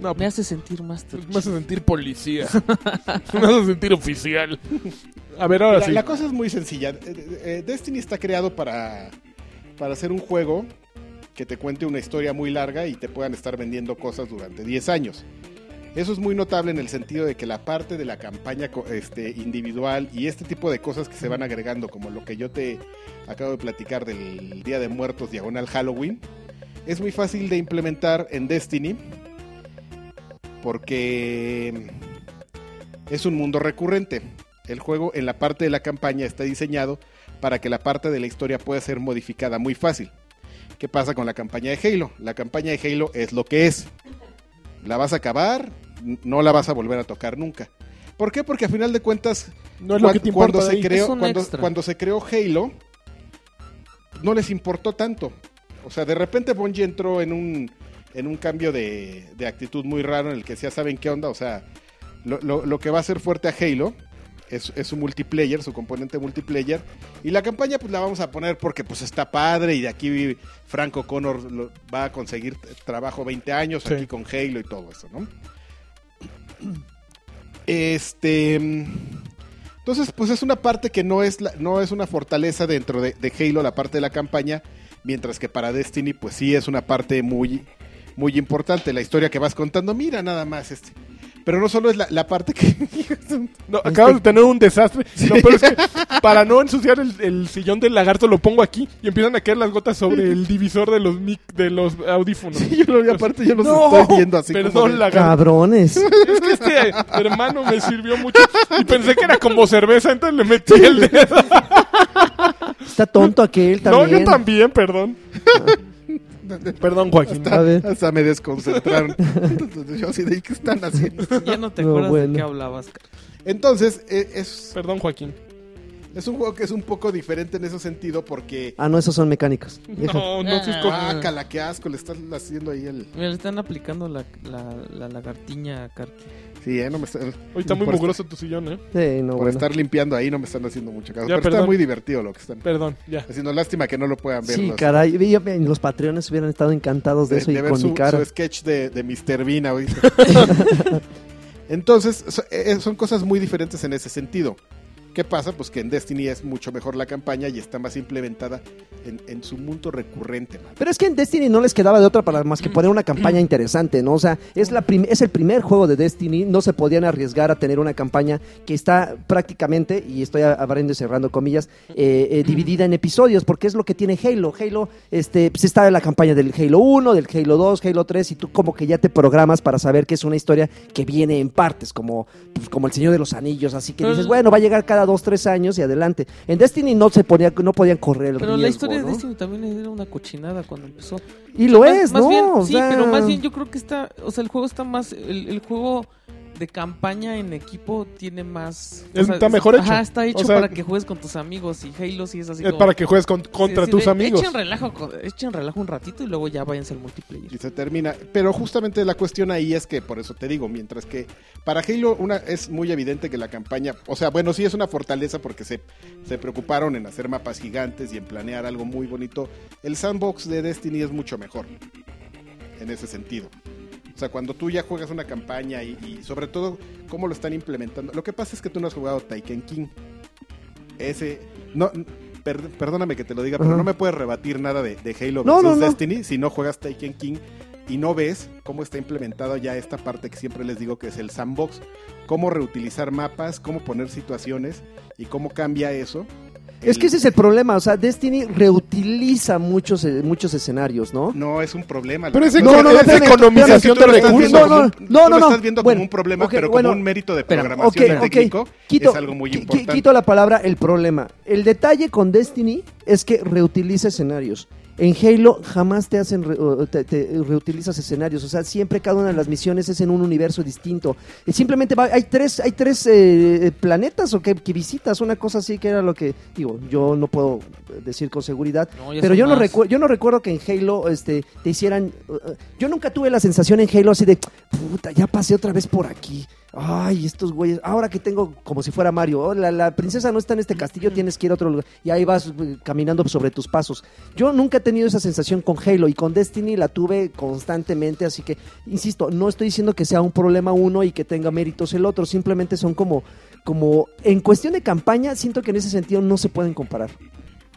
No, pues,
Me hace sentir más touch.
me hace sentir policía. me hace sentir oficial. A ver, ahora
la,
sí.
la cosa es muy sencilla. Eh, eh, Destiny está creado para, para hacer un juego que te cuente una historia muy larga y te puedan estar vendiendo cosas durante 10 años. Eso es muy notable en el sentido de que la parte de la campaña co- este, individual y este tipo de cosas que se van agregando, como lo que yo te acabo de platicar del Día de Muertos diagonal Halloween, es muy fácil de implementar en Destiny porque es un mundo recurrente. El juego en la parte de la campaña está diseñado para que la parte de la historia pueda ser modificada muy fácil. ¿Qué pasa con la campaña de Halo? La campaña de Halo es lo que es. La vas a acabar, n- no la vas a volver a tocar nunca. ¿Por qué? Porque a final de cuentas,
no es lo
cuan-
que te importa.
cuando,
de
se
ahí.
creó,
Es un
cuando,
extra.
cuando se creó Halo, no les importó tanto. O sea, de repente Bungie entró en un, en un cambio de, de actitud muy raro en el que ya saben qué onda. O sea, lo, lo- lo que va a hacer fuerte a Halo es, es su multiplayer, su componente multiplayer. Y la campaña pues la vamos a poner porque pues está padre y de aquí Franco Connor lo- va a conseguir t- trabajo 20 años
Sí.
aquí con Halo y todo eso, ¿no? Este... mm, Entonces, pues es una parte que no es, la- no es una fortaleza dentro de, de Halo, la parte de la campaña, mientras que para Destiny, pues sí es una parte muy, muy importante. La historia que vas contando, mira nada más este. Pero no solo es la, la parte que...
No,
Este
acabas de tener un desastre. Lo peor es que para no ensuciar el, el sillón del lagarto lo pongo aquí y empiezan a caer las gotas sobre el divisor de los mic, de los audífonos.
yo lo vi aparte, yo los estoy viendo así como
Perdón,
de-
lagarto.
Cabrones.
Es que este hermano me sirvió mucho y pensé que era como cerveza, entonces le metí el dedo.
Está tonto aquel
No,
también.
yo también, perdón. Perdón, Joaquín.
A ver.
Hasta me desconcentraron. Entonces, yo así de, ¿qué están haciendo?
Ya no te
No,
acuerdas
bueno.
de qué hablabas.
Entonces, eh, es,
Perdón, Joaquín.
es un juego que es un poco diferente en ese sentido porque...
Ah, no, esos son mecánicos. Deja.
No, no seas co-
Ah.
Ah, cala, qué asco, le están haciendo ahí el...
Mira, le están aplicando la, la, la lagartiña a Karki.
Sí, eh, no me están...
Hoy está muy
Por-
mugroso tu sillón, ¿eh?
Sí, no,
Por
bueno.
estar limpiando ahí no me están haciendo mucho caso.
Ya,
pero
perdón.
está muy divertido lo que están
Perdón, ya.
haciendo. Lástima que no lo puedan ver.
Sí,
los-
caray. Y yo- y Los patreones hubieran estado encantados de, eso y
ver
con
su,
mi cara.
su sketch de, de Mr. Bean ahorita. Entonces, so- eh, son cosas muy diferentes en ese sentido. ¿Qué pasa? Pues que en Destiny es mucho mejor la campaña y está más implementada en, en su mundo recurrente. man.
Pero es que en Destiny no les quedaba de otra para más que poner una campaña interesante, ¿no? O sea, es, la prim- es el primer juego de Destiny, no se podían arriesgar a tener una campaña que está prácticamente, y estoy a- abriendo y cerrando comillas, eh, eh, dividida en episodios, porque es lo que tiene Halo. Halo, este, pues está la campaña del Halo 1, del Halo 2, Halo 3, y tú como que ya te programas para saber que es una historia que viene en partes, como, pues, como el Señor de los Anillos, así que
Pero-
dices, bueno, va a llegar cada dos, tres años y adelante. En Destiny no se ponía, no podían correr el
Pero la
riesgo,
historia
¿no?
de Destiny también era una cochinada cuando empezó.
Y lo
Más-
es,
más
Pues, ¿no?
bien,
O
sí,
sea,
pero más bien yo creo que está, o sea, el juego está más, el, el juego de campaña en equipo tiene más... o
Es-
sea,
está mejor hecho.
Ajá, está hecho
O sea-
para que juegues con tus amigos y Halo sí es así
Es
como-
para que juegues con- contra
sí, sí,
tus
de-
amigos.
Echen relajo, con- echen relajo un ratito y luego ya váyanse al multiplayer.
Y se termina. Pero justamente la cuestión ahí es que, por eso te digo, mientras que para Halo una, es muy evidente que la campaña, o sea, bueno, sí es una fortaleza porque se, se preocuparon en hacer mapas gigantes y en planear algo muy bonito. El sandbox de Destiny es mucho mejor en ese sentido. O sea, cuando tú ya juegas una campaña y, y sobre todo cómo lo están implementando. Lo que pasa es que tú no has jugado Taken King. Ese. No, per- perdóname que te lo diga, pero
Ajá.
no me puedes rebatir nada de, de Halo
No,
versus
no, no.
Destiny si no juegas Taken King y no ves cómo está implementado ya esta parte que siempre les digo que es el sandbox. Cómo reutilizar mapas, cómo poner situaciones y cómo cambia eso.
Es que ese es el problema, o sea, Destiny reutiliza muchos, eh, muchos escenarios, ¿no?
No es un problema.
Pero
la
ese-
verdad.
no, es
espérame,
economización
espérame,
de
tú lo
recursos.
estás viendo
Tú
como- No, no, no.
lo estás viendo
Bueno,
como un problema,
ok,
pero
bueno,
como un mérito de
espera,
programación
ok,
y
ok.
técnico.
Quito,
es algo muy
qui- qui-
importante.
quito la palabra el problema. El detalle con Destiny es que reutiliza escenarios. En Halo jamás te hacen re- o te- te reutilizas escenarios, o sea, siempre cada una de las misiones es en un universo distinto. Y simplemente va- hay tres, hay tres eh, planetas o que, que visitas, una cosa así que era lo que digo, yo no puedo eh, decir con seguridad,
No, ya
pero
son
yo no
más.
recuerdo, yo no recuerdo que en Halo este te hicieran, uh, uh, yo nunca tuve la sensación en Halo así de puta, ya pasé otra vez por aquí. Ay, estos güeyes. Ahora que tengo como si fuera Mario. oh, la, la princesa no está en este castillo, tienes que ir a otro lugar. Y ahí vas eh, caminando sobre tus pasos. Yo nunca he tenido esa sensación con Halo y con Destiny la tuve constantemente. Así que, insisto, no estoy diciendo que sea un problema uno y que tenga méritos el otro. Simplemente son como, como en cuestión de campaña, siento que en ese sentido no se pueden comparar.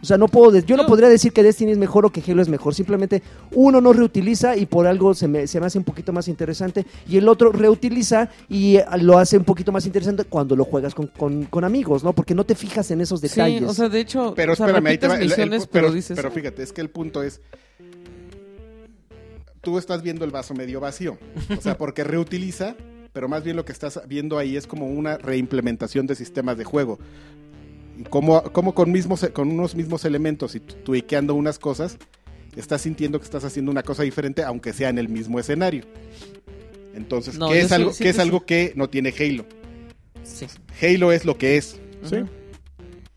O sea, no puedo, de- yo no
No.
podría decir que Destiny es mejor o que Halo es mejor. Simplemente uno no reutiliza y por algo se me, se me hace un poquito más interesante. Y el otro reutiliza y eh, lo hace un poquito más interesante cuando lo juegas con, con- con amigos, ¿no? Porque no te fijas en esos detalles.
Sí, o sea, de hecho,
Pero
o sea,
espérame, ahí te va.
repites
el- el-
misiones, pero,
pero,
dices, "Ah".
pero fíjate, es que el punto es. Tú estás viendo el vaso medio vacío. O sea, porque reutiliza, pero más bien lo que estás viendo ahí es como una reimplementación de sistemas de juego. Y Como, como con, mismos, con unos mismos elementos y tu- tuiqueando unas cosas, estás sintiendo que estás haciendo una cosa diferente, aunque sea en el mismo escenario. Entonces,
No,
¿qué,
yo
es
sí-
algo,
sí
qué
te
es algo que no tiene Halo?
sí.
Halo es lo que es.
Sí.
Ujú.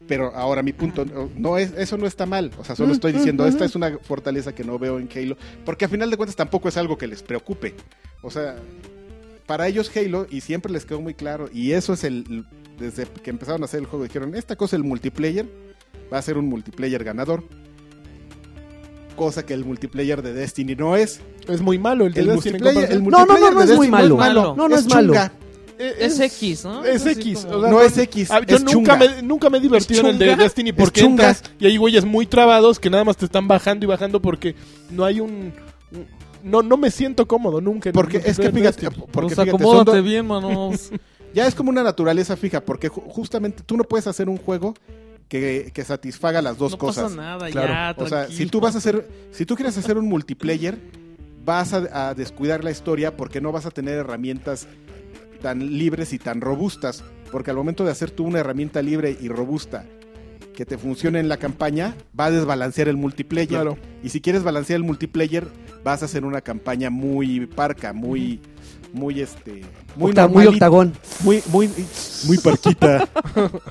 Pero ahora mi punto, no- no es, eso no está mal. O sea,
Mm,
solo estoy diciendo, esta es una fortaleza que no veo en Halo. Porque a final de cuentas tampoco es algo que les preocupe. O sea, para ellos Halo, y siempre les quedó muy claro, y eso es el. Desde que empezaron a hacer el juego, dijeron, esta cosa, el multiplayer, va a ser un multiplayer ganador. Cosa que el multiplayer de Destiny no es.
Es muy malo el de
El
Destiny en
multiplayer, el
comparación.
no, no,
multiplayer
no
de
es muy
Destiny
malo.
malo.
No, no es, malo.
chunga.
Eh,
Es X, ¿no?
Es
así
X,
como-
o sea,
No es X.
Ah, yo
es
nunca
chunga.
me, nunca me he divertido en el de
chunga?
Destiny
Es
porque
chunga.
entras y hay güeyes muy trabados que nada más te están bajando y bajando porque no hay un... un- No, no me siento cómodo nunca. en
Porque
un
es que
multiplayer
fíjate,
Destiny.
porque
pues
fíjate, son,
acomódate
do-
bien, manos.
Ya es como una naturaleza fija, porque ju- justamente tú no puedes hacer un juego que, que satisfaga las dos
no
cosas.
pasa nada, ya,
Claro. o sea,
tranquilo.
si tú vas a hacer, si tú quieres hacer un multiplayer, vas a, a descuidar la historia porque no vas a tener herramientas tan libres y tan robustas. Porque al momento de hacer tú una herramienta libre y robusta que te funcione en la campaña, va a desbalancear el multiplayer.
Claro.
Y si quieres balancear el multiplayer, vas a hacer una campaña muy parca, muy, muy este, muy
Octa- muy
normalita.
octagón.
Muy, muy, muy parquita.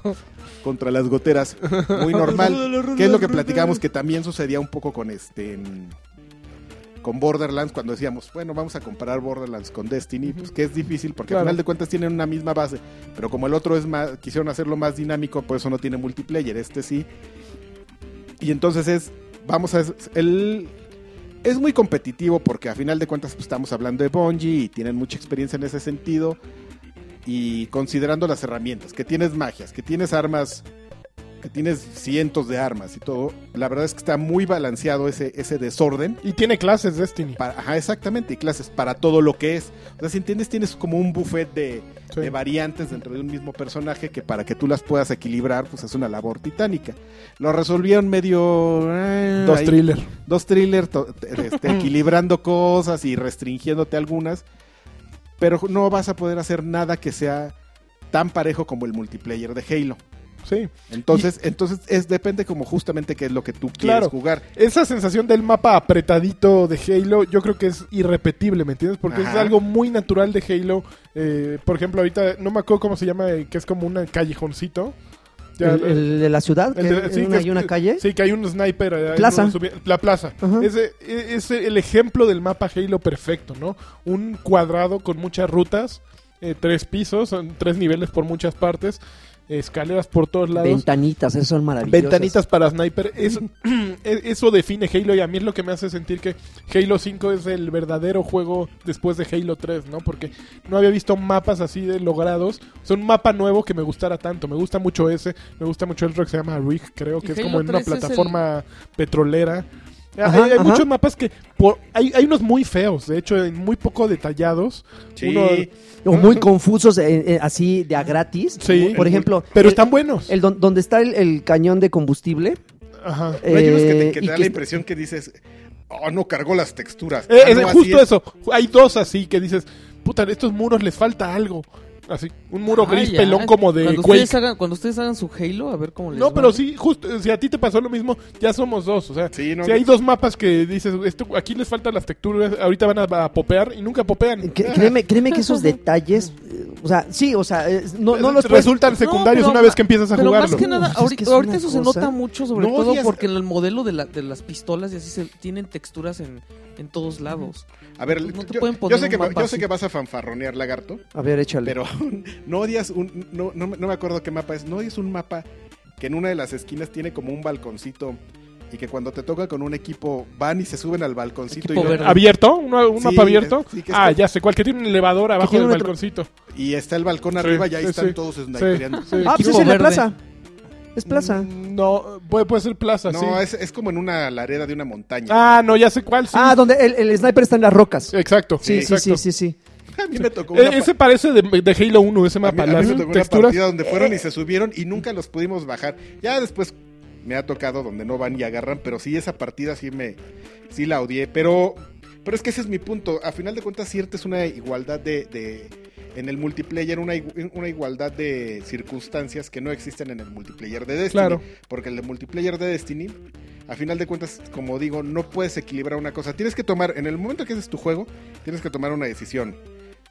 Contra las goteras. Muy normal. que es lo que platicamos que también sucedía un poco con este. mm, Con Borderlands, cuando decíamos, bueno, vamos a comparar Borderlands con Destiny, pues que es difícil, porque
Claro.
al final de cuentas tienen una misma base. Pero como el otro es más, quisieron hacerlo más dinámico, por eso no tiene multiplayer, este sí. Y entonces es, vamos a. El, es muy competitivo porque a final de cuentas pues, estamos hablando de Bungie y tienen mucha experiencia en ese sentido. Y considerando las herramientas, que tienes magias, que tienes armas, que tienes cientos de armas y todo, la verdad es que está muy balanceado ese, ese desorden.
Y tiene clases Destiny.
Para, ajá, exactamente, y clases para todo lo que es. O sea, si entiendes, tienes como un buffet de,
Sí.
de variantes dentro de un mismo personaje que para que tú las puedas equilibrar, pues es una labor titánica. Lo resolvieron medio... eh,
Dos
ahí,
thriller.
dos thrillers equilibrando cosas y restringiéndote algunas, pero no vas a poder hacer nada que sea tan parejo como el multiplayer de Halo.
Sí.
Entonces, entonces es depende como justamente qué es lo que tú quieres
Claro.
jugar.
Esa sensación del mapa apretadito de Halo, yo creo que es irrepetible, ¿me entiendes? Porque es
Ajá.
algo muy natural de Halo. Eh, por ejemplo, ahorita no me acuerdo cómo se llama, eh, que es como un callejoncito. Ya,
El, el de la ciudad,
El
que
de-
en
sí,
una,
que es-
hay una calle.
Sí, que hay un sniper. eh,
Plaza.
en uno subi- la plaza.
Ajá.
Ese- e- Es, el ejemplo del mapa Halo perfecto, ¿no? Un cuadrado con muchas rutas, eh, tres pisos, son tres niveles por muchas partes, escaleras por todos lados.
Ventanitas, esas son maravillosas.
Ventanitas para sniper, eso, e- eso define Halo y a mí es lo que me hace sentir que Halo 5 es el verdadero juego después de Halo 3, ¿no? Porque no había visto mapas así de logrados, o sea, un mapa nuevo que me gustara tanto, me gusta mucho ese, me gusta mucho el otro que se llama Rig, creo
Y
que es
Halo
como en una
3 es el-
plataforma petrolera. Ah,
Ajá,
hay hay
ajá.
muchos mapas que por- hay, hay unos muy feos, de hecho, muy poco detallados. Uno-
O muy confusos, eh, eh, así de a gratis.
Sí.
Por ejemplo,
pero
el-
están buenos.
el don- donde está el, el cañón de combustible.
Ajá.
No hay unos que
eh,
te, que te
y
da
que-
la impresión que dices, oh, no cargó las texturas.
Eh,
Ah,
es
no, así
justo
es".
eso. Hay dos así que dices, puta, a estos muros les falta algo. Así, un muro gris
Ah, ya.
pelón como de
cuando
Quake.
ustedes, pues, hagan, cuando ustedes hagan su Halo, a ver cómo les
No,
va.
pero sí, justo, si a ti te pasó lo mismo, ya somos dos. O sea,
Sí, no,
si hay dos mapas que dices, esto, aquí les faltan las texturas, ahorita van a, a popear y nunca popean. Ah,
Cre- Créeme, créeme que esos detalles, eh, o sea, sí, o sea, es- no, no los puedes...
resultan secundarios
pero
una
ma-
vez que empiezas a
Pero
jugarlo.
más pues que nada,
Uf, es
ahorita,
que es
ahorita
una
eso se
cosa.
nota mucho, sobre
No
todo
odias-
porque el modelo de, la- de las pistolas y así se tienen texturas en, en todos lados.
A ver,
No te
yo,
pueden
yo
poner
sé
un
que, va-
mapa
yo sé
así.
que vas a fanfarronear, lagarto,
A ver, échale.
pero no odias un... No, no, me- no me acuerdo qué mapa es. No odias un mapa que en una de las esquinas tiene como un balconcito y que cuando te toca con un equipo van y se suben al balconcito y,
Equipo
lo-
verde.
¿Abierto? ¿Un, un
Sí,
mapa abierto?
es- sí, que es
ah,
como-
ya sé cuál, que tiene un elevador abajo
tiene
del
un-
balconcito.
y está el balcón
Sí,
arriba y ahí
sí,
están
sí.
todos
Sí,
snipereando.
sí.
Ah, pues es
Equipo
en la
verde.
plaza. Es plaza.
Mm, No, puede, puede ser plaza, sí.
No, es, es como en una lareda de una montaña.
Ah, no, ya sé cuál, sí.
Ah, donde el, el sniper está en las rocas.
Exacto.
Sí, sí, sí,
exacto.
sí, sí.
a mí me tocó
E-
una,
ese parece de, de Halo 1, ese
pa- a mí-
mapa.
a mí
Las
me tocó una
texturas.
partida donde fueron y se subieron y nunca los pudimos bajar. Ya después me ha tocado donde no van y agarran, pero sí, esa partida sí me sí la odié. Pero, pero es que ese es mi punto. A final de cuentas, cierta es una igualdad de... de- en el multiplayer una, igu- una igualdad de circunstancias que no existen en el multiplayer de Destiny.
Claro.
Porque el de multiplayer de Destiny, a final de cuentas, como digo, no puedes equilibrar una cosa. Tienes que tomar, en el momento que haces tu juego, tienes que tomar una decisión.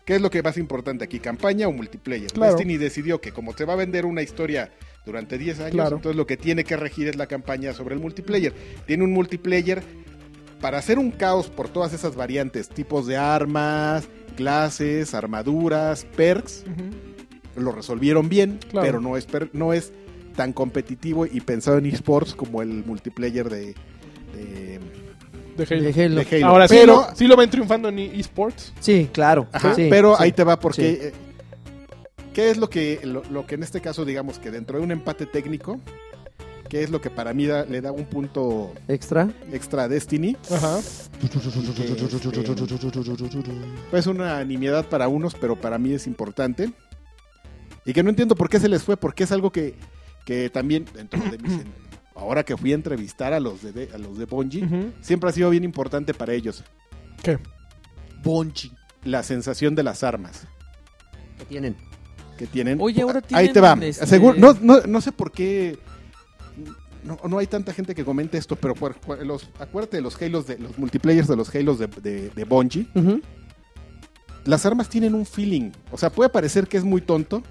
¿Qué es lo que más importante aquí, campaña o multiplayer?
Claro.
Destiny decidió que como te va a vender una historia durante 10 años,
Claro.
entonces lo que tiene que regir es la campaña sobre el multiplayer. Tiene un multiplayer para hacer un caos por todas esas variantes, tipos de armas, clases, armaduras, perks
Ujú.
lo resolvieron bien,
Claro.
pero no es, per- no es tan competitivo y pensado en esports como el multiplayer de, de-
De Halo.
De Halo.
de Halo.
Ahora sí,
pero,
lo, sí lo ven triunfando en e- eSports.
Sí, claro.
ajá,
sí,
pero
sí.
ahí te va porque...
sí.
eh, ¿Qué es lo que, lo, lo que en este caso digamos que dentro de un empate técnico, qué es lo que para mí da- le da un punto
Extra.
extra a Destiny? Este,
Ajá.
Pues una nimiedad para unos, pero para mí es importante. Y que no entiendo por qué se les fue, porque es algo que, que también, dentro de mis- ahora que fui a entrevistar a los de, a los de Bungie,
Ujú.
siempre ha sido bien importante para ellos
¿Qué?
Bonchi.
la sensación de las armas
que tienen.
que tienen. Ah,
Oye, ahora
Ahí
tienen,
te va.
este-
Seguro- no, no, no sé por qué. No, no hay tanta gente que comente esto, pero por- por los, acuérdate de los Halos, de los multiplayers de los Halos de, de, de Bungie. Las armas tienen un feeling. O sea, puede parecer que es muy tonto,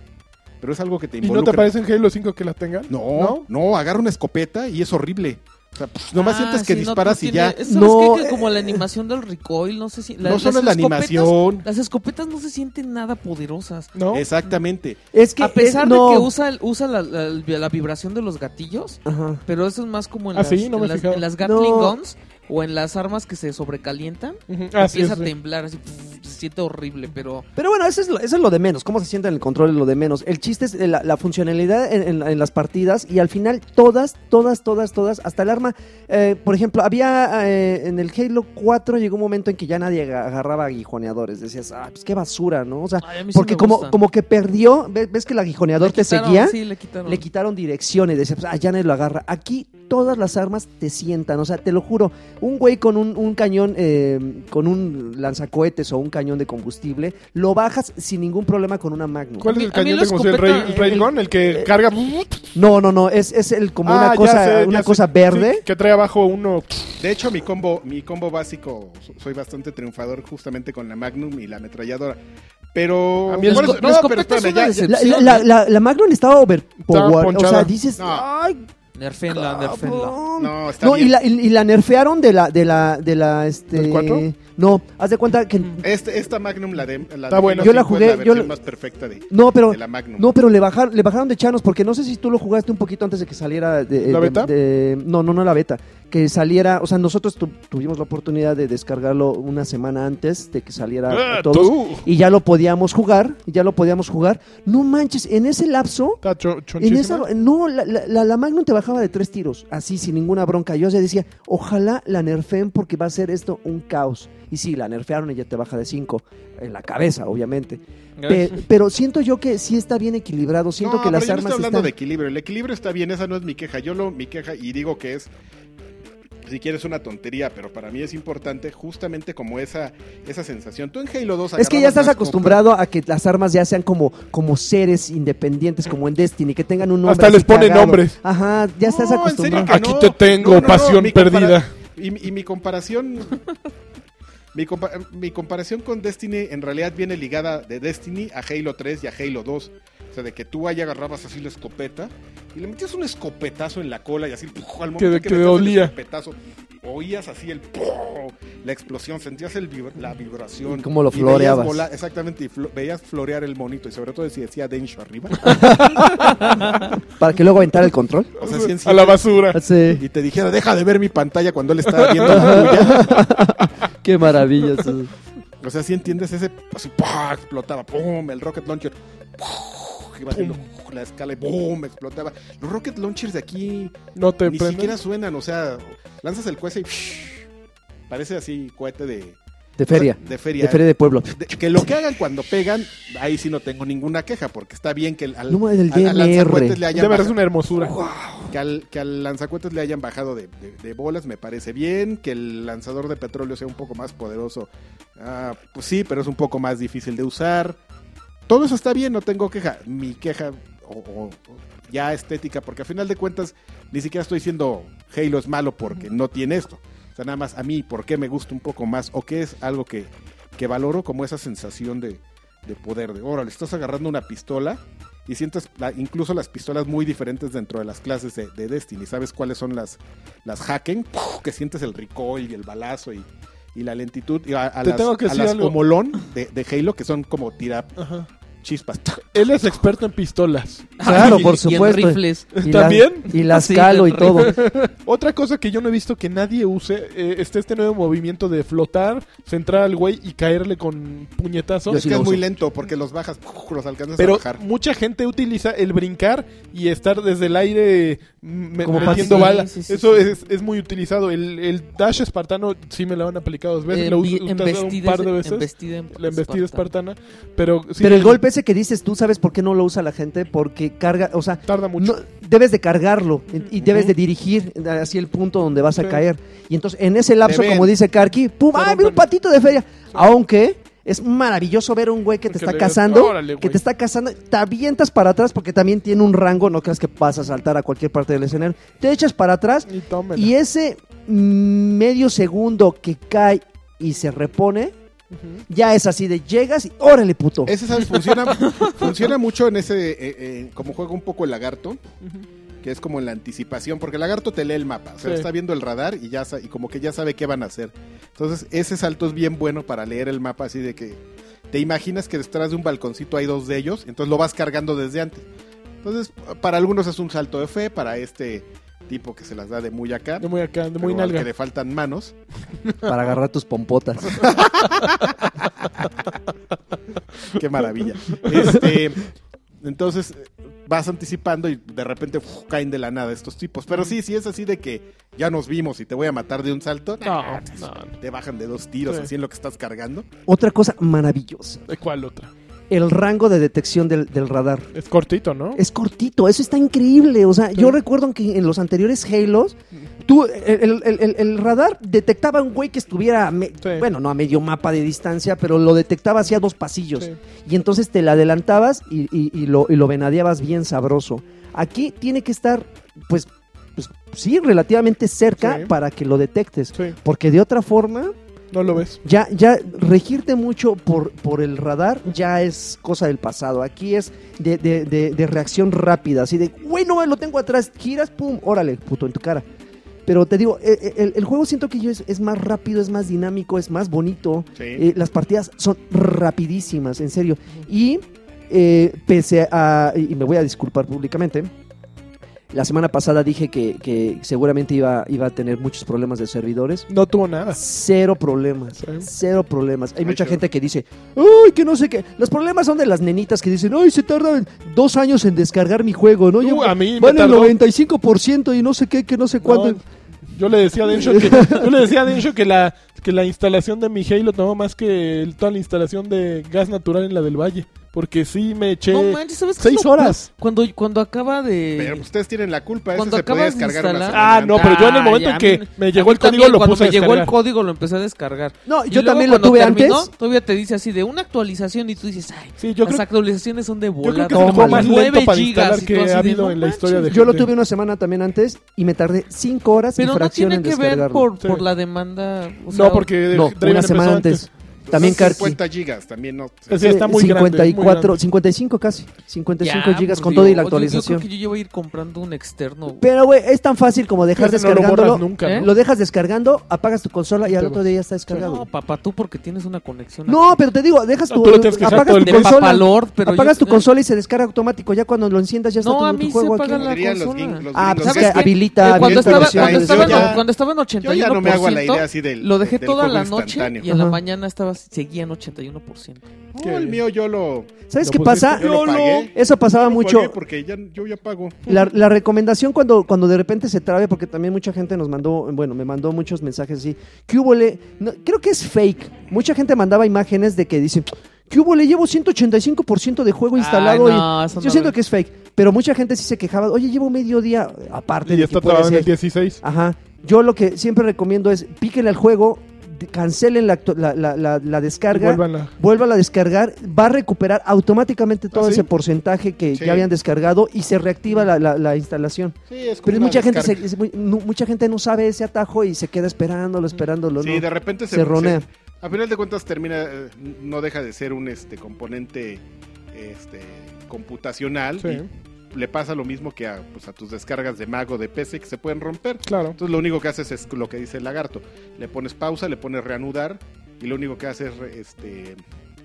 pero es algo que te
¿Y no
involucra.
te parece en Halo 5 que las tengan?
No, no, agarra una escopeta y es horrible. O sea, pff,
Ah,
nomás sientes que disparas y ya.
No,
No, es que
eh,
como la animación del recoil, no sé si. la-
no solo es
escopetas-
la animación.
Las escopetas no se sienten nada poderosas.
¿No?
Exactamente.
Es que
A pesar
es- no.
de que usa, el- usa la, la- la vibración de los gatillos,
Ajá.
pero eso es más como en,
Ah,
las,
sí, no
en
me he
las-
fijado.
en las Gatling
No.
Guns o en las armas que se sobrecalientan.
Ujú. Ah, sí,
empieza
sí.
a temblar, así pf, se siente horrible, pero
Pero bueno, eso es, lo, eso es lo de menos. Cómo se siente en el control es lo de menos. El chiste es la, la funcionalidad en, en- en las partidas y al final todas, todas, todas, todas, hasta el arma. eh, por ejemplo, había eh, en el Halo 4 llegó un momento en que ya nadie aga- agarraba aguijoneadores. Decías, ah, pues qué basura, ¿no? O sea,
Ay, a mí sí
porque
me
como,
gusta.
como que perdió, ve- ves que el aguijoneador te
Quitaron,
seguía.
Ah, sí, le quitaron.
Le quitaron direcciones, decía, pues, ah, ya nadie lo agarra. Aquí todas las armas te sientan, o sea, te lo juro. Un güey con un, un cañón, eh, con un lanzacohetes o un cañón de combustible, lo bajas sin ningún problema con una Magnum.
¿Cuál
A
es
mí-
el
a mí
cañón
la
de combustible? ¿El Ray-
escopeta-
el Railgun? ¿El que carga
No, no, no, es, es el, como
Ah,
una
ya
cosa,
sé, ya
una
sé.
cosa verde.
Sí, que trae abajo uno.
De hecho, mi combo, mi combo básico, so- soy bastante triunfador justamente con la Magnum y la ametralladora. Pero.
A mí el-
Por eso-
La escopeta
espérame,
es una
ya-
decepción.
La, la, la, la- la Magnum estaba overpowered, o sea,
ponchada.
dices,
No.
ay,
Nerfenla, nerfenla.
cabrón.
No, está
No, y
bien.
la, y, y la nerfearon de la, de la, de la, este...
¿Del cuatro?
No, haz de cuenta que...
Este- esta Magnum, la de. La
Está
de
bueno.
Halo
Yo la
5 es
jugué,
La
yo
versión
la-
más perfecta de,
No, pero
de la Magnum.
No, pues pero le bajaron, le bajaron de chanos, porque no sé si tú lo jugaste un poquito antes de que saliera de, eh,
¿La
de-
beta?
de- no, no, no la beta. Que saliera, o sea, nosotros tu- tuvimos la oportunidad de descargarlo una semana antes de que saliera a
Ah,
todos.
tú.
Y ya lo podíamos jugar, ya lo podíamos jugar. No manches, en ese lapso,
Está cho-
en
chonchísima.
esa, no, la, la, la- la Magnum te bajaba de tres tiros, así, sin ninguna bronca. Yo ya decía, ojalá la nerfeen porque va a ser esto un caos. Y sí, la nerfearon y ya te baja de cinco, en la cabeza, obviamente. Pe- Pero, siento yo que sí está bien equilibrado. Siento
No,
que las
pero yo no
armas
estoy hablando
están.
de equilibrio. El equilibrio está bien, esa no es mi queja. Yo lo mi queja y digo que es si quieres una tontería, pero para mí es importante justamente como esa, esa sensación. Tú en Halo 2
Es que ya
agarrabas
estás
más
acostumbrado a que las armas ya sean como, como seres independientes, como en Destiny, que tengan un nombre.
Hasta
así
les ponen
cagado.
nombres.
Ajá, ya estás
No, en
acostumbrado.
serio que
Aquí te tengo, pasión
mi compara-
perdida.
Y, y mi comparación. mi, compa- mi comparación con Destiny en realidad viene ligada de Destiny a Halo 3 y a Halo 2. O sea, de que tú ahí agarrabas así la escopeta y le metías un escopetazo en la cola y así ¡puf! al momento
Que-
que,
que
metías el
dolía.
escopetazo, oías así el ¡puf! la explosión, sentías el vibra- la vibración.
Y cómo lo
veías
floreabas.
volar- exactamente, y flo- veías florear el monito y sobre todo si decía Densho arriba.
Para que luego aventara el control.
O sea, sí, en sí
a la basura.
Sí,
y te dijera, deja de ver mi pantalla cuando él estaba viendo la tuya.
qué maravilla. sí.
O sea, si entiendes ese así, ¡pah! explotaba, pum, el rocket launcher, ¡pum! iba haciendo ¡pum! la escala y ¡pum! explotaba. Los rocket launchers de aquí
No te
ni
prendes.
siquiera suenan, o sea, lanzas el cohete y ¡psh! parece así cohete de
De feria.
de feria.
De feria de pueblo.
De- que lo que hagan cuando pegan, ahí sí no tengo ninguna queja, porque está bien que al, al,
No, el
al- al
DMR.
lanzacohetes le hayan
De verdad es
bajado-
una hermosura.
que al, que al lanzacuetes le hayan bajado de, de- de bolas, me parece bien. Que el lanzador de petróleo sea un poco más poderoso, ah, pues sí, pero es un poco más difícil de usar. Todo eso está bien, no tengo queja. Mi queja, o, o- o ya estética, porque a final de cuentas, ni siquiera estoy diciendo Halo es malo porque no tiene esto. O sea, nada más a mí, ¿por qué me gusta un poco más? ¿O qué es algo que, que valoro como esa sensación de, de poder? De, órale, estás agarrando una pistola y sientes la- incluso las pistolas muy diferentes dentro de las clases de, de Destiny. ¿Sabes cuáles son las, las Hacken? ¡Puf! Que sientes el recoil y el balazo y, y la lentitud. Y a, a
Te
las,
tengo que
a
decir
las
algo.
homolón de, de Halo, que son como tirar
Ajá.
chispas.
Él es experto en pistolas.
Claro,
Y-
Ah, por
Y en
supuesto.
rifles.
Y
¿También?
las- y las
Sí,
calo y
de
todo.
Otra cosa que yo no he visto que nadie use eh, está este nuevo movimiento de flotar, centrar al güey y caerle con puñetazo.
Yo
Es
sí
que
lo
es
uso.
muy lento porque los bajas, ¡puf! los alcanzas a
Pero
bajar.
mucha gente utiliza el brincar y estar desde el aire mm, me-
Como
metiendo
patín.
bala.
Sí, sí, sí,
Eso
sí.
Es, es muy utilizado. El, el dash espartano sí me lo han aplicado dos veces.
Eh,
lo he
vi-
utilizado un par de veces.
embestida en-
la embestida espartana. Pero, sí,
Pero el golpe ese que dices tú, ¿sabes por qué no lo usa la gente? Porque carga, o sea,
tarda mucho.
no- debes de cargarlo y- y debes de dirigir hacia el punto donde vas a
Sí.
caer. Y entonces, en ese lapso,
ven.
como dice Karki, ¡pum!
Te
¡Ay, mira un
rompen.
patito de feria! Aunque es maravilloso ver a un güey que te
Que
está
le-
cazando,
órale,
que
güey.
te está cazando, te avientas para atrás porque también tiene un rango, no creas que vas a saltar a cualquier parte del escenario. Te echas para atrás
Y tómela.
y ese mm, medio segundo que cae y se repone,
Ujú.
ya es así de llegas y órale, puto.
Ese, ¿sabes? Funciona, funciona mucho en ese, eh, eh, como juega un poco el lagarto, que es como en la anticipación, porque el lagarto te lee el mapa, o sea,
Sí.
está viendo el radar y ya sa- y como que ya sabe qué van a hacer. Entonces, ese salto es bien bueno para leer el mapa, así de que te imaginas que detrás de un balconcito hay dos de ellos, entonces lo vas cargando desde antes. Entonces, para algunos es un salto de fe, para este tipo que se las da de muy acá,
De muy acá, de
pero
muy
al
nalga.
que le faltan manos.
para agarrar tus pompotas.
Qué maravilla. Este, entonces eh, vas anticipando y de repente uf, caen de la nada estos tipos. Pero sí, sí es así de que ya nos vimos y te voy a matar de un salto.
No, no, no.
Te bajan de dos tiros
Sí.
así en lo que estás cargando.
Otra cosa maravillosa.
¿De cuál otra?
el rango de detección del, del radar.
Es cortito, ¿no?
Es cortito, eso está increíble. O sea, yo recuerdo que en los anteriores Halos, tú, el, el- el- el radar detectaba a un güey que estuviera, a me-
Sí.
bueno, no a medio mapa de distancia, pero lo detectaba hacia dos pasillos.
Sí.
Y entonces te la adelantabas y, y- y lo, y lo venadeabas bien sabroso. Aquí tiene que estar, pues, pues, sí, relativamente cerca
Sí.
para que lo detectes.
Sí,
Porque de otra forma,
no lo ves.
ya, ya regirte mucho por, por el radar ya es cosa del pasado. Aquí es de, de- de- de reacción rápida, así de, güey, no, lo tengo atrás, giras, pum, órale, puto, en tu cara. Pero te digo, eh, eh, el, el juego siento que yo es, es más rápido, es más dinámico, es más bonito. Eh, las partidas son rapidísimas, en serio. Y eh, pese a, y me voy a disculpar públicamente, la semana pasada dije que, que seguramente iba, iba a tener muchos problemas de servidores.
No tuvo nada.
Cero problemas.
Sí.
Cero problemas. Hay
Ay,
mucha
yo-
gente que dice, ¡ay, que no sé qué! Los problemas son de las nenitas que dicen, ¡ay, se tardan dos años en descargar mi juego, ¿no?
Tú, a mí me
van el
tardó-
95% y no sé qué, que no sé cuándo.
No, yo le decía a Densho que, yo le decía a Densho que la, que la instalación de mi Halo tomó más que el- toda la instalación de gas natural en la del Valle. Porque sí me eché
No manches, ¿sabes qué?
seis
es lo-
horas.
Cuando, cuando acaba de...
Pero pues, ustedes tienen la culpa.
Cuando
Cuando se puede
acabas de
descargar una
instalar-
semana
Ah, no,
antes.
pero yo en el momento
ya,
en que
a mí-
me llegó
a mí
el código
también,
lo
cuando
puse a
me llegó el
descargar.
código lo empecé a descargar.
No,
Y
Ah, yo
luego
también lo
cuando
tuve
terminó,
antes.
Todavía te dice así de una actualización y tú dices, ay,
Sí, yo
las
creo,
actualizaciones son de
yo creo
bola.
que es el juego
Tómala.
más lento
9
para
gigas
instalar
y todo
que
así
ha
de,
habido
no
en la historia de
Yo lo
gente.
tuve una semana también antes y me tardé cinco horas y
Pero no
fracción
tiene
en
que ver
descargarlo.
por,
Sí.
por la demanda. o sea,
No, porque
No,
Draven
una
empezó
semana antes. También
Son
Carti.
50 gigas, también no.
Es decir, está muy grande. muy
54,
grande.
55 casi. 55
ya,
gigas
por
con todo y
Dios, yo-
la
Yo,
actualización.
creo que yo ya voy a ir comprando un externo. güey.
Pero, güey, es tan fácil como dejar
Ese no lo
descargándolo.
borras nunca,
¿eh?
¿no?
Lo dejas descargando, apagas tu consola y al
Te
otro día ya está descargado.
No,
güey.
papá, tú porque tienes una conexión.
No, pero te digo, dejas
No,
tu,
Ah, tú lo tienes que usar
apagas
todo el
tu
de
día.
consola,
papalord, pero
apagas
yo-
tu consola y se descarga automático. Ya cuando lo enciendas ya está
No,
tu,
a
tu
mí se
juego aquí.
apaga
Como
la
dirían los
consola.
gringos, los
Ah,
gringos,
pues
¿sabes
es que
qué?
habilita,
Eh, cuando,
habilita
estaba,
opciones.
cuando, estaba, en-
Yo ya-
cuando estaba en 81%,
Yo ya no me hago a la idea así del.
lo dejé
del
todo a
juego
la noche
instantáneo.
y en la
Ajá.
mañana estaba seguía en 81%.
No, el mío yo lo.
¿Sabes
Lo
qué
pusiste-
pasa?
Yo lo pagué.
Eso pasaba
lo
mucho.
pagué Porque ya, yo ya pago.
La, la recomendación cuando, cuando de repente se trabe, porque también mucha gente nos mandó, bueno, me mandó muchos mensajes así, ¿qué hubo le? No, creo que es fake. Mucha gente mandaba imágenes de que dicen, ¿qué hubo le? Llevo 185% de juego
Ay,
instalado
no,
y
eso
yo
no
siento
lo-
que es fake. Pero mucha gente sí se quejaba, oye, llevo medio día aparte.
Y
de
está
que puede
trabado en
ser".
el 16.
Ajá. Yo lo que siempre recomiendo es, píquenle al juego, d- cancelen la, actu- la, la- la- la
Y
descarga.
vuelvan a-
Vuélvala a descargar, va a recuperar automáticamente todo
¿Ah, sí?
ese porcentaje que
Sí.
ya habían descargado y se reactiva la, la- la instalación.
Sí, es como
Pero
una
mucha gente, se-
descarga.
es muy- nu- mucha gente no sabe ese atajo y se queda esperándolo, esperándolo.
Sí,
¿no?
de repente se.
se ronea.
se- a final de cuentas termina. eh, No deja de ser un este componente este computacional.
Sí,
y le pasa lo mismo que a, pues, a tus descargas de mago de PC que se pueden romper.
claro.
Entonces lo único que haces es lo que dice el lagarto. Le pones pausa, le pones reanudar y lo único que haces es re- este,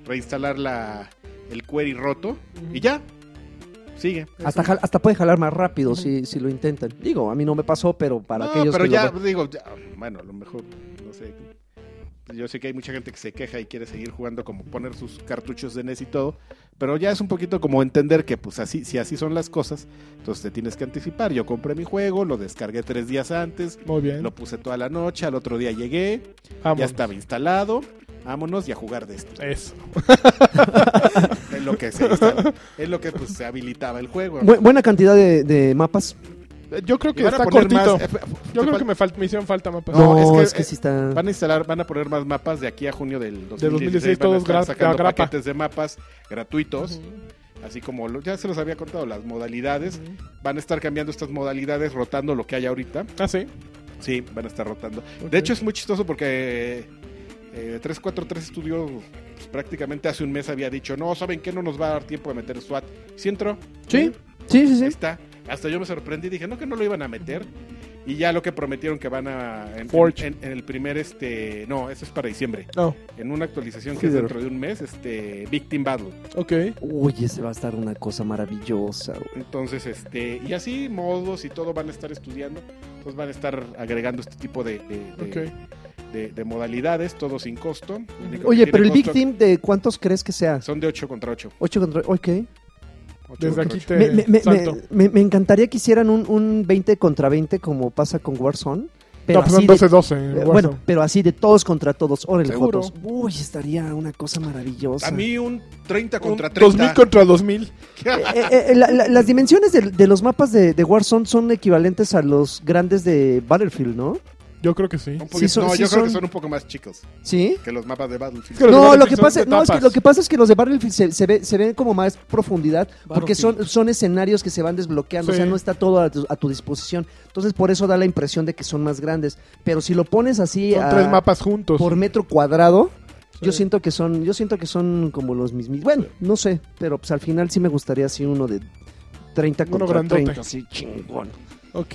reinstalar la, el query roto y ya. Sigue.
hasta, jal- hasta puede jalar más rápido si, si lo intentan. Digo, a mí no me pasó, pero para
No,
aquellos
pero
que lo
ya, pues,
ve-
digo, ya, bueno, a lo mejor, no sé. Yo sé que hay mucha gente que se queja y quiere seguir jugando como poner sus cartuchos de NES y todo, pero ya es un poquito como entender que pues así, si así son las cosas, entonces te tienes que anticipar. Yo compré mi juego, lo descargué tres días antes,
Muy bien.
lo puse toda la noche, al otro día llegué,
Vamos.
Ya estaba instalado. Vámonos y a jugar de esto.
Eso.
Es lo que se instala. Es lo que pues, se habilitaba el juego.
Bu- buena cantidad de, de mapas.
Yo creo
Y
que
van a
está
poner más-
cortito.
eh,
Yo
te
creo
fal-
que me, fal- me hicieron falta mapas.
No,
No,
es
es
que,
que,
eh,
sí está.
Van a instalar, van a poner más mapas de aquí a junio del 2016.
Del 2016
van a
todos
estar
gra-
sacando
a grapa.
paquetes de mapas gratuitos. Así como lo- ya se los había contado, las modalidades. Van a estar cambiando estas modalidades, rotando lo que hay ahorita.
Ah, sí.
Sí, van a estar rotando.
Ok.
De hecho, es muy chistoso porque eh, 343 Studio pues, prácticamente hace un mes había dicho: No, ¿saben qué? No nos va a dar tiempo de meter SWAT. Si entró.
Sí, sí, sí.
Ahí
sí.
está. Hasta yo me sorprendí, dije, no que no lo iban a meter. Y ya lo que prometieron que van a en,
Forge.
en- en el primer este, no, eso es para diciembre.
No.
En una actualización que
Sí,
es
de-
dentro de un mes, este Victim Battle.
Ok.
Uy, ese va a estar una cosa maravillosa. güey.
Entonces, este, y así modos y todo van a estar estudiando. Entonces van a estar agregando este tipo de, de- de-
Ok.
de- de modalidades, todo sin costo. Único que
Oye,
tiene
pero el Big
costo
Team, ¿de cuántos crees que sea?
son de 8 contra 8.
8 contra. Ok.
Desde aquí te
Me, me- me-
salto.
me- me encantaría que hicieran un, un 20 contra 20 como pasa con Warzone. Pero
no, pues son
así de-
12-12. en
eh, bueno,
Warzone.
pero así de todos contra todos. Órale,
Seguro.
Jotos. Uy, estaría una cosa maravillosa.
A mí un 30 contra
Un 2000
30.
contra 2000.
Eh, eh, eh, la- la- las dimensiones de, de los mapas de, de Warzone son equivalentes a los grandes de Battlefield, ¿no?
Yo creo que sí.
Un poquito-
Sí son-
no,
sí
yo creo que
son-
son un poco más chicos
Sí.
que los mapas de Battlefield.
Es que los
No,
de
lo que,
Battlefield
pasa,
son de
no es que
tapas.
lo que pasa es que los de Battlefield se, se ve, se ven como más profundidad porque
Battlefield.
son, son escenarios que se van desbloqueando, o sea,
Sí.
no está todo a tu, a tu disposición. Entonces, por eso da la impresión de que son más grandes. Pero si lo pones así
Son
a-
tres mapas juntos.
por metro cuadrado, yo
Sí.
siento que son yo siento que son como los mismos. Bueno, no sé, pero pues al final sí me gustaría así uno de 30
Uno
contra
grandote.
30, así chingón.
Ok.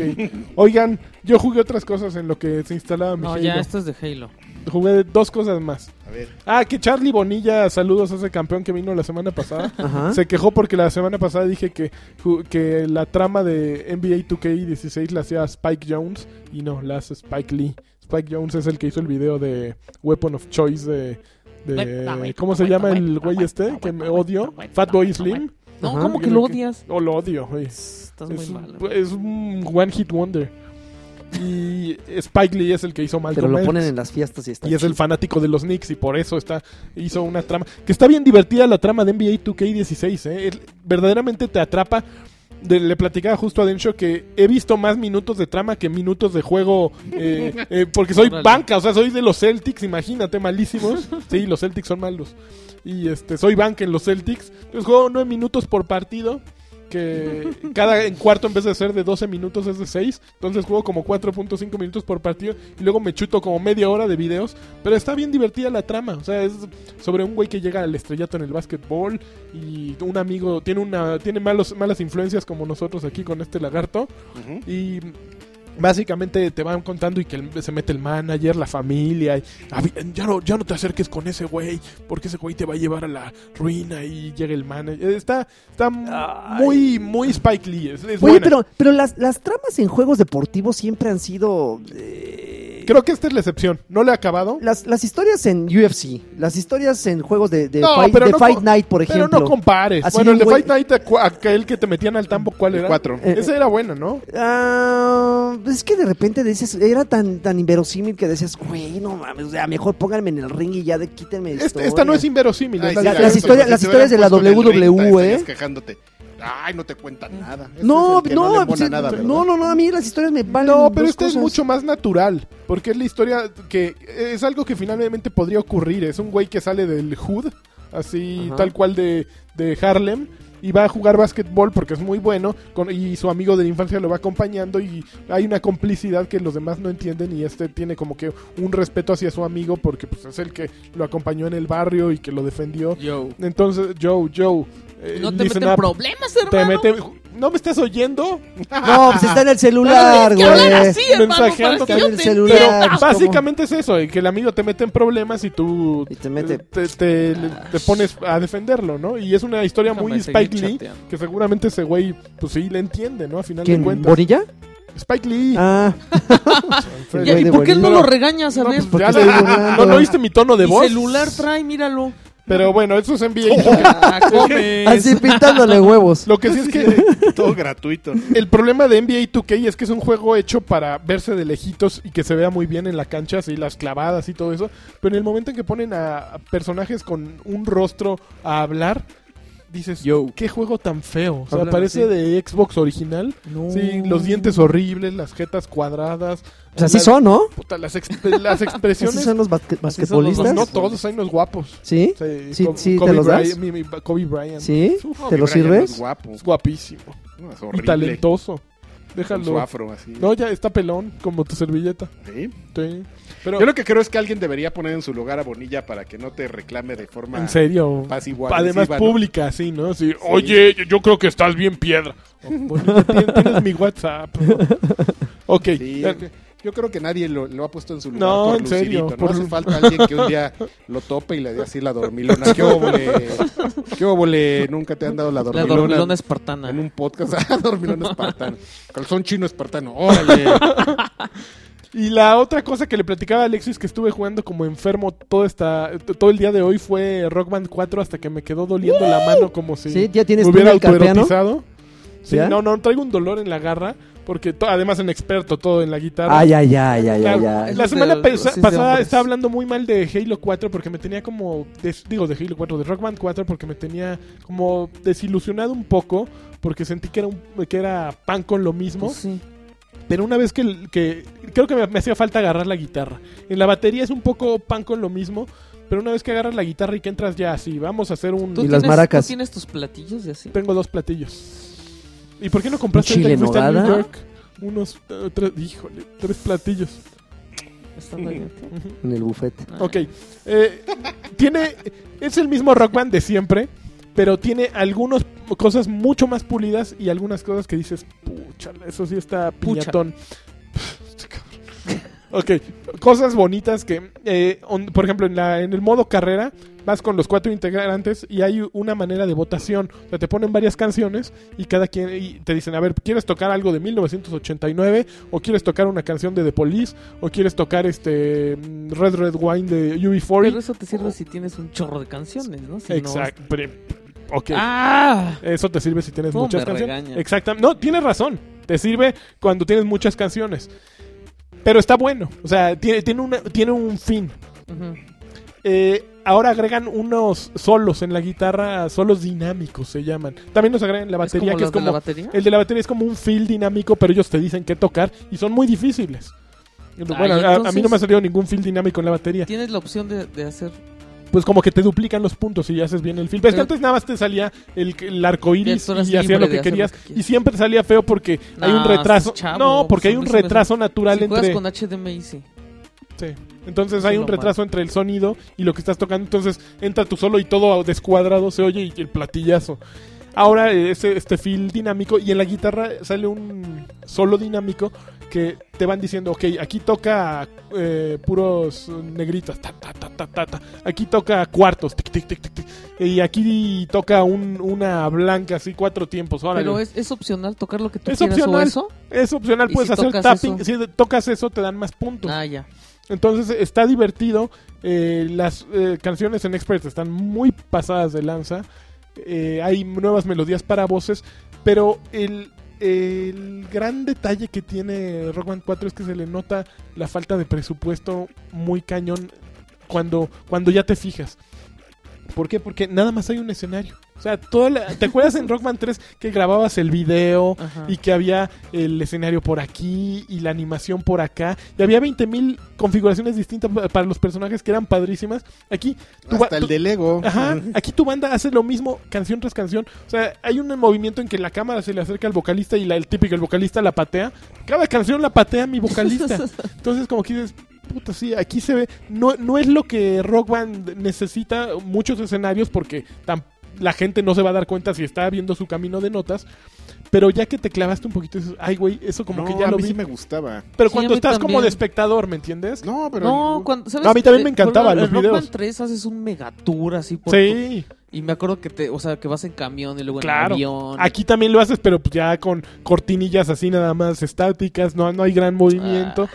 Oigan, yo jugué otras cosas en lo que se instalaba mi
No,
Halo.
ya esto es de Halo.
Jugué dos cosas más.
A ver.
Ah, que Charlie Bonilla, saludos a ese campeón que vino la semana pasada.
Ajá.
Se quejó porque la semana pasada dije que, ju- que la trama de NBA 2K16 la hacía Spike Jones y no, la hace Spike Lee. Spike Jones es el que hizo el video de Weapon of Choice de... de- ¿Cómo se llama el güey este que me odio? Fatboy Slim.
No,
Ajá.
¿cómo que lo odias?
O lo odio, güey.
Estás
Es,
muy
un-
mal. güey.
es un One Hit Wonder. Y Spike Lee es el que hizo Malcolm
Pero lo
X.
ponen en las fiestas y está.
Y es el fanático de los Knicks y por eso está hizo una trama que está bien divertida la trama de NBA 2K16, ¿eh? Él verdaderamente te atrapa. De- le platicaba justo a Densho que he visto más minutos de trama que minutos de juego eh, eh, porque soy
Órale.
banca, o sea, soy de los Celtics, imagínate, malísimos. Sí, los Celtics son malos. Y este soy banca en los Celtics. Entonces juego nueve minutos por partido. Que cada en cuarto en vez de ser de 12 minutos es de 6. Entonces juego como 4.5 minutos por partido. Y luego me chuto como media hora de videos. Pero está bien divertida la trama. O sea, es sobre un güey que llega al estrellato en el básquetbol. Y un amigo tiene una tiene malos, malas influencias como nosotros aquí con este lagarto. Y básicamente te van contando y que el- se mete el manager, la familia. y, "Ah, vi- ya, no, ya no te acerques con ese güey, porque ese güey te va a llevar a la ruina y llega el manager. Eh, Está, está muy, muy Spike Lee. Es, es
Oye,
buena.
pero, pero las, las tramas en juegos deportivos siempre han sido. eh,
Creo que esta es la excepción. No le he acabado.
las, las historias en UFC, las historias en juegos de, de
No,
Fight,
pero
de
no
Fight
co-
Night, por
Pero
ejemplo.
no compares.
Así
bueno, el de
güey-
Fight Night, acu- aquel que te metían al tambo, ¿cuál era?
Cuatro.
Eh,
Esa era buena, ¿no?
Ah, es que de repente dices, era tan, tan inverosímil que decías, güey, no mames, o sea, mejor pónganme en el ring y ya de, quítenme
Este, Esta-
historia".
esta no es inverosímil.
Ay,
es la de-
sí, la
las
verdad,
historias-
si
las
te
historias de la
hubieran puesto en el
WWE,
30, estarías
¿eh?
quejándote. Ay, no te cuentan nada. Ese
No,
Este es el que
no,
le
pues,
embona nada, ¿verdad?
no, no, no, a mí las historias me van
No, pero este es mucho más natural. Porque es la historia que es algo que finalmente podría ocurrir. Es un güey que sale del Hood, así
Ajá.
tal cual de, de Harlem. Y va a jugar básquetbol porque es muy bueno. con- y su amigo de la infancia lo va acompañando. Y hay una complicidad que los demás no entienden. Y este tiene como que un respeto hacia su amigo. Porque pues, es el que lo acompañó en el barrio y que lo defendió.
Yo.
Entonces, Joe, Joe. eh,
No te
listen
meten
up.
problemas,
Te
hermano.
mete- ¿No me estás oyendo?
No, pues está en el celular,
Tienes que hablar
güey.
así, hermano, para
eh, mensajeando
que
en
yo
el
te
celular.
entienda.
¿cómo?
Ah, Básicamente es eso, eh, que el amigo te mete en problemas y tú
Y te mete-
te, te- te pones a defenderlo, ¿no? Y es una historia
Ah. Déjame
muy
seguir
Spike Lee,
chateando.
que seguramente ese güey, pues sí, le entiende, ¿no? A final de
¿Quién?
cuentas.
¿Bonilla?
Spike Lee.
Ah,
Alfredo.
Ya,
güey
¿Y
de
por qué no
Bolivia.
lo regañas,
No,
a ver?
pues,
porque
ya
estoy
le-
llorando.
¿No, no oíste mi tono de
Mi
voz?
celular trae, míralo.
Pero bueno, eso es NBA.
Ah, comes.
así pintándole huevos.
Lo que sí es que
Todo gratuito. ¿no?
el problema de NBA 2K es que es un juego hecho para verse de lejitos y que se vea muy bien en la cancha, así las clavadas y todo eso. Pero en el momento en que ponen a personajes con un rostro a hablar, dices,
Yo.
qué juego tan feo. O sea,
Hablan
parece
así.
de Xbox original.
No.
Sí, los dientes horribles, las jetas cuadradas.
Pues así
Las-
son, ¿no?
puta, las, exp- las
Así
expresiones.
son los basque- basquetbolistas.
pues no todos, hay unos guapos.
¿Sí? Sí,
Co-
sí, ¿te los
Bryant-
das?
mi- mi- Kobe Bryant.
¿Sí?
Uf,
No,
¿Te lo
mi Brian no es
sirves?
guapo.
Es guapísimo.
No, es
Y
horrible.
talentoso.
Con su
Déjalo.
afro así.
No, ya está pelón, como tu servilleta.
Sí.
Sí. Pero,
Yo lo que creo es que alguien debería poner en su lugar a Bonilla para que no te reclame de forma
en serio.
pasivo
Además, pública, sí, ¿no? Sí, Oye, yo, yo creo que estás bien piedra. Oh, bonito, tien- tienes mi WhatsApp. ok. ya-
yo creo que nadie lo, lo ha puesto en su lugar.
No,
por
en serio,
Lucidito,
por
No hace
Lu-
falta alguien que un día lo tope y le dé así la dormilona. ¿Qué óvole? ¿Qué óvole? Nunca te han dado la
La
dormilona.
dormilona espartana.
En un podcast. Ah, dormilón espartano. Calzón chino espartano. Órale.
Y la otra cosa que le platicaba a Alexis que estuve jugando como enfermo todo esta todo el día de hoy fue Rock Band 4 hasta que me quedó doliendo la mano como si
Sí, ya tienes
me hubiera
tú el carpeano.
autoerotizado. Sí,
¿Ya?
no, no, traigo un dolor en la garra porque to- además en experto todo en la guitarra.
Ay, ay, ay, ay, ay,
Claro,
ay.
La
Esos
semana
de-
pe-
pues,
esos de
pasada
hombres.
estaba hablando muy mal de Halo 4 porque me tenía como. des- digo, de Halo 4, de Rock Band 4 porque me tenía como desilusionado un poco porque sentí que era, un, que era pan con lo mismo.
Pues sí.
Pero una vez que, que- creo que me, me hacía falta agarrar la guitarra. En la batería es un poco pan con lo mismo, pero una vez que agarras la guitarra y que entras ya así, vamos a hacer un...
¿Tú
Y las
tienes-
maracas.
¿Tú tienes tus platillos y así?
Tengo dos platillos. ¿Y por qué no compraste
¿Un chile
ahorita que fuiste a
nogada?
New York? Unos eh, tres, híjole, tres platillos.
Están ahí, ¿ok?
En el buffet.
Ah.
mm, Ok. eh, tiene. Es el mismo rock band de siempre. Pero tiene algunas cosas mucho más pulidas y algunas cosas que dices, pucha, eso sí está
Pucha.
piñatón. Este cabrón. ok, cosas bonitas que, eh, on- por ejemplo, en, la, en el modo carrera vas con los cuatro integrantes y hay una manera de votación. O sea, te ponen varias canciones y cada quien y te dicen, a ver, ¿quieres tocar algo de 1989? ¿O quieres tocar una canción de The Police? ¿O quieres tocar este mm, Red Red Wine de
Pero
UB40?
eso te sirve si tienes un chorro de canciones, ¿no? Si no-
Exacto. pero- Ok.
¡Ah!
Eso te sirve si tienes
¿Cómo
muchas
me
canciones.
regaña?
Exactamente. No, tienes razón. Te sirve cuando tienes muchas canciones. Pero está bueno. O sea, tiene, tiene, una- tiene un fin.
Ah. Ujú.
Eh, ahora agregan unos solos en la guitarra, solos dinámicos se llaman. También nos agregan la batería,
como
que
los
es
de
como...
la batería?
El de la batería es como un feel dinámico, pero ellos te dicen qué tocar y son muy difíciles. Bueno, a- a, mí
entonces-
no me ha salido ningún feel dinámico en la batería.
Tienes la opción de, de hacer
Pues como que te duplican los puntos y haces bien el feel. Ves que
Pero-
antes nada más te salía el, el arco iris
Esto eras
y hacías
libre
lo
de
que
hacer lo
querías.
que quieras.
y siempre te salía feo porque hay un
estás
retraso.
chavo,
no,
pues,
porque hay
a
un
mí se me hace-
retraso natural
si juegas
entre.
con HDMI, sí.
Sí. Entonces
Eso
hay
es
un
lo
retraso entre el sonido y lo que estás tocando. Entonces entra tu solo y todo descuadrado se oye y el platillazo. Ahora eh, este, este feel dinámico y en la guitarra sale un solo dinámico que te van diciendo, ok, aquí toca eh, puros negritas, ta, ta, ta, ta, ta, ta. aquí toca cuartos, tic, tic, tic, tic, tic. y aquí toca un- una blanca, así cuatro tiempos. Órale.
Pero es, es opcional tocar lo que tú
Es
quieras
opcional.
o eso.
Es opcional,
¿Y
puedes
si
hacer
tocas
tapping,
eso?
si tocas eso te dan más puntos.
Ah, ya.
Entonces está divertido. eh, las eh, canciones en Expert están muy pasadas de lanza. eh, hay nuevas melodías para voces. Pero el, el gran detalle que tiene Rock Band 4 es que se le nota la falta de presupuesto muy cañón cuando, cuando ya te fijas. ¿Por qué? Porque nada más hay un escenario. O sea, toda la- ¿te acuerdas en Rock Band 3 que grababas el video,
Ajá.
y que había el escenario por aquí y la animación por acá. Y había 20.000 configuraciones distintas pa- para los personajes que eran padrísimas. Aquí tu, ba-
Hasta el
tu-
de Lego.
Ajá, aquí tu banda hace lo mismo canción tras canción. O sea, hay un movimiento en que la cámara se le acerca al vocalista y la- el típico, el vocalista la patea. Cada canción la patea mi vocalista. Entonces, como que dices, puta, sí, aquí se ve. No, no es lo que Rock Band necesita muchos escenarios porque tam- la gente no se va a dar cuenta si está viendo su camino de notas. Pero ya que te clavaste un poquito, dices, ay, güey, eso como
No,
que ya
a
lo
mí
vi.
sí me gustaba.
Pero
Sí,
cuando
a mí
estás como
también.
de espectador, ¿me entiendes?
No, pero.
No, cuando, ¿sabes?
A mí también
Eh,
me encantaba
con-
los
en Rock
videos.
Band 3 haces un megatour así por tu-
Sí,
Y me acuerdo que te, o sea, que vas en camión y luego
Claro.
en avión.
aquí también lo haces, pero pues ya con cortinillas así nada más estáticas, no, no hay gran movimiento.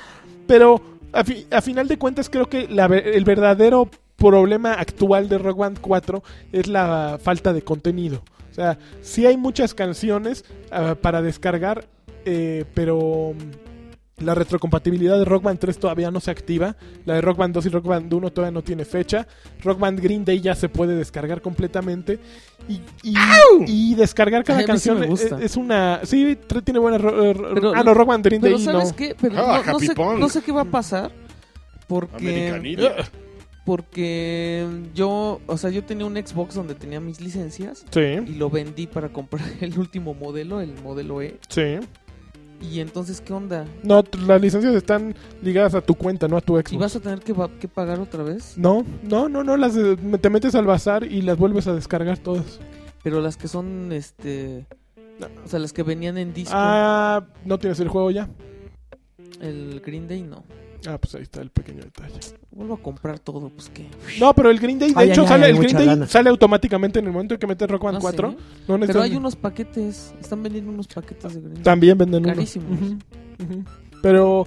Pero a, fi- a final de cuentas creo que la ve- el verdadero problema actual de Rock Band 4 es la falta de contenido. O sea, sí hay muchas canciones ah, para descargar, eh, pero mm, la retrocompatibilidad de Rock Band 3 todavía no se activa. La de Rock Band 2 y Rock Band 1 todavía no tiene fecha. Rock Band Green Day ya se puede descargar completamente. Y, y- y descargar cada
Ay, a mí sí
canción
me gusta.
es, es una... Sí, tr- tiene buena... ro- eh, ro-
Pero-
ah, no, Rock Band Green
Pero
Day
¿sabes
no.
qué? Pero
Ah,
no, no
Happy
sé,
Punk.
no sé qué va a pasar. Porque,
Americanina.
porque yo, o sea, yo tenía un Xbox donde tenía mis licencias
Sí,
y lo vendí para comprar el último modelo, el modelo E.
sí.
Y entonces, ¿qué onda?
No, t- las licencias están ligadas a tu cuenta, no a tu Xbox.
¿Y vas a tener que, va- que pagar otra vez?
No, no, no, no, las de- te metes al bazar y las vuelves a descargar todas.
Pero las que son, este... O sea, las que venían en disco,
Ah, no tienes el juego ya.
el Green Day, no.
Ah, pues ahí está el pequeño detalle.
Vuelvo a comprar todo, pues qué.
No, pero el Green Day, de
Ay,
hecho,
ay,
sale,
ay,
el
mucha
Green Day
lana.
sale automáticamente en el momento en que metes Rock Band
No
4.
sé. ¿eh?
No
Pero
necesitas
hay
ni-
unos paquetes, están vendiendo unos paquetes de Green Day.
También venden unos.
Carísimos.
Ujú, ujú. Pero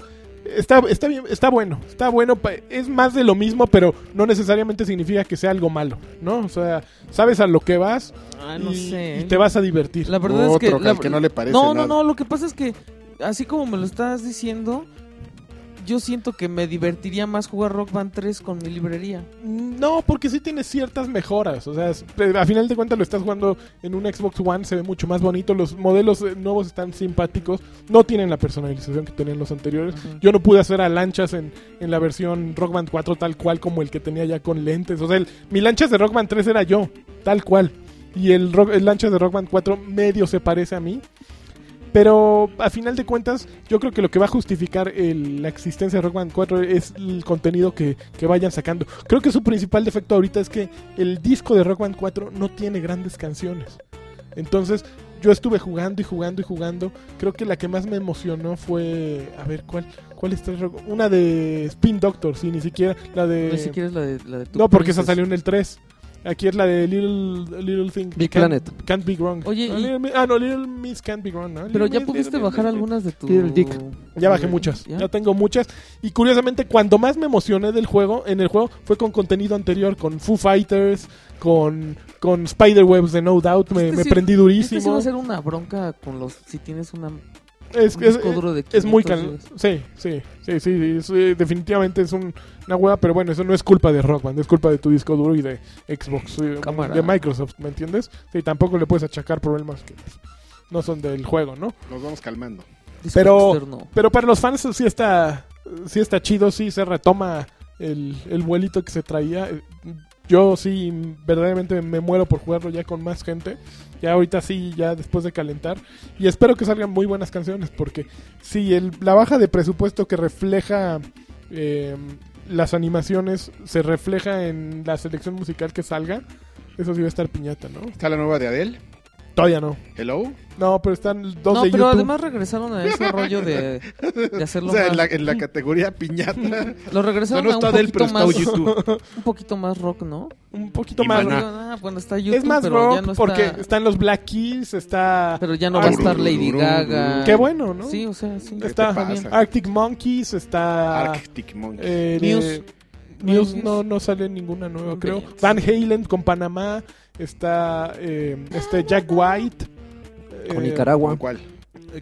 está, está bien, está bueno, está bueno. pa- Es más de lo mismo, pero no necesariamente significa que sea algo malo, ¿no? O sea, sabes a lo que vas
Ah,
y,
no sé.
y te vas a divertir.
La verdad es que,
Otro
la-
al que no le parece
no, no,
nada.
no, lo que pasa es que así como me lo estás diciendo, yo siento que me divertiría más jugar Rock Band 3 con mi librería.
No, porque sí tiene ciertas mejoras. O sea, es- a final de cuentas lo estás jugando en un Xbox One, se ve mucho más bonito. Los modelos eh, nuevos están simpáticos. No tienen la personalización que tenían los anteriores. Yo no pude hacer a lanchas en, en la versión Rock Band 4 tal cual como el que tenía ya con lentes. O sea, el- mi lanchas de Rock Band 3 era yo, tal cual. Y el, rock, el lanchas de Rock Band 4 medio se parece a mí. Pero a final de cuentas, yo creo que lo que va a justificar el- la existencia de Rock Band 4 es el contenido que, que vayan sacando. Creo que su principal defecto ahorita es que el disco de Rock Band 4 no tiene grandes canciones. Entonces, yo estuve jugando y jugando y jugando. Creo que la que más me emocionó fue. A ver, ¿cuál, cuál está? Una de Spin Doctor, sí, ni siquiera. La de.
Ni siquiera es la de, la de tu
no, porque esa
princesa.
salió en el 3. Aquí es la de Little, little Thing.
Big
Can't-
Planet.
Can't Be Wrong.
Oye,
Ah,
y-
Little Mi- ah, no, Little Miss Can't Be Wrong, ¿no?
Pero
Little
ya
Miss,
pudiste
Little Miss,
bajar
Little Miss.
algunas de tu...
Little Dick.
Ya bajé muchas,
¿Ya?
¿Ya? tengo muchas. Y curiosamente, cuando más me emocioné del juego, en el juego, fue con contenido anterior, con Foo Fighters, con, con Spiderwebs de No Doubt, me,
Este
me
sí-
prendí
Este sí va
durísimo.
a ser una bronca con los... Si tienes una
Es,
Un
es,
disco duro de
es muy
500
can... Sí, sí, sí, sí, sí, es, eh, definitivamente es un- una hueá, pero bueno, eso no es culpa de Rock Band, es culpa de tu disco duro y de Xbox, eh,
Cámara.
de Microsoft, ¿me entiendes? Sí, tampoco le puedes achacar problemas que pues, no son del juego, ¿no?
Nos vamos calmando.
Disco
Pero-
externo.
Pero para los fans sí está, sí está chido, sí se retoma el, el vuelito que se traía. Eh, Yo sí verdaderamente me muero por jugarlo ya con más gente. Ya ahorita sí, ya después de calentar. Y espero que salgan muy buenas canciones porque sí, el, la baja de presupuesto que refleja eh, las animaciones se refleja en la selección musical que salga. Eso sí va a estar piñata, ¿no?
Está la nueva de Adele.
Todavía no.
Hello.
No, pero están dos
No,
de
pero
YouTube.
además regresaron a ese rollo de, de hacerlo
O sea,
más...
en la, en la categoría piñata.
Lo
O sea,
regresaron
no
a un
está Adele,
poquito
pero está
más...
YouTube.
Un poquito más rock, ¿no?
Un poquito
Y
más.
Maná.
Ah, bueno, está YouTube,
es más
pero
rock
ya no está...
porque están los Black Keys, está...
Pero ya no va a estar Lady
Tururururu.
Gaga.
Qué bueno, ¿no?
ah, Sí, o sea, sí.
¿Qué te
está
pasa?
Arctic Monkeys, está...
Arctic Monkey.
Ah. eh, de-
Muse.
Muse no, no sale ninguna nueva, creo.
Vean.
Van Halen con Panamá, está eh, este Jack White.
Con
eh,
Nicaragua.
¿Con ¿Cuál?
eh,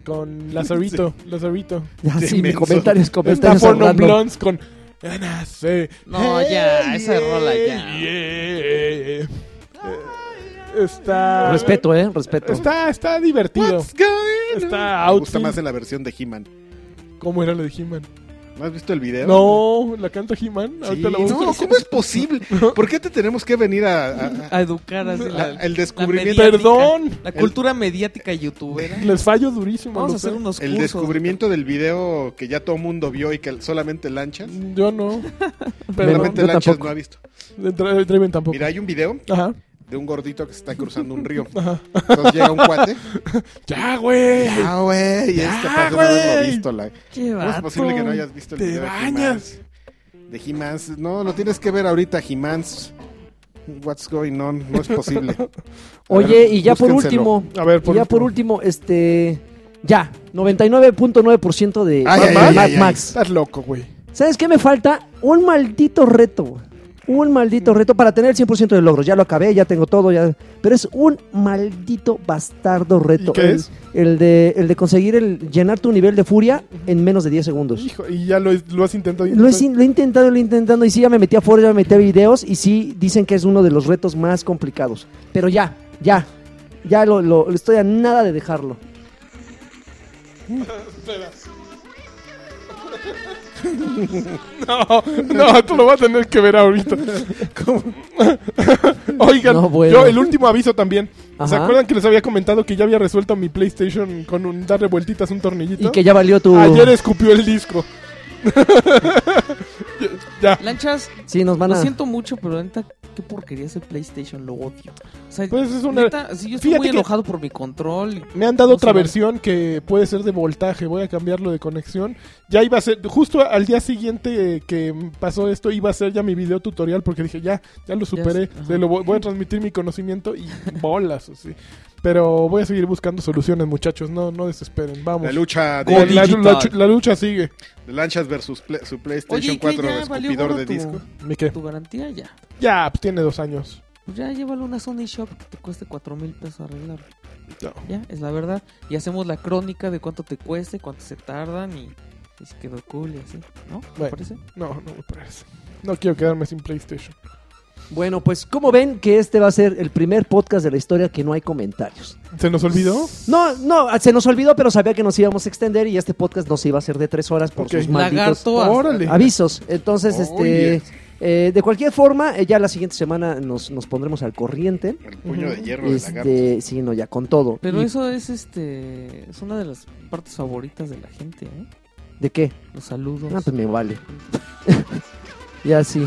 Con Lazarito, Lazarito.
Ya, sí, mi
inmenso.
comentario es
Está
comentario.
Porno Blondes con... Ya no sé.
No, ya, esa rola ya.
yeah. Eh, Está...
Respeto, eh, respeto.
Está, está divertido. Está
Me
out.
gusta más en la versión de He-Man.
¿Cómo era la de He-Man?
¿No has visto el video?
No, la canta He-Man.
Sí,
Ahorita la busco.
no, ¿cómo es posible? ¿Por qué te tenemos que venir a, a- a-
A educar así
a-
la,
el descubrimiento?
mediática.
Perdón.
la cultura mediática youtubera.
Les fallo durísimo.
Vamos
lo
a hacer
sé.
unos
El
cursos.
descubrimiento del video que ya todo mundo vio y que solamente Lanchas.
Yo no. Perdón.
Solamente
yo
Lanchas
tampoco.
no ha visto.
Dra- Draven tampoco.
Mira, hay un video
Ajá.
de un gordito que se está cruzando un río. Entonces llega un cuate.
Ya, güey.
Ah, güey. Y es
Ya,
capaz de no haberlo
güey.
visto. La...
Qué
¿Cómo es
vato.
posible que no hayas visto el
te
video de
bañas.
He-Man? De He-Man. No, lo tienes que ver ahorita, He-Man. What's going on? No es posible. A
Oye,
ver,
y ya por
búsquenselo.
último,
A ver, por
y ya por último, este, ya, 99.9% de
Ay, ay,
Mad
ay,
Mad
ay, ay.
Max.
Estás loco, güey.
¿Sabes qué me falta? Un maldito reto. güey. Un maldito reto para tener el 100% de logros. Ya lo acabé, ya tengo todo. Ya... Pero es un maldito bastardo reto.
¿Y qué
el,
es?
El de, el de conseguir el, llenar tu nivel de furia en menos de 10 segundos.
Hijo, y ya lo, lo has intentado.
Lo he, sin- lo he intentado, lo he intentando. Y sí, ya me metí a foros, ya me metí a videos. Y sí, dicen que es uno de los retos más complicados. Pero ya, ya. Ya lo, lo- estoy a nada de dejarlo.
No, no, tú lo vas a tener que ver ahorita. Oigan,
No, bueno.
yo el último aviso también. ¿Se
Ajá.
acuerdan que les había comentado que ya había resuelto mi PlayStation con un darle vueltitas a un tornillito?
Y que ya valió tu.
Ayer Ah, escupió el disco. ya.
Lanchas,
Sí, nos van
lo
a.
siento mucho, pero neta, qué porquería es el PlayStation, lo odio. O sea,
Pues es una-
neta, sí, yo estoy
Fíjate
muy
que-
enojado por mi control.
Me han dado
No
otra
se vale.
versión que puede ser de voltaje. Voy a cambiarlo de conexión. Ya iba a ser, justo al día siguiente eh, que pasó esto, iba a ser ya mi video tutorial porque dije, ya, ya lo superé.
sé, ajá.
se lo voy, voy a transmitir mi conocimiento y bolas, así. Pero voy a seguir buscando soluciones, muchachos. No, no desesperen. Vamos.
La lucha
La,
de,
la-
digital.
la chu- la lucha sigue.
de Lanchas versus pla- su
Oye,
PlayStation
¿y qué?
4
ya valió
escupidor
gorro
de
tu,
disco.
¿Mi qué?
tu garantía ya.
Ya, pues tiene dos años.
Pues ya llévalo a una Sony Shop que te cueste cuatro mil pesos arreglar.
No.
Ya, es la verdad. Y hacemos la crónica de cuánto te cueste, cuánto se tardan y, y si quedó cool y así, ¿no? ¿Te
Bueno.
parece?
No, no me parece. No quiero quedarme sin PlayStation.
Bueno, pues como ven que este va a ser el primer podcast de la historia que no hay comentarios.
¿Se nos olvidó?
No, no, se nos olvidó, pero sabía que nos íbamos a extender y este podcast nos iba a ser de tres horas por
Ok.
sus malditos
Lagarto hasta-
Órale.
avisos. Entonces,
Oh,
este,
yes.
eh, de cualquier forma, eh, ya la siguiente semana nos, nos pondremos al corriente.
El puño de hierro de lagarto.
Este, sí, no, ya con todo.
Pero
¿Y
eso es este es una de las partes favoritas de la gente, ¿eh?
¿De qué?
Los saludos.
Ah, pues me vale. ya sí.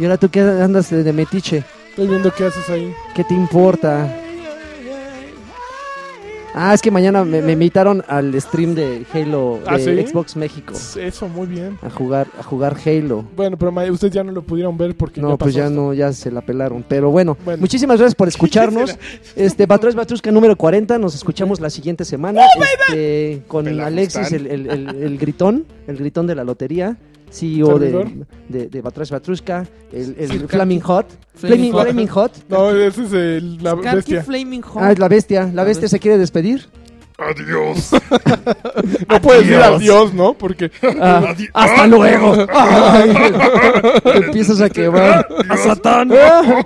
Y ahora tú que andas de de metiche,
Estoy viendo qué haces ahí.
¿qué te importa? Ah, es que mañana me, me invitaron al stream de Halo de
¿Ah, sí?
Xbox México
Eso, muy bien.
a jugar a jugar Halo.
Bueno, pero ma- ustedes ya no lo pudieron ver porque
No,
ya
pues
pasó
ya
esto.
no, ya se la pelaron. Pero bueno,
Bueno.
muchísimas gracias por escucharnos. Este, Batrus Batrusca número 40, nos escuchamos la siguiente semana
¡Oh,
este, con
Pelafustán.
Alexis, el, el- el- el gritón, el gritón de la lotería, CEO de,
Servidor.
de, de Batrus Batrusca, el, el
Sircaki.
Flaming Hot,
Flaming
Flaming,
Hot.
Flaming Hot.
No, ese es el, la
Skanky
bestia.
Flaming Hot.
Ah, es la bestia. ¿La
La
bestia
bestia.
se quiere despedir?
Adiós.
No puedes decir
Adiós.
adiós, ¿no? Porque
Ah,
Adi-
¡Hasta
¡Ah!
luego! Ay, te empiezas a quemar.
¡A Satán!
Ah.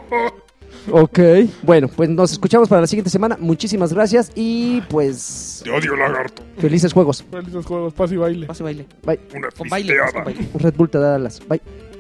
Ok, bueno, pues nos escuchamos para la siguiente semana. Muchísimas gracias y pues
Te odio, lagarto.
felices juegos.
realizas juegos, paz y baile.
Pase baile.
Bye.
Una
Con baile. pues,
pisteada.
Con baile.
Red Bull te da alas. Bye.